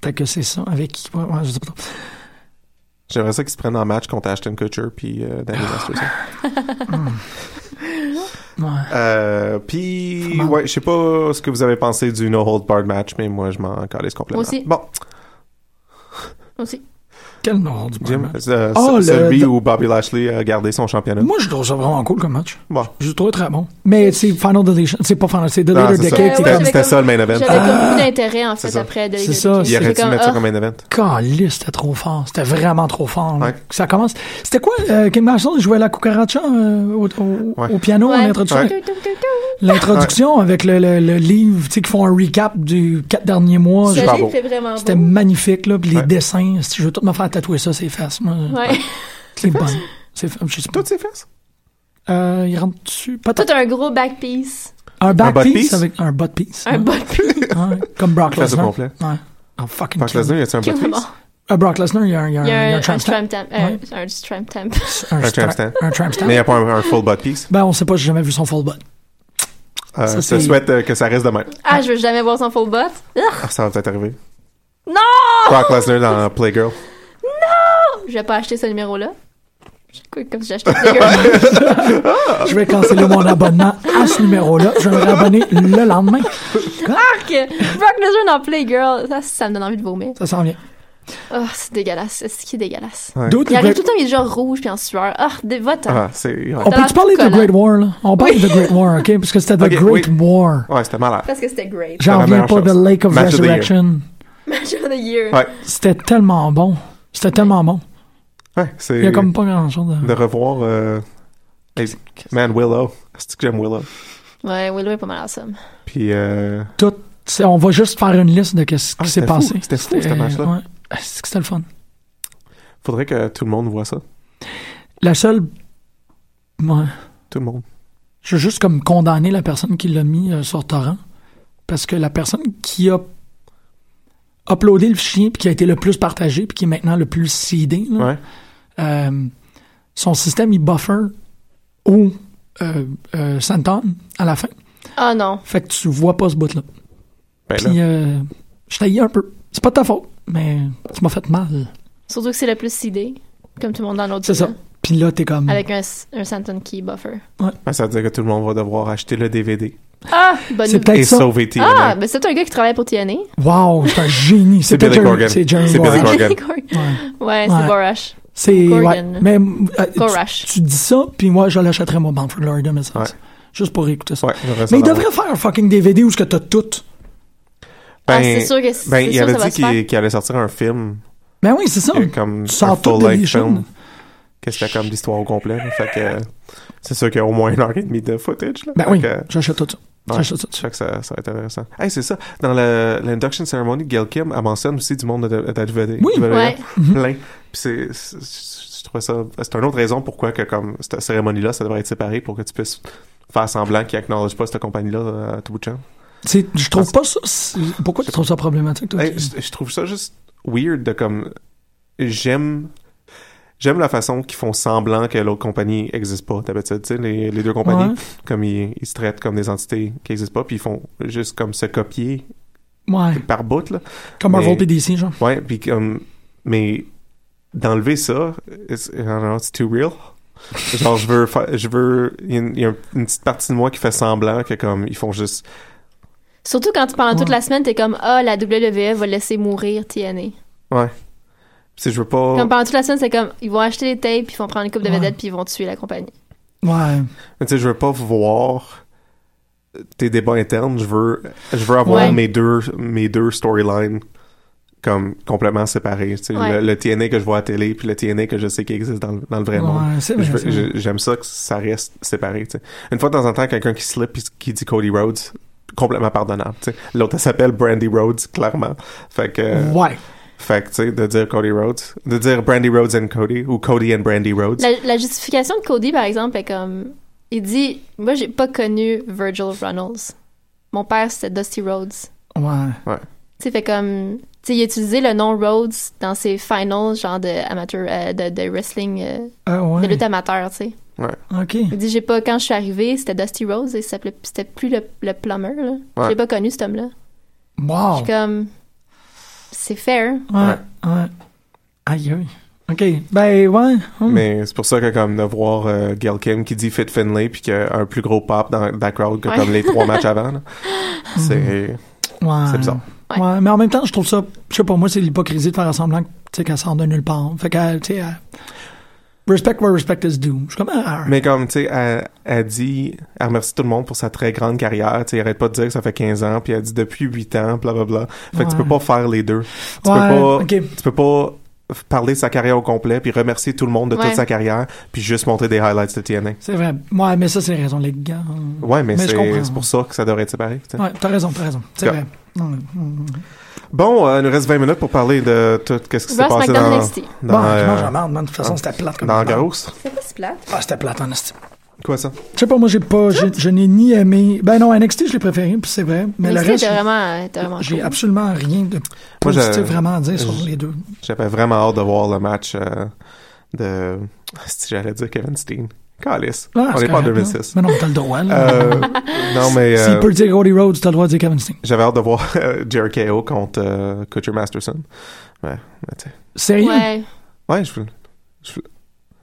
S2: Peut-être que c'est ça. Avec qui... ouais, ouais, je sais pas.
S4: J'aimerais ça qu'il se prenne en match contre Ashton Kutcher puis euh, Danny
S2: Ah.
S4: Masterson.
S2: Ouais.
S4: Euh, puis,
S2: Vraiment.
S4: ouais, je sais pas ce que vous avez pensé du No Hold Barred match, mais moi, je m'en calais
S3: Moi
S4: complètement.
S3: aussi.
S4: Bon,
S3: Moi aussi.
S2: OK. Quel nom du
S4: Jim,
S2: match?
S4: euh,
S2: Ah,
S4: ce-
S2: le-
S4: celui
S2: de-
S4: où Bobby Lashley a gardé son championnat.
S2: Moi, je trouve ça vraiment cool comme match.
S4: Bon.
S2: Je le trouve très bon. Mais c'est Final Deletion. C'est pas Final, c'est The
S4: Non,
S2: Later
S4: c'est ça.
S2: Decade.
S3: Euh,
S2: C'est
S3: ouais,
S2: comme...
S4: c'était
S3: j'avais
S4: ça, le main event.
S3: J'avais comme beaucoup d'intérêt, en fait,
S4: ben, ça.
S3: après. de-
S2: C'est
S3: de-
S2: ça.
S3: de-
S2: Il
S4: Il aurait
S3: j'étais
S4: dû mettre ça
S3: ah,
S4: comme main event.
S2: Caliste, c'était trop fort. C'était vraiment trop fort. là.
S4: Ouais.
S2: Ça commence. C'était quoi? Euh, Kim Larson jouait la cucaracha euh, au, au-
S4: Ouais.
S2: au piano
S3: Ouais.
S2: en introduction.
S4: Ouais.
S2: L'introduction avec le, le- le livre, tu sais, qui font un recap du quatre derniers mois.
S3: Ce
S2: Je-
S4: Super
S3: livre
S4: beau.
S3: était vraiment
S2: C'était
S3: beau.
S2: magnifique, là. Puis les
S4: Ouais.
S2: dessins, si je veux tout me faire tatouer ça, c'est fesses, moi.
S3: Ouais.
S2: C'est bon. C'est, je sais pas.
S4: Toutes ses fesses.
S2: Euh, il rentre dessus. Peut-être.
S3: Tout un gros back piece.
S2: Un back
S4: butt
S2: piece,
S4: piece?
S2: avec un butt piece.
S3: Un
S2: ouais.
S3: butt piece.
S2: Ouais, Comme Brock
S4: Face au
S2: Lesnar.
S4: complet.
S2: Ouais. Un fucking
S4: Brock
S2: king.
S4: Lesnar, y a-tu un butt
S3: Vraiment.
S4: face?
S2: Euh, Brock Lesnar, il y a un, il y a un,
S3: Il y a un,
S2: tramp
S3: un
S2: stamp.
S3: tramp stamp. euh,
S2: Ouais.
S3: Un tramp stamp.
S2: Un
S4: Un tramp
S2: stra-
S4: stamp.
S2: Un tramp stamp.
S4: Mais il n'y a pas un, un full butt piece.
S2: Ben, on sait pas, j'ai jamais vu son full butt.
S4: Euh,
S2: Ça,
S4: je
S2: c'est-
S4: te souhaite euh, que ça reste demain.
S3: Ah, je veux jamais voir son faux bot.
S4: Ah, ça va peut-être arriver.
S3: Non!
S4: Brock Lesnar
S3: Oh.
S4: dans Playgirl.
S3: Je vais pas acheter ce numéro-là. Je- quoi, Comme si j'achetais des gars.
S2: Je vais canceller mon abonnement à ce numéro-là. Je vais me réabonner le lendemain.
S3: Arc! Brock Lesnar dans Playgirl. Ça, ça me donne envie de vomir.
S2: Ça s'en vient.
S3: Oh, c'est dégueulasse. C'est qui est dégueulasse.
S4: Ouais.
S2: D'autres,
S3: Il arrive
S2: Great-
S3: tout le temps, il est genre rouge puis en sueur. Ah, des votes.
S4: Ben- Ah, c'est. Ouais,
S2: on peut-tu
S3: l'air
S2: parler de
S3: collant.
S2: Great War, là? On parle de Great War, OK? Parce que c'était The
S4: Ok,
S2: Great
S4: oui.
S2: War.
S4: Ouais, c'était malade.
S3: Parce que c'était great.
S2: J'en
S4: la
S2: reviens
S4: meilleure
S2: pas
S4: chose.
S2: de Lake of
S4: Match of the Year.
S2: Resurrection.
S3: Match of the year.
S4: Ouais,
S2: C'était tellement bon. C'était tellement bon.
S4: ouais, c'est.
S2: Il y a comme pas grand-chose.
S4: De
S2: De...
S4: revoir. euh, hey, man, Willow. C'est que j'aime Willow.
S3: Ouais, Willow est pas mal awesome.
S4: Puis. Euh,
S2: Tout. c'est- On va juste faire une liste de ce
S4: Ah,
S2: qui s'est
S4: c'était fou.
S2: passé.
S4: C'était fou, ce match-là.
S2: ouais. Ah, C'est que c'était le fun.
S4: faudrait que tout le monde voit ça.
S2: La seule. Ouais.
S4: Tout le monde.
S2: Je veux juste comme condamner la personne qui l'a mis euh, sur torrent parce que la personne qui a uploadé le chien puis qui a été le plus partagé puis qui est maintenant le plus seedé, là,
S4: Ouais.
S2: euh, son système il buffer au euh, euh, Santon à la fin.
S3: Ah non.
S2: Fait que tu vois pas ce bout là.
S4: Ben là.
S2: Puis euh, je t'ai un peu. C'est pas de ta faute, mais tu m'as fait mal.
S3: Surtout que c'est le plus sidé, comme tout le monde dans l'autre.
S2: C'est ça.
S3: là,
S2: Puis là t'es comme.
S3: Avec un, s- un Santon Key buffer.
S2: euh,
S4: Ben, ça veut dire que tout le monde va devoir acheter le DVD
S3: Ah, bonne
S2: C'est
S3: nouvelle.
S2: peut-être
S4: et
S2: ça.
S4: sauver TNA.
S3: Ah, ben c'est un gars qui travaille pour TNA.
S2: Wow, c'est un génie.
S4: C'est
S2: peut-être
S4: Billy
S2: Jerry-
S4: Corgan.
S2: C'est Jerry
S4: C'est Billy
S2: Corgan.
S4: Corgan.
S3: Billy Corgan. Ouais,
S2: Ouais. Ouais.
S3: c'est Borash.
S2: C'est ouais.
S3: Corgan.
S2: Mais euh, tu-
S3: Gorash.
S2: tu, dis ça, puis moi je l'achèterais mon Banford Lord mais ça,
S4: Ouais.
S2: juste pour écouter ça.
S4: Ouais, j'aurais ça
S2: mais il
S4: dans-
S2: devrait faire un fucking DVD où ce que t'as tout.
S3: Ah, c'est sûr que c'est-
S4: ben,
S3: c'est
S4: il
S3: sûr
S4: avait
S3: que ça va
S4: dit
S3: se
S4: qu'il
S3: faire.
S4: qu'il allait sortir un film,
S2: Ben oui, c'est ça.
S4: euh, comme
S2: tu
S4: un
S2: sors tout
S4: full
S2: de
S4: length
S2: des
S4: film,
S2: films.
S4: que c'était comme l'histoire au complet. là. Fait que euh, c'est sûr qu'il y a au moins une heure et demie de footage. Là.
S2: Ben
S4: Fait
S2: oui,
S4: que, euh,
S2: j'achète tout ça.
S4: ouais.
S2: J'achète tout ça.
S4: Fait que ça, ça va être intéressant. Hey, c'est ça. Dans le- l'induction ceremony, Gail Kim elle mentionne aussi du monde de, de, de DVD.
S2: Oui. Mm-hmm.
S4: du DVD,
S3: Ouais.
S4: hein, Plein. Puis c'est, c'est- je trouvais ça, c'est une autre raison pourquoi que comme cette cérémonie-là, ça devrait être séparé pour que tu puisses faire semblant qu'ils acknowledge pas cette compagnie-là euh, à tout bout de champ.
S2: C'est- Je trouve pas ça. c'est- Pourquoi tu trouves ça problématique, toi?
S4: Hey, je, je trouve ça juste weird de comme j'aime j'aime la façon qu'ils font semblant que l'autre compagnie existe pas d'habitude tu sais les, les deux compagnies
S2: Ouais.
S4: comme ils, ils se traitent comme des entités qui existent pas puis ils font juste comme se copier
S2: ouais.
S4: par bout là
S2: Comme
S4: mais-
S2: Marvel PDC, genre.
S4: ouais puis comme mais d'enlever ça it's, I don't know, it's too real genre je veux fa- je veux il y a, une, il y a une petite partie de moi qui fait semblant que comme ils font juste
S3: Surtout quand pendant toute
S2: Ouais.
S3: la semaine, t'es comme Ah, la WWE va laisser mourir TNA.
S4: ouais si je veux pas
S3: Comme pendant toute la semaine, c'est comme Ils vont acheter les tapes, puis ils vont prendre une coupe de
S2: Ouais.
S3: vedettes, puis ils vont tuer la compagnie.
S2: Ouais.
S4: Mais tu sais, je veux pas voir tes débats internes. Je veux, je veux avoir
S3: Ouais.
S4: mes deux, mes deux storylines comme complètement séparées. Tu sais,
S3: Ouais.
S4: le, le TNA que je vois à télé puis le TNA que je sais qui existe dans, le- dans le vrai
S2: Ouais,
S4: monde.
S2: c'est vrai,
S4: Je veux-
S2: c'est vrai.
S4: je- J'aime ça que ça reste séparé. tu sais. Une fois de temps en temps, quelqu'un qui slip puis qui dit Cody Rhodes, complètement pardonnable. tu sais. L'autre elle s'appelle Brandy Rhodes, clairement. Fait que, euh,
S2: Ouais.
S4: fait que, tu sais, de dire Cody Rhodes, de dire Brandy Rhodes and Cody ou Cody and Brandy Rhodes.
S3: La, la justification de Cody, par exemple, est comme Il dit Moi, j'ai pas connu Virgil Runnels. Mon père, c'était Dusty Rhodes.
S2: Ouais.
S3: Tu sais, fait comme. Tu sais, il a utilisé le nom Rhodes dans ses finals, genre de amateur, euh, de, de wrestling, euh,
S2: Ah
S3: de
S2: ouais.
S3: lutte amateur, tu sais.
S4: Ouais.
S2: OK.
S3: Il dit, j'ai pas, quand je suis arrivé, c'était Dusty Rhodes et il s'appelait- c'était plus le, le plumber, là.
S4: Ouais. Oh.
S3: J'ai pas connu cet homme-là.
S2: Wow.
S3: Je suis comme. C'est fair.
S2: Ouais. Ouais. Aïe, aïe. OK. Ben, ouais. hum.
S4: Mais c'est pour ça que comme de voir euh, Gail Kim qui dit Fit Finlay puis qu'il y a un plus gros pop dans, dans la crowd que
S3: Ouais.
S4: comme les trois matchs avant, là.
S2: Ouais.
S4: c'est
S2: Mm.
S4: c'est bizarre.
S2: Ouais. mais en même temps, je trouve ça. Je sais pas, moi, c'est l'hypocrisie de faire semblant que Tu sais, qu'elle sort de nulle part. Fait qu'elle, tu sais, elle- respect where respect is due. Je suis comme, ah,
S4: Mais comme, tu sais, elle, elle dit, elle remercie tout le monde pour sa très grande carrière, tu sais, elle arrête pas de dire que ça fait 15 ans, puis elle dit depuis 8 ans, blablabla. Fait que tu
S2: Ouais.
S4: peux pas faire les deux. Tu
S2: Ouais,
S4: peux pas,
S2: ok.
S4: tu peux pas f- parler de sa carrière au complet, puis remercier tout le monde de
S3: Ouais.
S4: toute sa carrière, puis juste montrer des highlights de TNA.
S2: c'est vrai. Ouais, mais ça, c'est raison, les gars.
S4: Ouais, mais,
S2: Mais je comprends.
S4: c'est c'est pour ça que ça devrait être séparé. tu sais.
S2: Ouais, t'as raison, t'as raison. C'est
S4: Ok.
S2: vrai. Mm, mm.
S4: Bon, euh, il nous reste 20 minutes pour parler de tout ce qui s'est
S3: Raw,
S4: passé
S3: SmackDown,
S4: dans,
S3: NXT.
S4: dans,
S2: Bon,
S4: euh,
S2: je mange la merde, man. De toute façon, c'était plate comme
S4: dans
S2: merde.
S4: Grosse.
S3: C'est pas si plate.
S2: Ah, c'était plate, en esti.
S4: Quoi ça?
S2: Je sais pas, moi, j'ai pas, j'ai- je n'ai ni aimé. Ben non, NXT, je l'ai préféré, puis c'est vrai. Mais le
S3: NXT
S2: reste,
S3: était vraiment, euh, était vraiment
S2: j'ai
S3: cool.
S2: absolument rien de
S4: Moi, je-
S2: positif vraiment à dire sur
S4: je-
S2: les deux.
S4: J'avais vraiment hâte de voir le match euh, de... Si j'allais dire Kevin Steen. Calice.
S2: Ah,
S4: On
S2: c'est
S4: n'est pas en
S2: correct,
S4: 2006.
S2: là. Mais non, t'as le droit, là.
S4: Euh, non, mais
S2: S'il
S4: euh,
S2: peut dire Cody Rhodes, t'as le droit de dire Kevin Steen.
S4: j'avais hâte de voir euh, Jericho contre euh, Kutcher Masterson. Ouais, mais tu sais.
S2: Sérieux?
S3: Ouais.
S4: Ouais, je veux. je veux-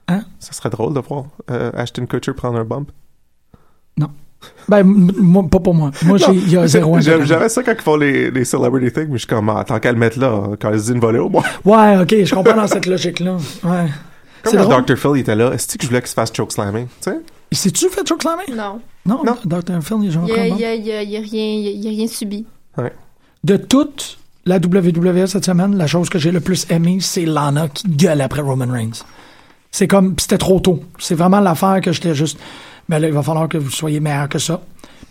S2: Hein?
S4: Ça serait drôle de voir euh, Ashton Kutcher prendre un bump.
S2: Ben, m- moi, pas pour moi. Moi, j'ai- il y a zéro
S4: J'aime-
S2: intérêt.
S4: J'avais ça quand ils font les, les celebrity things, mais je suis comme, ah, tant qu'à le mettre là, quand ils disent une volée au moins.
S2: Ouais, ok, je comprends dans cette logique-là. Ouais.
S4: Comme
S2: C'est
S4: quand
S2: drôle.
S4: Dr. Phil il était là, est-ce que je voulais qu'il se fasse chokeslammer? Tu sais?
S2: Il s'est-tu fait chokeslammer?
S3: Non.
S2: Non,
S4: Non.
S2: Dr. Phil, il est genre
S3: Il y a,
S2: comment?
S3: il y a- il y a- il y a rien, il y a- il y a rien subi.
S2: De toute la WWE cette semaine, la chose que j'ai le plus aimée, c'est Lana qui gueule après Roman Reigns. C'est comme, pis c'était trop tôt. C'est vraiment l'affaire que j'étais juste, mais là, il va falloir que vous soyez meilleur que ça.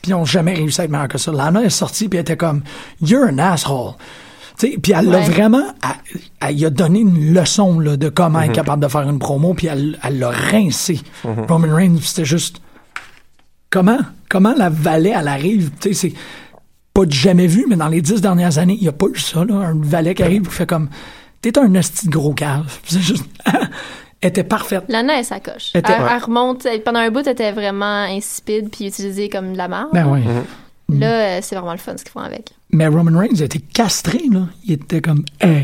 S2: Puis ils ont jamais réussi à être meilleur que ça. Lana est sortie puis elle était comme, you're an asshole. Tu sais, Puis elle l'a
S3: Ouais.
S2: vraiment, elle, elle y a donné une leçon là, de comment être capable de faire une promo, puis elle elle l'a rincé. Roman Reigns, c'était juste, comment, comment la valet, elle arrive, tu sais, c'est pas du jamais vu, mais dans les dix dernières années, il n'y a pas eu ça, là, un valet qui arrive et qui fait comme, t'es un hostie de gros cave. C'est juste, elle était parfaite.
S3: Lana, elle s'accroche.
S2: Elle
S3: Elle,
S2: était-
S3: elle remonte. elle- pendant un bout, elle était vraiment insipide puis utilisée comme de la marde.
S2: Ben mm. oui.
S3: Là, euh, c'est vraiment le fun ce qu'ils font avec.
S2: Mais Roman Reigns a été castré, là. Il était comme, eh,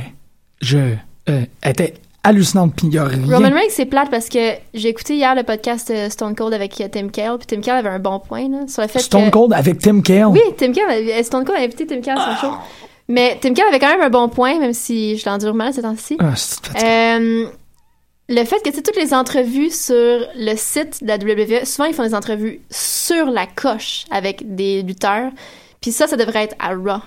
S2: je, euh, elle était hallucinante, puis il y a rien.
S3: Roman Reigns, c'est plate parce que j'ai écouté hier le podcast euh, Stone Cold avec euh, Tim Cale, puis Tim Cale avait un bon point là, sur le fait
S2: Stone
S3: que...
S2: Cold avec Tim Kale.
S3: Oui, Tim Cale, avait- euh, Stone Cold a invité Tim Cale à son
S2: Ah!
S3: show. Mais Tim Cale avait quand même un bon point, même si je l'endure mal ces temps-ci.
S2: Ah, c'est fatigant.
S3: Euh, le fait que, tu sais, toutes les entrevues sur le site de la WWE, souvent, ils font des entrevues sur la coche avec des lutteurs. Puis ça, ça devrait être à Raw.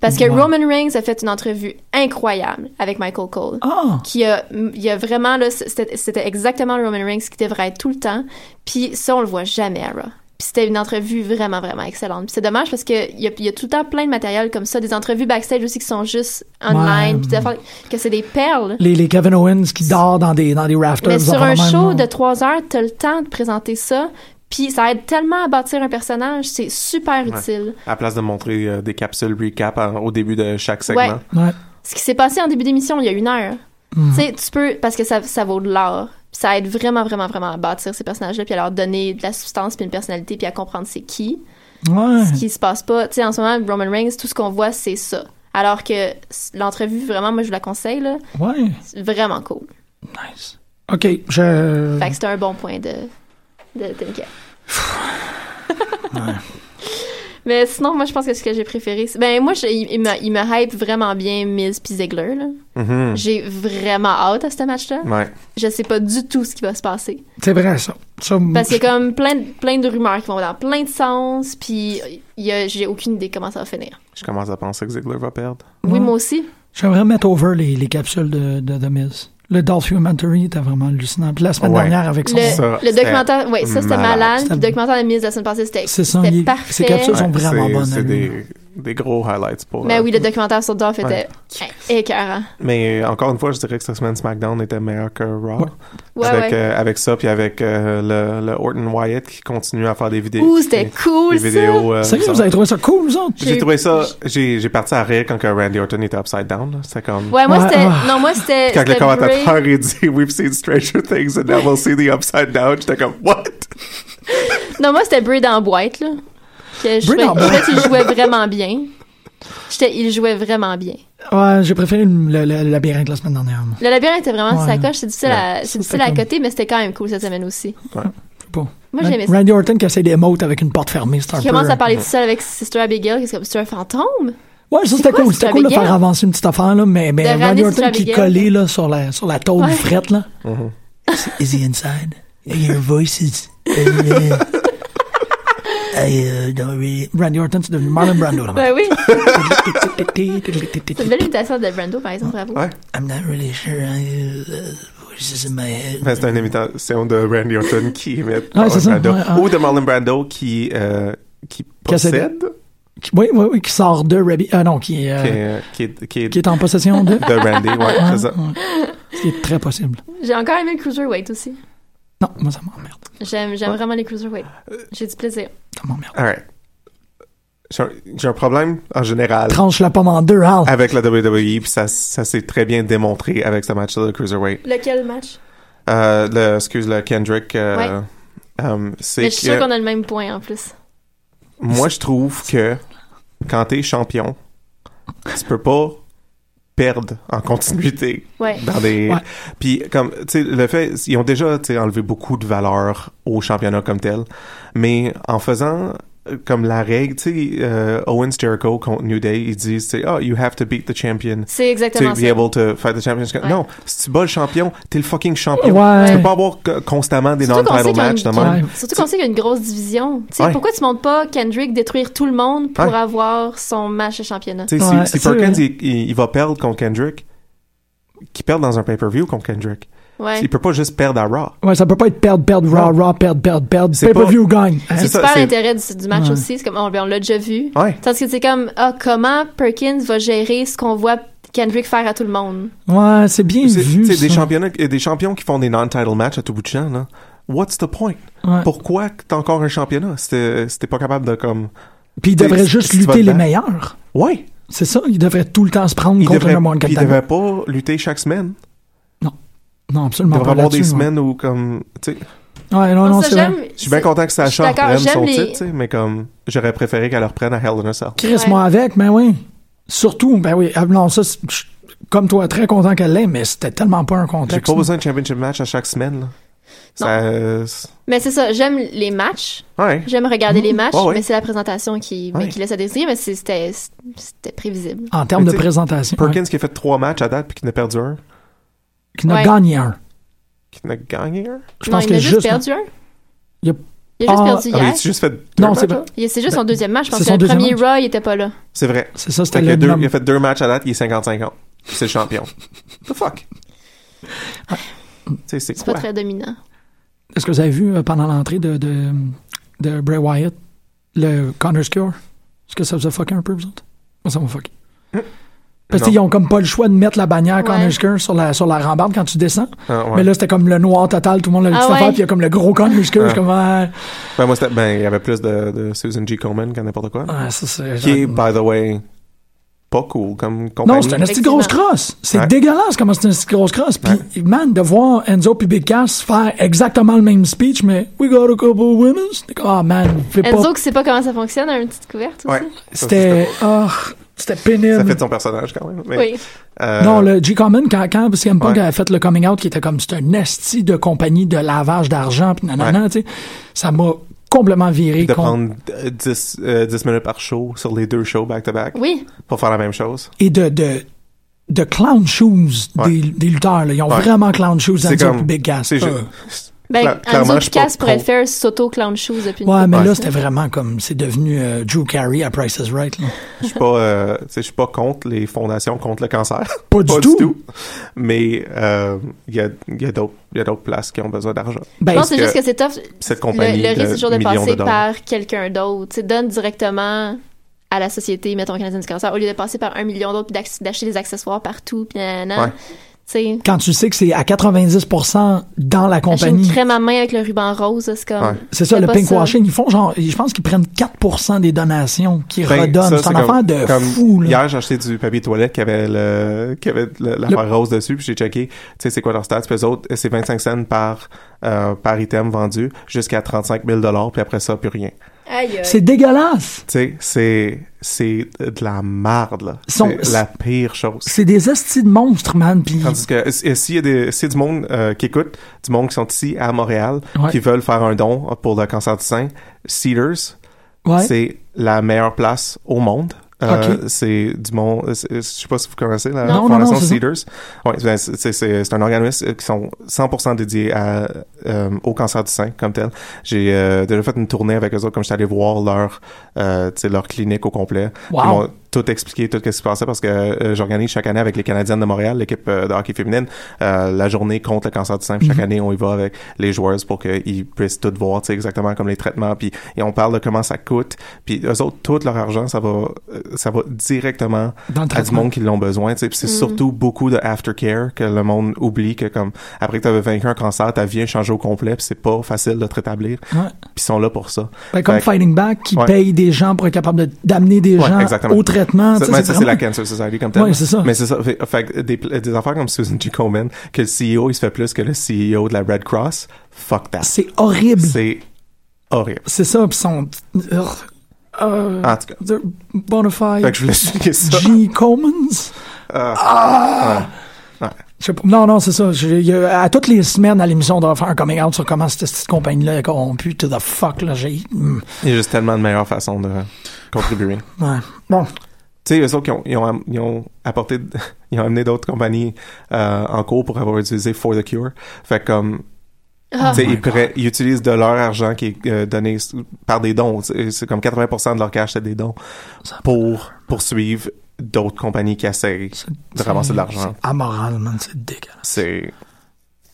S3: Parce que
S2: Ouais.
S3: Roman Reigns a fait une entrevue incroyable avec Michael Cole
S2: Ah,
S3: qui a, il y a vraiment là, c'était c'était exactement le Roman Reigns qui devrait être tout le temps. Puis ça, on le voit jamais à Raw. Puis c'était une entrevue vraiment, vraiment excellente. Puis c'est dommage parce qu'il y a, il y a tout le temps plein de matériel comme ça, des entrevues backstage aussi qui sont juste online,
S2: Ouais.
S3: puis des affaires- que c'est des perles.
S2: les, les Kevin Owens qui dort dans des, dans des rafters.
S3: Mais
S2: des
S3: sur
S2: affaires
S3: un
S2: de même,
S3: show
S2: là.
S3: de trois heures, t'as le temps de présenter ça. Puis ça aide tellement à bâtir un personnage, c'est super utile.
S4: À la place de montrer euh, des capsules recap en- au début de chaque segment.
S3: Ouais.
S2: Ouais.
S3: Ce qui s'est passé en début d'émission, il y a une heure. Tu sais, tu peux, parce que ça, ça vaut de l'or. Puis Ça aide vraiment, vraiment, vraiment à bâtir ces personnages-là, puis à leur donner de la substance, puis une personnalité, puis à comprendre c'est qui.
S2: Ouais.
S3: Ce qui se passe pas. Tu sais, en ce moment, Roman Reigns, tout ce qu'on voit, c'est ça. Alors que s- l'entrevue, vraiment, moi, je vous la conseille, là.
S2: Ouais.
S3: C'est vraiment cool.
S2: Nice. OK, je...
S3: Fait que c'était un bon point de, de Tim Kaine. Mais sinon, moi, je pense que ce que j'ai préféré, c'est- ben moi, je- il, il me, il me hype vraiment bien Miz puis Ziggler. Là.
S4: Mhm.
S3: J'ai vraiment hâte à ce match-là.
S4: Ouais.
S3: Je sais pas du tout ce qui va se passer.
S2: C'est vrai, ça. ça
S4: Hmm.
S3: Parce qu'il y a comme plein de, plein de rumeurs qui vont dans plein de sens, puis il y a- j'ai aucune idée comment ça va finir.
S4: Je commence à penser que Ziggler va perdre.
S2: Ouais.
S3: Oui, moi aussi.
S2: J'aimerais mettre over les, les capsules de, de The Miz. Le documentary était vraiment hallucinant. Puis la semaine
S4: Ouais.
S2: dernière, avec son...
S3: Le,
S4: Ça,
S3: le documentaire, ouais, ça c'était
S4: malade.
S3: malade,
S2: C'était-
S3: puis le documentaire de mise la semaine passée, c'était
S2: C'est ça,
S3: c'était
S2: il-
S3: parfait.
S2: ces capsules Elles sont vraiment
S4: c'est-
S2: bonnes,
S4: C'est
S2: elles.
S4: des, des gros highlights pour.
S3: Mais
S4: euh,
S3: Ben oui, le documentaire sur Dorf était é- écœurant.
S4: Mais euh, encore une fois, je dirais que cette semaine SmackDown était meilleur que Raw.
S2: Ouais.
S3: Ouais,
S4: avec,
S3: ouais.
S4: euh, avec ça, puis avec euh, le, le Orton Wyatt qui continue à faire des vidéos.
S3: Ouh, c'était
S4: des-
S3: cool
S4: des
S3: ça!
S4: vidéos. euh,
S2: Sérieux, vous
S4: ça-
S2: avez trouvé ça cool, vous autres?
S4: J'ai
S3: J'ai-
S4: trouvé ça. J'ai j'ai parti à rire quand que Randy Orton était upside down. là. C'était comme.
S3: Ouais, moi
S2: Ouais,
S3: c'était.
S2: ah.
S3: Non, moi c'était.
S4: Quand le
S3: c'était Bray.
S4: commentateur il dit We've seen Stranger Things and now we'll see the upside down, j'étais comme What?
S3: Non, moi c'était Bray dans la boîte, là. Que je trouvais-
S2: Bray dans la
S3: je
S2: boîte.
S3: trouvais qu'il jouait vraiment bien. J'étais- Il jouait vraiment bien.
S2: Ouais, j'ai préféré le, le- le labyrinthe la semaine dernière. moi.
S3: Le labyrinthe était vraiment sur sa
S2: Ouais.
S3: coche. C'est difficile, à, c'est difficile à
S2: comme-
S3: côté, mais c'était quand même cool cette semaine aussi.
S2: Je sais pas.
S3: Moi,
S2: Ra-
S3: j'aimais ça.
S2: Randy Orton qui essaie des mots avec une porte fermée, c'est un
S3: Qui
S2: peu...
S3: commence à parler de ça avec Sister Abigail, qui est comme, c'est un fantôme?
S2: Ouais, ça c'était
S3: quoi,
S2: cool.
S3: c'est
S2: C'était cool de
S3: Abigail?
S2: faire avancer une petite affaire, là, mais, mais
S3: De
S2: Randy
S3: ramener
S2: Orton
S3: Sister
S2: qui est
S3: Abigail.
S2: collé là, sur, la, sur la tôle
S3: Ouais.
S2: frette, là.
S4: Mm-hmm.
S2: Is he inside? I hear voices. Uh, I uh, don't really... Randy Orton, c'est devenu Marlon Brando. là.
S3: Ben oui. C'est une belle imitation de Brando, par exemple, bravo.
S4: Ouais.
S2: I'm not really sure I uh, voices in my head.
S4: Ben, c'est une imitation de Randy Orton qui imite
S2: Ah,
S4: Marlon
S2: c'est ça,
S4: Brando.
S2: ouais, ouais.
S4: Ou de Marlon Brando qui, euh, qui
S2: a cédé.
S4: possède,
S2: Oui, oui, oui, qui sort de Rabbi. Ah non, qui, euh,
S4: qui, est- qui est, qui est
S2: qui est en possession de. Ah,
S4: de Randy, ouais, c'est ça.
S2: Ce qui est très possible.
S3: J'ai encore aimé le Cruiserweight aussi.
S2: Non, moi, ça m'emmerde.
S3: J'aime, j'aime vraiment les Cruiserweight. J'ai du plaisir.
S2: Ça m'emmerde.
S4: All right. J'ai un- J'ai un problème en général
S2: Tranche la pomme en deux, hein. Hal.
S4: avec la WWE, E, puis ça, ça s'est très bien démontré avec ce match-là de Cruiserweight.
S3: Lequel match?
S4: Euh, le, excuse, le Kendrick. euh,
S3: Ouais.
S4: euh,
S3: Mais
S4: c'est
S3: je suis sûre
S4: que
S3: qu'on a le même point, en plus.
S4: moi, je trouve que quand t'es champion, tu peux pas perdre en continuité.
S3: Ouais.
S4: dans des
S2: Ouais.
S4: puis comme tu sais le fait ils ont déjà tu sais enlevé beaucoup de valeur au championnat comme tel mais en faisant euh, comme la règle tu sais euh, Owens Jericho contre New Day ils disent tu sais oh you have to beat the champion
S3: C'est
S4: to
S3: exactement
S4: be
S3: ça.
S4: able to fight the champion
S3: Ouais.
S4: non si tu bats le champion t'es le fucking champion
S2: Ouais.
S4: tu peux pas avoir co- constamment des
S3: Surtout qu'on sait
S4: non-title
S3: qu'il y a une-
S4: matchs de même.
S2: Ouais.
S3: Surtout qu'on sait qu'il y a une grosse division. Tu sais,
S4: Ouais.
S3: Pourquoi tu montes pas Kendrick détruire tout le monde pour
S4: Ouais.
S3: avoir son match de championnat?
S4: Tu sais,
S2: Ouais,
S4: si, si
S2: c'est vrai.
S4: Perkins il, il- il va perdre contre Kendrick qu'il perde dans un pay-per-view contre Kendrick
S3: Ouais.
S4: il peut pas juste perdre à Raw
S2: Ouais, ça peut pas être perdre, perdre, raw, raw, perdre, perdre, perdre.
S4: C'est pas-
S2: Pay-per-view gagne. Hein?
S4: C'est
S3: C'est
S4: ça,
S3: super
S4: c'est-
S3: l'intérêt du, du match
S2: Ouais.
S3: aussi. C'est comme, on, on l'a déjà vu.
S4: ouais
S3: Tandis que c'est comme, ah, comment Perkins va gérer ce qu'on voit Kendrick faire à tout le monde?
S2: Ouais, c'est bien
S4: C'est
S2: vu.
S4: t'sais, des
S2: ça.
S4: championnats, et des champions qui font des non-title matchs à tout bout de champ, là. What's the point?
S2: Ouais.
S4: Pourquoi que t'as encore un championnat si t'es si t'es pas capable de comme.
S2: Puis ils devraient
S4: c'est-
S2: juste
S4: c'est-
S2: lutter les
S4: c'est-
S2: meilleurs.
S4: Ouais!
S2: C'est ça, ils devraient tout le temps se prendre
S4: Ils
S2: contre
S4: devraient,
S2: le monde
S4: ils devraient pas lutter chaque semaine.
S2: Non,
S4: Ils
S2: absolument
S4: devraient
S2: pas.
S4: avoir des
S2: là-dessus, ouais.
S4: semaines où comme. t'sais,
S2: Ouais, Ah non, non,
S3: Ça,
S2: c'est vrai.
S3: j'aime-
S4: Je suis bien content que
S3: Je
S4: Sacha
S3: suis d'accord,
S4: reprenne
S3: j'aime
S4: son
S3: les-
S4: titre, t'sais, mais comme j'aurais préféré qu'elle le reprenne à Hell in a Cell.
S2: Crisse-moi avec, mais oui. Surtout, ben oui. ah, Non, ça, c'est- je suis comme toi, très content qu'elle l'ait, mais c'était tellement pas un
S4: J'ai
S2: contexte.
S4: pas besoin de championship match à chaque semaine. là. Ça, euh, c'est-
S3: Mais c'est ça, j'aime les matchs.
S4: ouais.
S3: J'aime regarder les matchs,
S4: Mmh. Ouais, ouais.
S3: mais c'est la présentation qui, mais
S4: Ouais.
S3: qui laisse à désirer, mais c'est- c'était c'était prévisible.
S2: En termes
S4: Mais
S2: de
S4: tu sais,
S2: présentation. hein,
S4: Perkins qui a fait trois matchs à date puis qui n'a perdu un,
S2: ouais, qui n'a
S3: Ouais.
S2: gagné un.
S4: qui n'a gagné un.
S2: Je pense
S3: non, il
S2: que
S3: a juste
S2: juste.
S3: perdu un.
S2: Il a-
S3: Il a juste
S2: Ah,
S3: perdu
S4: Ah, mais
S3: hier.
S4: il a juste fait deux
S2: Non,
S4: matchs,
S2: c'est
S4: là?
S2: vrai.
S3: Il- C'est juste son deuxième match. Je pense
S2: Bah, C'est
S3: que
S2: son
S3: le
S2: deuxième
S3: premier
S2: match.
S3: Raw, il était pas là.
S4: C'est vrai.
S2: C'est ça,
S4: Fait
S2: c'était
S4: qu'il a
S2: le
S4: deux-
S2: nom.
S4: il a fait deux matchs à date, il est 50-50. C'est le champion. The fuck? Tu sais, c'est
S3: C'est pas
S4: quoi?
S3: très dominant.
S2: Est-ce que vous avez vu euh, pendant l'entrée de, de, de Bray Wyatt le Connor's Cure? Est-ce que ça vous a fucké un peu, vous autres? Moi, ça m'a fucké. Parce
S4: Non.
S2: qu'ils ont comme pas le choix de mettre la bannière Connor's
S3: Ouais.
S2: Cure sur la, sur la rambarde quand tu descends.
S4: Ah, ouais.
S2: Mais là, c'était comme le noir total, tout le monde a
S3: Ah
S2: ah,
S3: ouais.
S2: puis il y a comme le gros Connor's Cure. je suis comme, ah,
S4: Ben, moi, c'était- ben, il y avait plus de, de Susan G. Coleman qu'à n'importe quoi.
S2: ah, ça, c'est-
S4: Qui est, by the way, pas cool comme compagnie.
S2: Non, c'est une petite
S3: Effectivement.
S2: grosse crosse. C'est
S4: Ouais.
S2: dégueulasse comment c'est une petite grosse crosse. Puis, man, de voir Enzo puis Big Cass faire exactement le même speech, mais we got a couple of women. C'était comme, Ah, man, fais pas.
S3: Enzo qui sait pas comment ça fonctionne a une petite couverte aussi.
S4: Ouais. Ça,
S2: C'était. ah, c'était pénible.
S4: Ça fait de son personnage quand même. mais,
S3: Oui.
S4: euh,
S2: Non, le G. Common, quand, quand CM Punk
S4: Ouais.
S2: avait fait le coming out, qui était comme, c'est un esti de compagnie de lavage d'argent, puis nanana, tu sais, ça m'a complètement viré
S4: De
S2: contre-
S4: prendre euh, 10, minutes par show sur les deux shows back-to-back
S3: Oui.
S4: pour faire la même chose.
S2: Et de, de, de clown shoes
S4: Ouais.
S2: des, des lutteurs, là. Ils ont
S4: Ouais.
S2: vraiment clown shoes, Enzo puis Big Cass.
S4: c'est ju-
S2: Euh.
S3: Ben,
S4: Cla-
S3: Enzo
S4: clairement, je
S3: qui
S4: suis pas
S3: casse pourrait
S4: pro.
S3: faire s'auto clown shoes depuis une
S2: Ouais,
S3: couple
S2: mais
S3: de semaines.
S2: là, c'était vraiment comme. C'est devenu euh, Drew Carey à Price is Right. là.
S4: Je suis pas, euh, tu sais, je suis pas contre les fondations contre le cancer.
S2: Pas du tout.
S4: Mais euh, il y a, il y a d'autres il y a d'autres places qui ont besoin d'argent.
S3: Je
S2: Ben,
S3: pense que c'est
S4: que
S3: juste que c'est tough.
S4: Cette
S3: Le,
S4: compagnie
S3: le risque, c'est toujours
S4: de
S3: de
S4: millions de
S3: passer
S4: dollars.
S3: par quelqu'un d'autre. Tu sais, donne directement à la société, mettons, canadienne du cancer, au lieu de passer par un million d'autres, puis d'acc- d'acheter des accessoires partout, puis nanana.
S4: Ouais.
S3: Tu sais,
S2: quand tu sais que c'est à 90% dans la
S3: acheter une
S2: compagnie.
S3: crème à main avec le ruban rose, c'est comme...
S4: Ouais.
S2: C'est ça,
S3: Fais
S2: le
S3: pas
S2: pinkwashing. Ils font genre, je pense qu'ils prennent 4% des donations qu'ils
S4: Ben,
S2: redonnent.
S4: ça,
S2: C'est une
S4: comme-
S2: affaire de
S4: comme
S2: fou, là.
S4: Hier, j'ai acheté du papier toilette qui avait le, qui avait le- l'affaire rose dessus, puis j'ai checké, tu sais, c'est quoi leur stats, puis eux autres, c'est 25 cents par, euh, par item vendu, jusqu'à 35 000 puis après ça, plus rien.
S3: Aïe, aïe.
S2: C'est dégueulasse.
S4: Tu sais, c'est, c'est de la marde, là.
S2: Son-
S4: C'est la pire chose.
S2: C'est des estis de monstres, man. Puis
S4: Tandis que, et s'il y a des, s'il y a du monde euh, qui écoute, du monde qui sont ici à Montréal,
S2: Ouais.
S4: qui veulent faire un don pour le cancer du sein, Cedars,
S2: ouais.
S4: c'est la meilleure place au monde. Euh,
S2: Ok.
S4: C'est du monde. euh, c'est- Je sais pas si vous connaissez la
S2: Non, non,
S4: fondation
S2: non, c'est ça.
S4: Cedars. Ouais, ben, c'est- c'est- c'est c'est un organisme euh, qui sont 100% dédiés à, euh, au cancer du sein comme tel. J'ai euh, déjà fait une tournée avec eux autres, comme j'étais allé voir leur, euh, tu sais, leur clinique au complet.
S2: Wow.
S4: Ils m'ont tout expliqué, tout ce qui se passait parce que euh, j'organise chaque année avec les Canadiennes de Montréal, l'équipe euh, de hockey féminine, euh, la journée contre le cancer du sein. Puis Chaque
S2: Mhm.
S4: année, on y va avec les joueuses pour qu'ils puissent tout voir, tu sais, exactement comme les traitements. Puis et on parle de comment ça coûte. Puis eux autres, tout leur argent, ça va, euh, ça va directement
S2: Dans le
S4: à du
S2: traitement.
S4: monde qui l'ont besoin. tu sais. Puis c'est surtout beaucoup de aftercare que le monde oublie que comme après que tu vaincu un cancer, ta vie est changée au complet. Puis c'est pas facile de te rétablir.
S2: Ouais.
S4: Puis ils sont là pour ça.
S2: Ben, comme
S4: Fait que-
S2: Fighting Back, qui
S4: Ouais.
S2: paye des gens pour être capable de- d'amener des
S4: Ouais,
S2: gens
S4: exactement.
S2: Ah, au traitement.
S4: Ça,
S2: tu sais,
S4: ben, ça, c'est la
S2: vraiment-
S4: Cancer Society comme tel.
S2: Ouais, c'est ça.
S4: Mais c'est ça. Fait, fait que des, pla- des affaires comme Susan G. Komen, que le CEO, il se fait plus que le CEO de la Red Cross, fuck that.
S2: C'est horrible.
S4: C'est horrible.
S2: C'est ça, pis son... Urgh. Euh,
S4: En tout cas.
S2: de- Bonafide.
S4: Fait que je voulais souligner ça. Ah.
S2: G. Commons?
S4: Ouais.
S2: Je sais pas. Non, non, c'est ça. Je- il y a- à toutes les semaines, à l'émission, on doit faire un coming out sur comment cette, cette compagnie-là est corrompue. To the fuck, là, j'ai... Mm.
S4: Il y a juste tellement de meilleures façons de contribuer.
S2: Ouais. Bon.
S4: tu sais, eux autres, ils ont, ils ont, am- ils ont apporté, ils ont amené d'autres compagnies euh, en cours pour avoir utilisé For the Cure. Fait que, comme,
S3: Ah.
S4: tu sais, ils, prennent- ils utilisent de leur argent qui est euh, donné s- par des dons. C'est c'est comme 80% de leur cash, c'est des dons pour poursuivre d'autres compagnies qui essayent de ramasser de l'argent.
S2: C'est amoral, man. C'est dégueulasse.
S4: C'est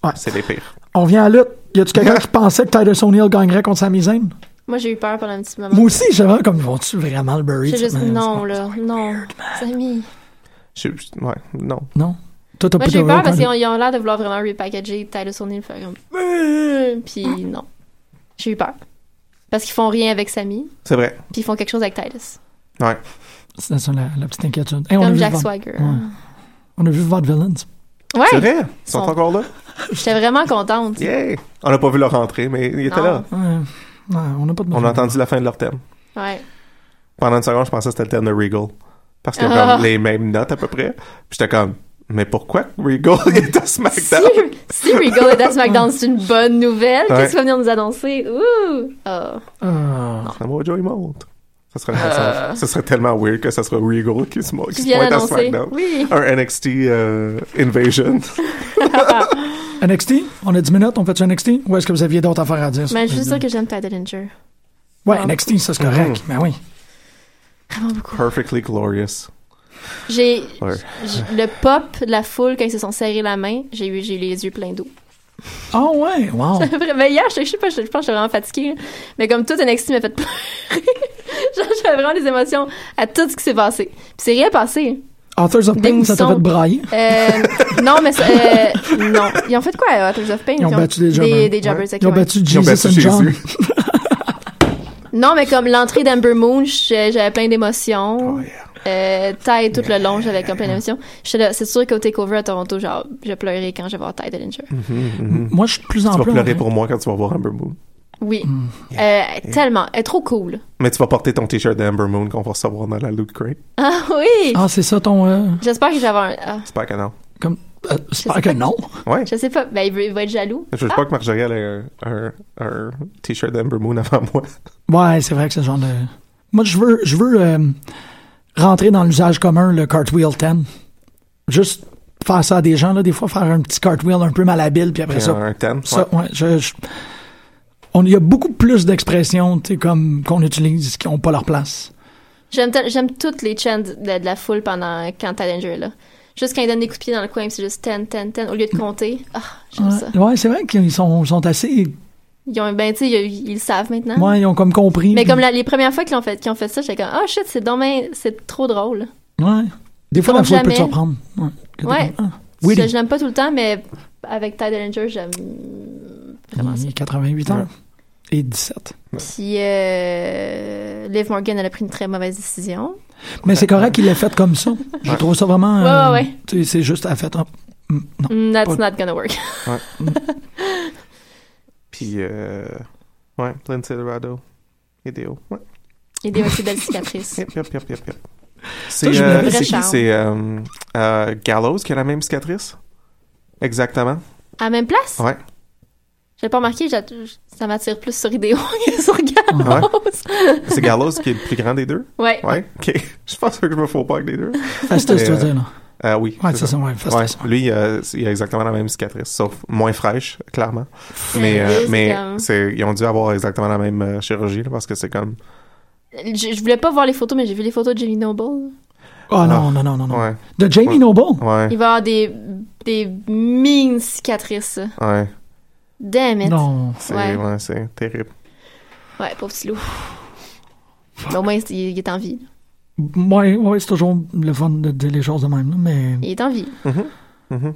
S2: Ouais.
S4: c'est les pires.
S2: On vient à la lutte. Y a-tu quelqu'un qui pensait que Tyler O'Neill gagnerait contre Sami Zayn?
S3: Moi, j'ai eu peur pendant un petit moment.
S2: Moi aussi, j'avais comme, ils vont-tu vraiment le bury?
S3: J'ai juste,
S2: Mais-
S3: non, là, non, Samy.
S4: Je- je- ouais, non.
S2: Non. Toi, t'as
S3: Moi,
S2: pas
S3: j'ai eu
S2: de-
S3: peur parce qu'ils ont, ils ont l'air de vouloir vraiment repackager Tyler O'Neill. faire comme... Euh, Puis non. J'ai eu peur. Parce qu'ils font rien avec Samy,
S4: C'est vrai.
S3: puis ils font quelque chose avec Titus.
S4: Ouais.
S2: C'est ça, la, la petite inquiétude. Hey, on, a
S3: Comme
S2: vu
S3: Jack
S2: Von-
S3: Swagger.
S2: on a vu Vod Villains.
S3: Ouais,
S4: C'est vrai. Ils sont
S3: Ils sont-
S4: encore là.
S3: j'étais vraiment contente.
S4: Yeah. On n'a pas vu leur entrée, mais ils étaient
S3: Non.
S4: là.
S2: Ouais. Ouais, on n'a pas de
S4: On a entendu la fin de leur thème.
S3: Ah, Ouais.
S4: pendant une seconde, je pensais que c'était le thème de Regal. Parce qu'ils ont
S3: Ah.
S4: comme les mêmes notes à peu près. Puis j'étais comme, mais pourquoi Regal est à
S3: Si,
S4: SmackDown?
S3: si Regal est à SmackDown, c'est une bonne nouvelle.
S4: Ouais.
S3: Qu'est-ce qu'il va venir nous annoncer? Ouh! Ah.
S2: Ah.
S4: Samoa Joe, il monte. Ça serait, ça- ça serait tellement weird que ça soit Regal qui se, mo- qui
S3: Euh. Qui
S4: se
S3: vient
S4: pointe à
S3: d'annoncer.
S4: SmackDown.
S3: Oui.
S4: Un NXT euh, Invasion.
S2: NXT, on a 10 minutes, on fait du NXT? Ou est-ce que vous aviez d'autres affaires à dire? sur
S3: Mais je
S2: les
S3: suis
S2: deux?
S3: sûre que j'aime Title Injure.
S2: Ouais, NXT, ça c'est correct. Mais oui.
S3: Vraiment beaucoup.
S4: Perfectly Glorious.
S3: J'ai
S4: Ouais.
S3: j'ai- le pop de la foule quand ils se sont serrés la main, j'ai eu j'ai eu les yeux pleins d'eau.
S2: Ah ouais, wow.
S3: Vraiment, hier, je, je sais pas, je, je pense que j'étais vraiment fatiguée. là. Mais comme tout NXT m'a fait pleurer. Genre, j'avais vraiment des émotions à tout ce qui s'est passé. Puis c'est rien passé.
S2: Authors of
S3: Des
S2: Pain, ça t'a
S3: moussons.
S2: fait brailler?
S3: Euh, non, mais ça, euh, non. Ils ont fait quoi à Authors of Pain?
S2: Ils ont battu des jobbers.
S3: Des, des jobbers, ok,
S2: Ils ont
S3: ouais.
S2: battu
S4: Ils ont
S2: Jesus
S4: battu
S2: and John.
S4: Jésus.
S3: Non, mais comme l'entrée d'Amber Moon, j'ai- j'avais plein d'émotions.
S4: Oh, yeah.
S3: Euh, Ty, tout le long, j'avais comme plein d'émotions. J'étais là, C'est sûr qu'au Takeover à Toronto, genre, je pleurais quand je vais voir Ty Dillinger.
S2: Moi, je suis de plus en
S4: Tu vas
S2: plus.
S4: pleurer pour moi quand tu vas voir Amber Moon.
S3: Oui.
S2: Mm.
S3: Euh, Tellement. Elle est trop cool.
S4: Mais tu vas porter ton t-shirt d'Amber Moon qu'on va recevoir dans la Loot Crate.
S3: Ah oui!
S2: Ah, c'est ça ton. euh,
S3: J'espère que j'avais un... ah,
S4: J'espère que non.
S2: comme... euh, J'espère que non.
S4: Ouais.
S3: je sais pas. Ben, il, veut- il va être jaloux.
S4: Je veux pas que Marjorie ait un, un, un t-shirt d'Amber Moon avant moi.
S2: Ouais, c'est vrai que c'est le genre de. Moi, je veux, je veux euh, rentrer dans l'usage commun, le cartwheel 10. Juste faire ça à des gens, là, des fois, faire un petit cartwheel un peu malhabile, puis après
S4: Puis
S2: ça.
S4: un thème.
S2: ça ouais, je, je- On, il y a beaucoup plus d'expressions tu sais, comme qu'on utilise qui n'ont pas leur place.
S3: J'aime tel- j'aime toutes les chants de, de la foule pendant quand Ty Dillinger est là. Juste quand il donne des coups de pied dans le coin, puis c'est juste 10, 10, 10, au lieu de compter. Ah, j'aime ça.
S2: Mm. Ouais, ouais, c'est vrai qu'ils sont, sont assez.
S3: Ils ont, ben, tu sais, ils, ils le savent maintenant.
S2: Ouais, ils ont comme compris.
S3: Hein? Mais
S2: puis-
S3: comme la- les premières fois qu'ils ont fait, qu'ils ont fait ça, j'étais comme, oh shit, c'est dommage, c'est trop drôle.
S2: Ouais. Des fois, la
S3: Compte
S2: foule peut te
S3: jamais.
S2: surprendre. Ouais. Que t'es
S3: Ouais.
S2: comme, ah, Oui,
S3: je
S2: il
S3: je l'aime pas tout le temps, mais avec Ty Dillinger, j'aime vraiment ça.
S2: il est 88 heures.
S4: Ouais.
S2: Et 17.
S3: Puis, euh, Liv Morgan, elle a pris une très mauvaise décision.
S2: Mais c'est correct qu'il l'ait fait comme ça. Je trouve ça vraiment.
S3: Ouais, ouais,
S2: euh,
S3: ouais.
S2: tu sais, C'est juste à fait. hein, mm, non.
S3: Mm, That's
S2: Pas-
S3: not gonna work.
S4: Puis, euh, ouais, Lynn Silverado. Idéal. Ouais.
S3: Il y a des aussi belles cicatrices.
S4: Yep, yep, yep, yep, yep. C'est
S2: je
S4: euh,
S2: me-
S4: c'est
S3: Vrai
S4: qui?
S3: charme.
S4: C'est euh, euh, Gallows qui a la même cicatrice? Exactement.
S3: À la même place?
S4: Ouais.
S3: Je l'ai pas remarqué, j'a- ça m'attire plus sur Idéo que sur Gallows.
S4: C'est Gallows qui est le plus grand des deux?
S3: ouais.
S4: Ouais, ok. Je pense que je me fous pas avec les deux.
S2: Fastest,
S4: Et,
S2: tu veux
S4: euh,
S2: dire, là.
S4: Euh, oui.
S2: Ouais, c'est ça, ouais, Fastest.
S4: Ouais, lui, euh, il a exactement la même cicatrice, sauf moins fraîche, clairement. Mais, euh,
S3: Ah, c'est
S4: mais
S3: comme-
S4: c'est, ils ont dû avoir exactement la même euh, chirurgie, là, parce que c'est comme...
S3: Je, je voulais pas voir les photos, mais j'ai vu les photos de Jimmy Noble.
S2: Ah non, non, non, non. non.
S4: Ouais,
S2: De Jamie
S4: Ouais.
S2: Noble.
S4: ouais,
S3: Il va avoir des, des mines cicatrices.
S4: ouais.
S3: Damn it.
S2: Non.
S4: C'est,
S3: Ouais.
S4: ouais, c'est terrible.
S3: Ouais, pauvre petit loup. Mais au moins, il, il est en vie.
S2: Ouais, ouais, c'est toujours le fun de dire les choses de même, là, mais
S3: Il est en vie.
S4: Mm-hmm.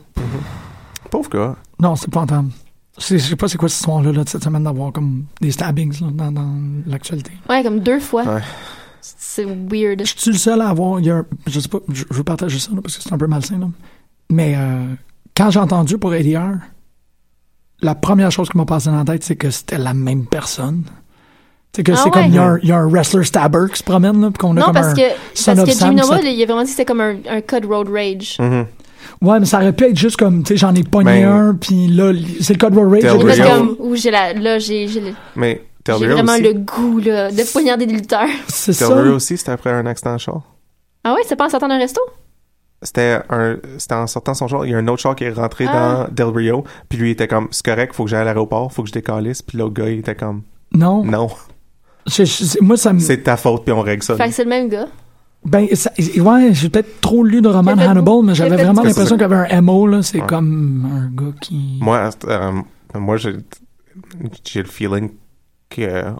S4: Pauvre gars.
S2: non, c'est pas entendre. Je sais pas c'est quoi cette histoire-là là, de cette semaine d'avoir comme des stabbings là, dans, dans l'actualité.
S3: Ouais, comme deux fois.
S4: Ouais.
S3: C'est weird.
S2: Je suis le seul à avoir. il y a un- je sais pas, je, je veux partager ça là, parce que c'est un peu malsain. Là. Mais euh, quand j'ai entendu pour ADR, la première chose qui m'a passé dans la tête, c'est que c'était la même personne. C'est que
S3: Ah
S2: c'est
S3: ouais.
S2: comme il y, a un- il y a un wrestler stabber qui se promène, là, puis qu'on a
S3: Non,
S2: comme
S3: parce
S2: un
S3: que,
S2: Son
S3: parce
S2: of
S3: que
S2: Sam,
S3: Jimmy
S2: ça-
S3: Noble, il a vraiment dit que c'était comme un, un code road
S4: Mm.
S3: rage.
S4: Mm-hmm.
S2: Ouais, mais ça aurait pu être juste comme, tu sais, j'en ai pogné
S4: Mais-
S2: un, puis là, li- c'est le code Road Rage. j'ai
S4: Ben, Del
S3: Il
S4: Rio.
S3: fait
S2: décidé-
S3: comme, où j'ai la, là, j'ai, j'ai, le-
S4: Mais Del
S3: j'ai
S4: Rio
S3: vraiment
S4: aussi.
S3: le goût, là, de poignarder des lutteurs.
S2: C'est
S4: Del
S2: ça.
S4: Rio aussi, c'était après un accident de char.
S3: Ah ouais, c'est pas en sortant d'un resto?
S4: C'était un, c'était en sortant son char, il y a un autre char qui est rentré
S3: Ah.
S4: dans Del Rio, puis lui il était comme, c'est correct, faut que j'aille à l'aéroport, faut que je décalisse, puis l'autre gars il était comme,
S3: Oh.
S2: Non.
S4: non,
S2: Je- je- moi, ça me.
S4: c'est ta faute, puis on règle ça.
S3: Fait que c'est le même gars.
S2: Ben, ça- ouais, j'ai peut-être trop lu de romans de
S3: J'ai fait-
S2: Hannibal, mais j'avais
S3: j'ai fait-
S2: vraiment
S4: C'est ça.
S2: l'impression qu'il y avait un MO, là. C'est
S4: Ouais.
S2: comme un gars qui.
S4: Moi, euh, moi j'ai, j'ai le feeling que euh,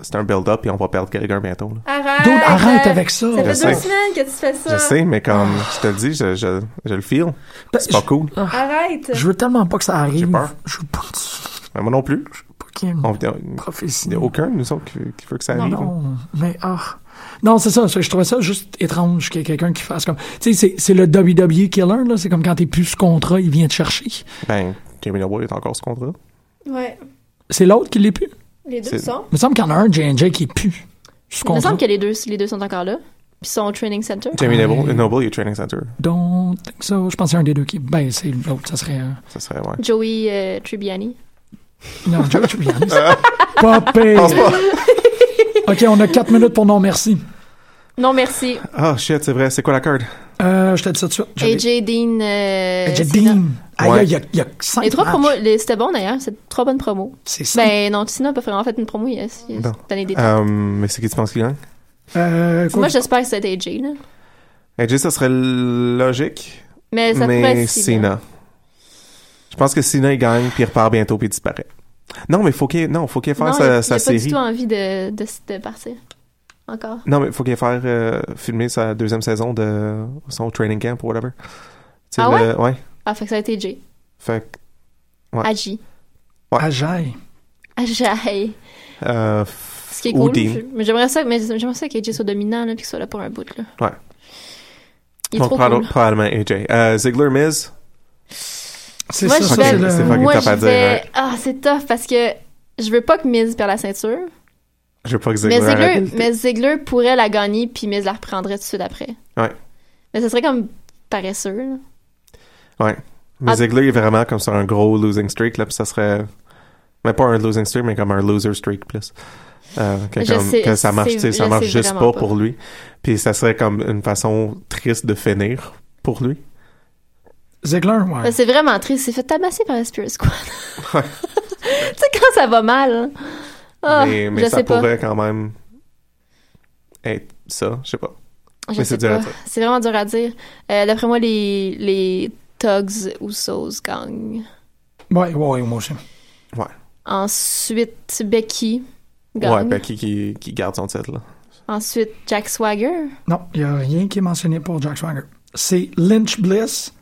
S4: c'est un build-up et on va perdre quelqu'un bientôt. là.
S3: Arrête! Euh,
S2: Dude, arrête avec ça!
S3: Ça fait
S4: Je
S3: deux
S4: sais.
S3: semaines que tu fais ça.
S4: Je sais, mais comme je te le dis, je, je, je le feel.
S2: Ben,
S4: C'est pas cool.
S3: Arrête!
S2: Je veux tellement pas que ça arrive.
S4: J'ai peur.
S2: Je veux pas que
S4: Mais moi non plus.
S2: pas qu'il y ait une
S4: On- Il
S2: prophétie.
S4: n'y a aucun de nous autres qui, qui veut que ça
S2: Non,
S4: arrive. hein.
S2: non, mais ah. Non, c'est ça. c'est- Je trouvais ça juste étrange qu'il y ait quelqu'un qui fasse comme. Tu sais, c'est- c'est le WWE killer, là. C'est comme quand t'es plus sous contrat, il vient te chercher.
S4: Ben, Jamie Noble est encore sous contrat.
S3: Ouais.
S2: C'est l'autre qui l'est plus.
S3: Les deux
S4: C'est-
S3: sont.
S2: Il me semble qu'il y en a un, J&J, qui est plus. Je
S3: Il me
S2: comprends.
S3: semble que les deux, les deux sont encore là. Puis sont au training center.
S4: Jamie Noble, Noble, il est training center.
S2: Don't think so. Je pense qu'il y a un des deux qui. Ben, c'est l'autre, ça serait. euh,
S4: Ça serait, ouais.
S3: Joey euh, Tribbiani.
S2: Non, Joe Tribbiani. Pas pire.
S4: Euh. Pense pas.
S2: OK, on a 4 minutes pour non merci.
S3: Non, merci.
S4: Ah, shit, c'est vrai. C'est quoi la carte?
S2: Euh, je te dis ça tout de suite. Je l'ai-
S3: AJ Dean. euh,
S2: AJ
S3: Cena.
S2: Dean. Aïe,
S4: Ouais.
S2: aïe, il y a- il y a 5
S3: Les trois promos, les- c'était bon d'ailleurs, c'est trois bonnes promos.
S2: C'est ça.
S3: Ben non, Tina a pas vraiment fait une promo, il a, il a
S4: Non.
S3: donné des
S4: Euh, mais c'est qui tu penses qui gagne?
S2: Euh, quoi-
S3: ben, Moi j'espère que c'était AJ, là.
S4: AJ, Eh, ça serait logique,
S3: Mais ça pourrait
S4: mais
S3: être Cena.
S4: Cena. Je pense que Cena, il gagne, puis il repart bientôt, puis il disparaît. Non, mais faut qu'il, non, faut qu'il
S3: Non,
S4: fasse
S3: il a- il a
S4: sa,
S3: pas
S4: sa
S3: du
S4: série.
S3: tout envie de, de- de partir. Encore.
S4: Non, mais faut qu'il fasse euh, filmer sa deuxième saison de son training camp ou whatever. Tu sais,
S3: Ah
S4: le- ouais?
S3: Ah, fait que ça a été AJ.
S4: Fait Ouais.
S3: Agi.
S2: Ajaï.
S3: Ajaï.
S4: que, euh,
S3: Ce qui est
S4: ou
S3: cool.
S4: Dean.
S3: je- Mais j'aimerais ça, mais j'aimerais ça qu'AJ soit dominant, là, puis qu'il soit là pour un bout, là.
S4: Ouais.
S3: Il est
S4: Donc,
S3: trop
S4: probable-
S3: cool.
S4: probablement AJ. Euh, Ziggler, Miz.
S2: C'est
S3: Moi,
S2: ça,
S3: je
S4: c'est
S3: vais.
S4: le- c'est fucking
S3: moi,
S4: tough à
S3: je
S4: dire, hein.
S3: vais-
S4: ouais.
S3: Ah, c'est tough parce que je veux pas que Miz perd la ceinture.
S4: Je veux pas que Ziggler.
S3: Mais Ziggler,
S4: arrête.
S3: mais Ziggler pourrait la gagner, puis Miz la reprendrait tout de suite après.
S4: Ouais.
S3: Mais ce serait comme paresseux. là.
S4: Ouais. Mais
S3: Ah.
S4: Ziggler est vraiment comme sur un gros losing streak, là, puis ça serait. Mais pas un losing streak, mais comme un loser streak, plus. Euh, que,
S3: Je
S4: comme-
S3: sais-
S4: que ça marche,
S3: c'est-
S4: tu sais, ça
S3: je
S4: marche
S3: sais
S4: juste
S3: vraiment
S4: pas,
S3: pas.
S4: pour lui. Puis ça serait comme une façon triste de finir pour lui.
S2: Ziegler,
S3: Parce
S2: ouais.
S3: que Euh, C'est vraiment triste. C'est fait tabasser par la Spirit Squad. tu sais, quand ça va mal. hein. Ah,
S4: mais mais
S3: je
S4: ça
S3: sais pas.
S4: pourrait quand même être ça, je sais pas.
S3: Je sais
S4: mais c'est dur à
S3: pas.
S4: dire.
S3: C'est vraiment dur à dire. Euh, D'après moi, les, les Tugs ou Souls gagnent.
S2: Ouais, ouais, moi aussi.
S3: Ensuite, Becky gagne.
S4: Ouais, Becky qui, qui garde son titre, là.
S3: Ensuite, Jack Swagger.
S2: Non, il n'y a rien qui est mentionné pour Jack Swagger. C'est Lynch Bliss,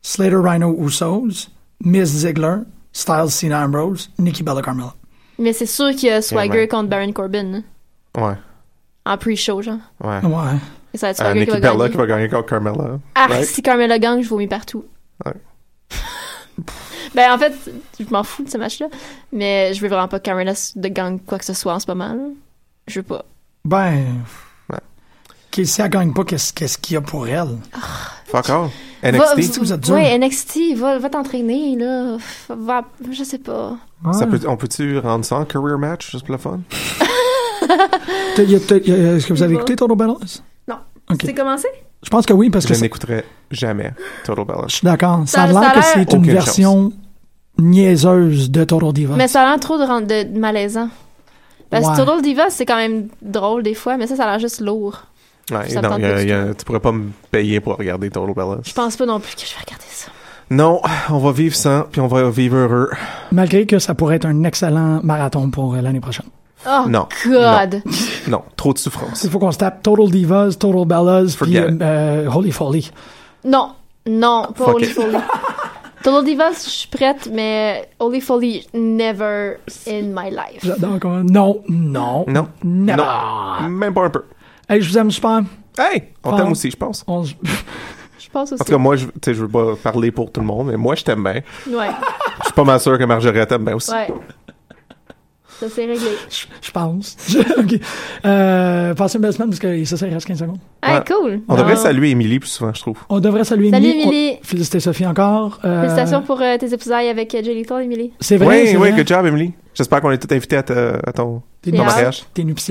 S2: Slater Rhino Usos, Miss Ziegler, Styles Cena Ambrose, Nikki Bella Carmella.
S3: Mais c'est sûr qu'il y a Swagger
S4: Eh ouais.
S3: contre Baron Corbin. hein,
S4: Ouais,
S3: En pre-show, genre.
S4: ouais.
S2: Ouais.
S3: Et ça va être
S4: Euh,
S3: Swagger qui
S4: Nikki
S3: va
S4: Bella
S3: gagner.
S4: qui va gagner contre Carmella.
S3: Ah,
S4: right?
S3: si Carmella gagne, je vomis partout.
S4: Ouais.
S3: ben, en fait, je m'en fous de ce match-là, mais je veux vraiment pas que Carmella s- de gagne quoi que ce soit en ce moment. là. Je veux pas.
S2: Ben.
S4: Ouais.
S2: qu'est- Si elle gagne pas, qu'est-ce qu'est-ce qu'il y a pour elle?
S4: Fuck all.
S3: Va-
S4: NXT.
S2: vous êtes dur.
S3: ouais, NXT, va, va t'entraîner, là. F- Va, je sais pas.
S4: Ça peut, on peut-tu rendre ça en career match, juste pour le fun?
S2: T'as- y a- t'as- y a- Est-ce que vous avez écouté Total Balance?
S3: Non.
S2: Ok.
S3: C'est commencé?
S2: Je pense que oui, parce que
S4: Je
S2: ça- je
S4: n'écouterai jamais Total Balance.
S2: suis d'accord. Ça
S3: Ça-
S2: a
S3: ça
S2: l'air
S3: a
S2: que
S3: l'air-
S2: c'est une
S4: Aucune
S2: version niaiseuse de Total Divas.
S3: Mais ça a l'air trop de, rend- de, de malaisant. Parce
S2: Ouais.
S3: que Total Diva, c'est quand même drôle des fois, mais ça, ça a l'air juste lourd.
S4: Ouais,
S3: Ça me
S4: non,
S3: tente
S4: y a-
S3: pas du
S4: y a- tu pourrais pas me payer pour regarder Total Balance.
S3: Je pense pas non plus que je vais regarder ça.
S4: Non, on va vivre sans, puis on va vivre heureux.
S2: Malgré que ça pourrait être un excellent marathon pour euh, l'année prochaine.
S3: Oh,
S4: Non.
S3: God!
S4: Non, trop de souffrance.
S2: Il faut qu'on se tape Total Divas, Total Bellas, puis
S4: Forget it.
S2: euh, Holy Folly.
S3: Non, non, pas
S4: Fuck
S3: Holy
S4: it.
S3: Folly. Total Divas, je suis prête, mais Holy Folly, never in my life.
S2: J'adore comment... Non, non,
S4: Non.
S2: never.
S4: Non. Même pas un peu.
S2: Hey, je vous aime super.
S4: Hey, on
S2: Bon.
S4: t'aime aussi, je pense.
S2: On se-
S3: Je pense aussi.
S4: En tout cas, moi, je, tu sais, je veux pas parler pour tout le monde, mais moi, je t'aime bien.
S3: Ouais,
S4: Je suis pas mal sûr que Marjorie t'aime bien aussi.
S3: ouais. Ça, c'est réglé.
S2: je je pense. OK. Euh, passez une belle semaine, parce que ça, ça reste 15 secondes.
S3: Ah,
S4: Ouais.
S3: cool!
S4: On devrait
S3: Non.
S4: saluer Émilie plus souvent, je trouve.
S2: On devrait saluer
S3: Salut,
S2: Émilie.
S3: Émilie.
S2: On- Féliciter Sophie encore. Euh,
S3: Félicitations pour euh, tes épousailles avec euh, Jay Little, Emily.
S2: C'est vrai,
S4: Oui,
S2: c'est
S4: oui,
S2: vrai.
S4: good job, Émilie. J'espère qu'on est tous invités à, te- à ton
S2: T'es
S4: ton
S3: Yeah.
S2: nuptial.
S4: mariage.
S2: T'es nuptial.